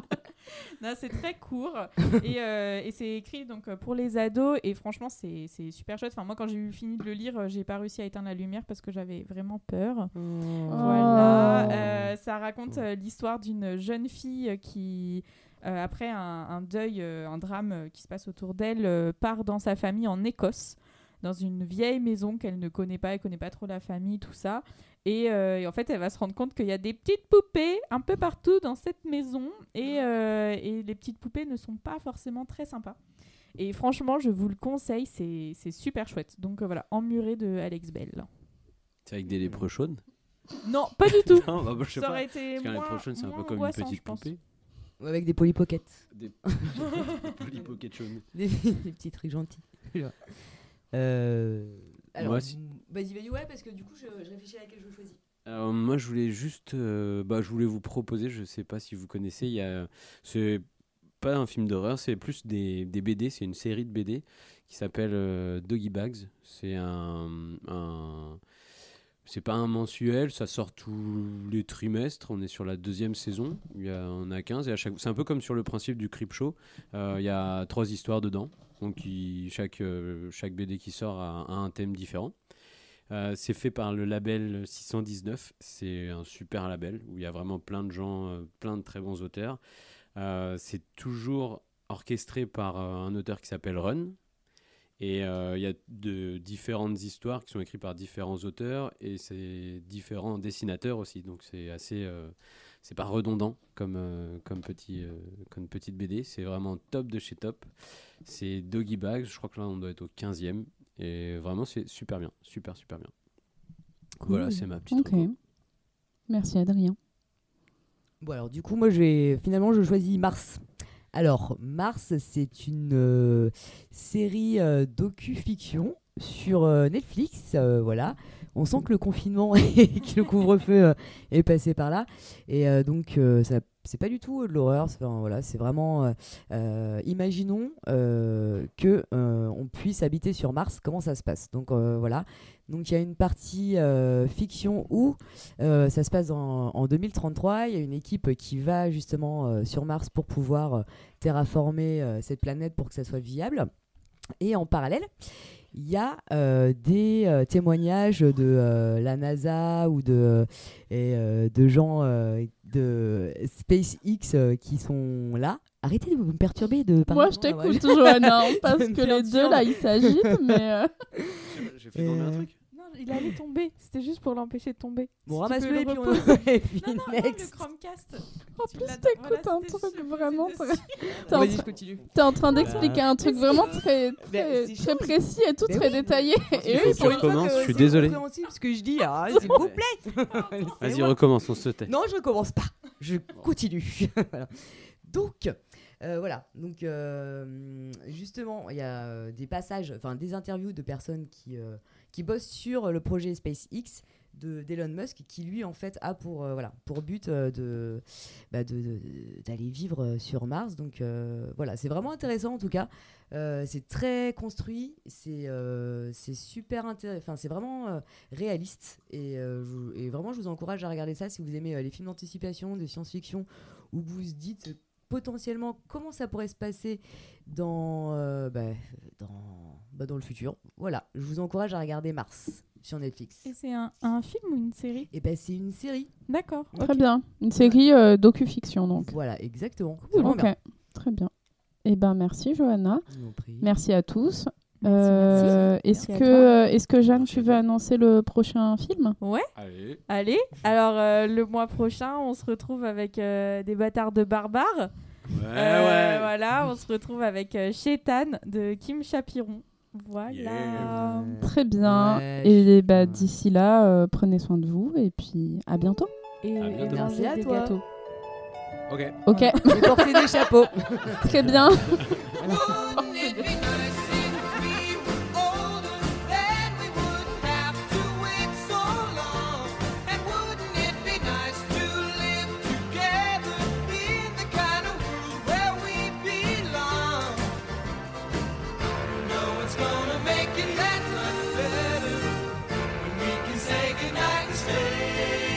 [SPEAKER 10] Non, c'est très court
[SPEAKER 9] *laughs*
[SPEAKER 10] et, euh, et c'est écrit donc euh, pour les ados et franchement c'est c'est super chouette. Enfin moi quand j'ai eu fini de le lire, euh, j'ai pas réussi à éteindre la lumière parce que j'avais vraiment peur. Voilà, euh, ça raconte euh, l'histoire d'une jeune fille euh, qui euh, après un, un deuil, euh, un drame euh, qui se passe autour d'elle, euh, part dans sa famille en Écosse. dans une vieille maison qu'elle ne connaît pas, elle connaît pas trop la famille, tout ça. Et, euh, et en fait, elle va se rendre compte qu'il y a des petites poupées un peu partout dans cette maison. Et, euh, et les petites poupées ne sont pas forcément très sympas. Et franchement, je vous le conseille, c'est c'est super chouette. Donc euh, voilà, Emmuré de Alex Bell.
[SPEAKER 9] C'est avec des lépreux chaudes
[SPEAKER 10] Non, pas du tout.
[SPEAKER 9] *laughs* Non, bah, bah, je sais
[SPEAKER 10] ça
[SPEAKER 9] pas.
[SPEAKER 10] aurait été
[SPEAKER 9] Parce qu'un
[SPEAKER 10] moins-
[SPEAKER 9] lépreux chaude, c'est un peu
[SPEAKER 10] moins
[SPEAKER 9] comme une
[SPEAKER 10] angoissant, je
[SPEAKER 9] petite
[SPEAKER 10] pense.
[SPEAKER 9] poupée.
[SPEAKER 8] Ou Avec des polypockets.
[SPEAKER 10] *laughs*
[SPEAKER 9] Des, des polypockets chaudes.
[SPEAKER 8] *laughs* Des, des petits trucs gentils. Euh, alors,
[SPEAKER 9] Moi, si-
[SPEAKER 8] m- Vas-y, vas-y, ouais, parce que du coup, je, je réfléchis à laquelle je choisis.
[SPEAKER 9] Alors, moi, je voulais juste, euh, bah, je voulais vous proposer. Je sais pas si vous connaissez. Il y a, c'est pas un film d'horreur, c'est plus des, des BD. C'est une série de BD qui s'appelle euh, Doggy Bags. C'est un, un- c'est pas un mensuel. Ça sort tous les trimestres. On est sur la deuxième saison. Il y a, on a 15 et à chaque, c'est un peu comme sur le principe du Crip Show. Euh, il y a trois histoires dedans. Donc, il- chaque euh, chaque BD qui sort a- a un thème différent. Euh, c'est fait par le label 619. C'est un super label où il y a vraiment plein de gens, euh, plein de très bons auteurs. Euh, c'est toujours orchestré par euh, un auteur qui s'appelle Run. Et euh, il y a de différentes histoires qui sont écrites par différents auteurs et c'est différents dessinateurs aussi. Donc c'est assez, euh, c'est pas redondant comme euh, comme petit euh, comme petite BD. C'est vraiment top de chez top. C'est Doggy Bags. Je crois que là on doit être au 15e et vraiment c'est super bien, super super bien. Voilà, c'est ma petite.
[SPEAKER 1] Ok. Merci Adrien.
[SPEAKER 8] Bon, alors, du coup, moi, je vais. Finalement, je choisis Mars. Alors, Mars, c'est une euh, série euh, docu-fiction sur euh, Netflix. euh, voilà. On sent que le confinement *laughs* et que le couvre-feu euh, est passé par là. Et euh, donc, euh, ça. C'est pas du tout euh, de l'horreur, c'est enfin, voilà, c'est vraiment. euh, euh, imaginons euh, que euh, on puisse habiter sur Mars, comment ça se passe Donc euh, voilà. Donc il y a une partie euh, fiction où euh, ça se passe en, en 2033. Il y a une équipe qui va justement euh, sur Mars pour pouvoir euh, terraformer euh, cette planète pour que ça soit viable. Et en parallèle, il y a euh, des euh, témoignages de euh, la NASA ou de, et, euh, de gens euh, de SpaceX euh, qui sont là. Arrêtez de vous me perturber de parler
[SPEAKER 1] Moi, je
[SPEAKER 8] devant la voix.
[SPEAKER 1] t'écoute,
[SPEAKER 8] *laughs*
[SPEAKER 1] Johanna, *laughs* hein,
[SPEAKER 8] Tu
[SPEAKER 1] parce
[SPEAKER 8] me
[SPEAKER 1] que les deux,
[SPEAKER 8] perturbes.
[SPEAKER 1] là, ils s'agitent, mais... *laughs* euh,
[SPEAKER 9] J'ai fait tomber un
[SPEAKER 8] Euh,
[SPEAKER 9] truc.
[SPEAKER 10] Non, il allait tomber. C'était juste pour l'empêcher de tomber.
[SPEAKER 8] Bon,
[SPEAKER 10] Si tu
[SPEAKER 8] ramasse-le
[SPEAKER 10] peux
[SPEAKER 8] et puis on
[SPEAKER 10] repos-
[SPEAKER 8] *laughs* et puis
[SPEAKER 10] Non, non, non, le
[SPEAKER 8] next.
[SPEAKER 10] Chromecast.
[SPEAKER 1] En
[SPEAKER 10] Tu
[SPEAKER 1] plus,
[SPEAKER 10] l'as-
[SPEAKER 1] t'écoutes
[SPEAKER 10] voilà,
[SPEAKER 1] un
[SPEAKER 10] c'était
[SPEAKER 1] truc
[SPEAKER 10] supposé
[SPEAKER 1] vraiment
[SPEAKER 10] de
[SPEAKER 1] très...
[SPEAKER 10] suivre.
[SPEAKER 1] T'es en,
[SPEAKER 8] Vas-y, je
[SPEAKER 1] train-
[SPEAKER 8] continue.
[SPEAKER 1] t'es en train d'expliquer un truc vraiment très, très,
[SPEAKER 8] Ben, c'est
[SPEAKER 1] très
[SPEAKER 8] chaud.
[SPEAKER 1] précis et tout
[SPEAKER 8] Ben
[SPEAKER 1] très
[SPEAKER 8] oui.
[SPEAKER 1] détaillé. Et
[SPEAKER 9] Il
[SPEAKER 1] eux,
[SPEAKER 9] faut
[SPEAKER 1] ils
[SPEAKER 9] que
[SPEAKER 1] font
[SPEAKER 9] tu
[SPEAKER 1] une-
[SPEAKER 9] recommences, je suis
[SPEAKER 8] C'est
[SPEAKER 9] désolé.
[SPEAKER 8] incompréhensible ce que je dis, ah, s'il vous plaît.
[SPEAKER 9] Vas-y, recommence, on se tait.
[SPEAKER 8] Non, je commence pas. Je continue. *laughs* Voilà. Donc, euh, voilà. Donc, euh, justement, il y a euh, des passages, enfin des interviews de personnes qui, euh, qui bossent sur le projet SpaceX de d'Elon Musk, qui lui, en fait, a pour, euh, voilà, pour but euh, de bah, de- de- de- d'aller vivre euh, sur Mars. Donc, euh, voilà, c'est vraiment intéressant en tout cas. Euh, c'est très construit, c'est euh, c'est super intéressant, enfin, c'est vraiment euh, réaliste. Et, euh, je vous- et vraiment, je vous encourage à regarder ça si vous aimez euh, les films d'anticipation, de science-fiction, où vous vous dites euh, potentiellement comment ça pourrait se passer dans, euh, bah, dans, bah, dans le futur. Voilà, je vous encourage à regarder Mars sur Netflix.
[SPEAKER 10] Et c'est un, un film ou une série
[SPEAKER 8] Et ben c'est une série.
[SPEAKER 10] D'accord.
[SPEAKER 1] Très bien. Une série euh, docu-fiction, donc.
[SPEAKER 8] Voilà, exactement. C'est vraiment
[SPEAKER 1] Ok, très bien. Eh ben merci Johanna,
[SPEAKER 8] bien. Je vous en prie.
[SPEAKER 1] merci à tous.
[SPEAKER 10] Merci,
[SPEAKER 1] Euh,
[SPEAKER 10] merci.
[SPEAKER 1] Est-ce
[SPEAKER 10] Merci à
[SPEAKER 1] que, est que Jeanne,
[SPEAKER 9] Merci
[SPEAKER 1] tu
[SPEAKER 9] à
[SPEAKER 1] veux
[SPEAKER 9] toi.
[SPEAKER 1] annoncer le prochain film
[SPEAKER 9] Allez.
[SPEAKER 10] Allez, alors euh, le mois prochain, on se retrouve avec euh, des bâtards de barbares.
[SPEAKER 9] Ouais,
[SPEAKER 10] Euh,
[SPEAKER 9] Eh ouais.
[SPEAKER 10] Voilà, on se retrouve avec euh, Shetan de Kim Chapiron. Voilà.
[SPEAKER 9] Yeah.
[SPEAKER 1] Très bien.
[SPEAKER 8] Ouais,
[SPEAKER 1] et bah,
[SPEAKER 8] ouais.
[SPEAKER 1] d'ici là, euh, prenez soin de vous et puis à bientôt.
[SPEAKER 10] Et,
[SPEAKER 9] À
[SPEAKER 10] et
[SPEAKER 9] bientôt.
[SPEAKER 8] Merci
[SPEAKER 10] mangez
[SPEAKER 8] à
[SPEAKER 10] des
[SPEAKER 8] toi.
[SPEAKER 10] gâteaux.
[SPEAKER 9] Ok.
[SPEAKER 1] Ok,
[SPEAKER 8] Et portez des chapeaux.
[SPEAKER 1] *laughs* très
[SPEAKER 10] *laughs*
[SPEAKER 1] bien.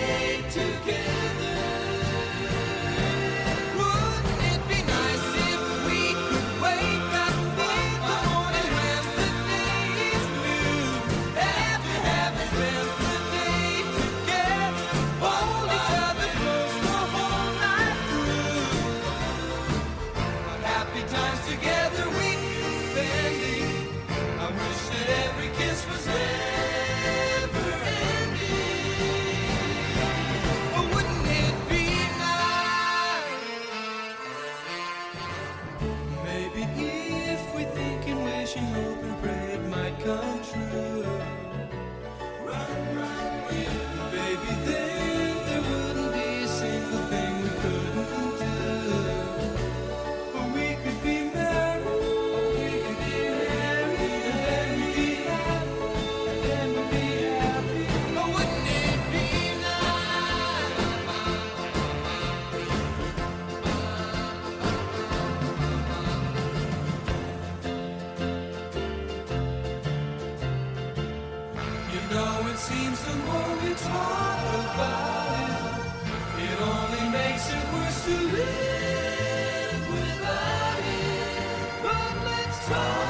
[SPEAKER 7] Wouldn't it be nice if we could wake up in
[SPEAKER 8] Maybe if we think and wish and hope and pray it might come true. Run, run, we are. Baby, then there wouldn't be a single thing we couldn't do. But we could be married, we could be married, and then we'd be happy, and then we'd be happy. Oh, wouldn't it be nice? You know it seems the more we talk about it, it only makes it worse to live without it. But let's talk.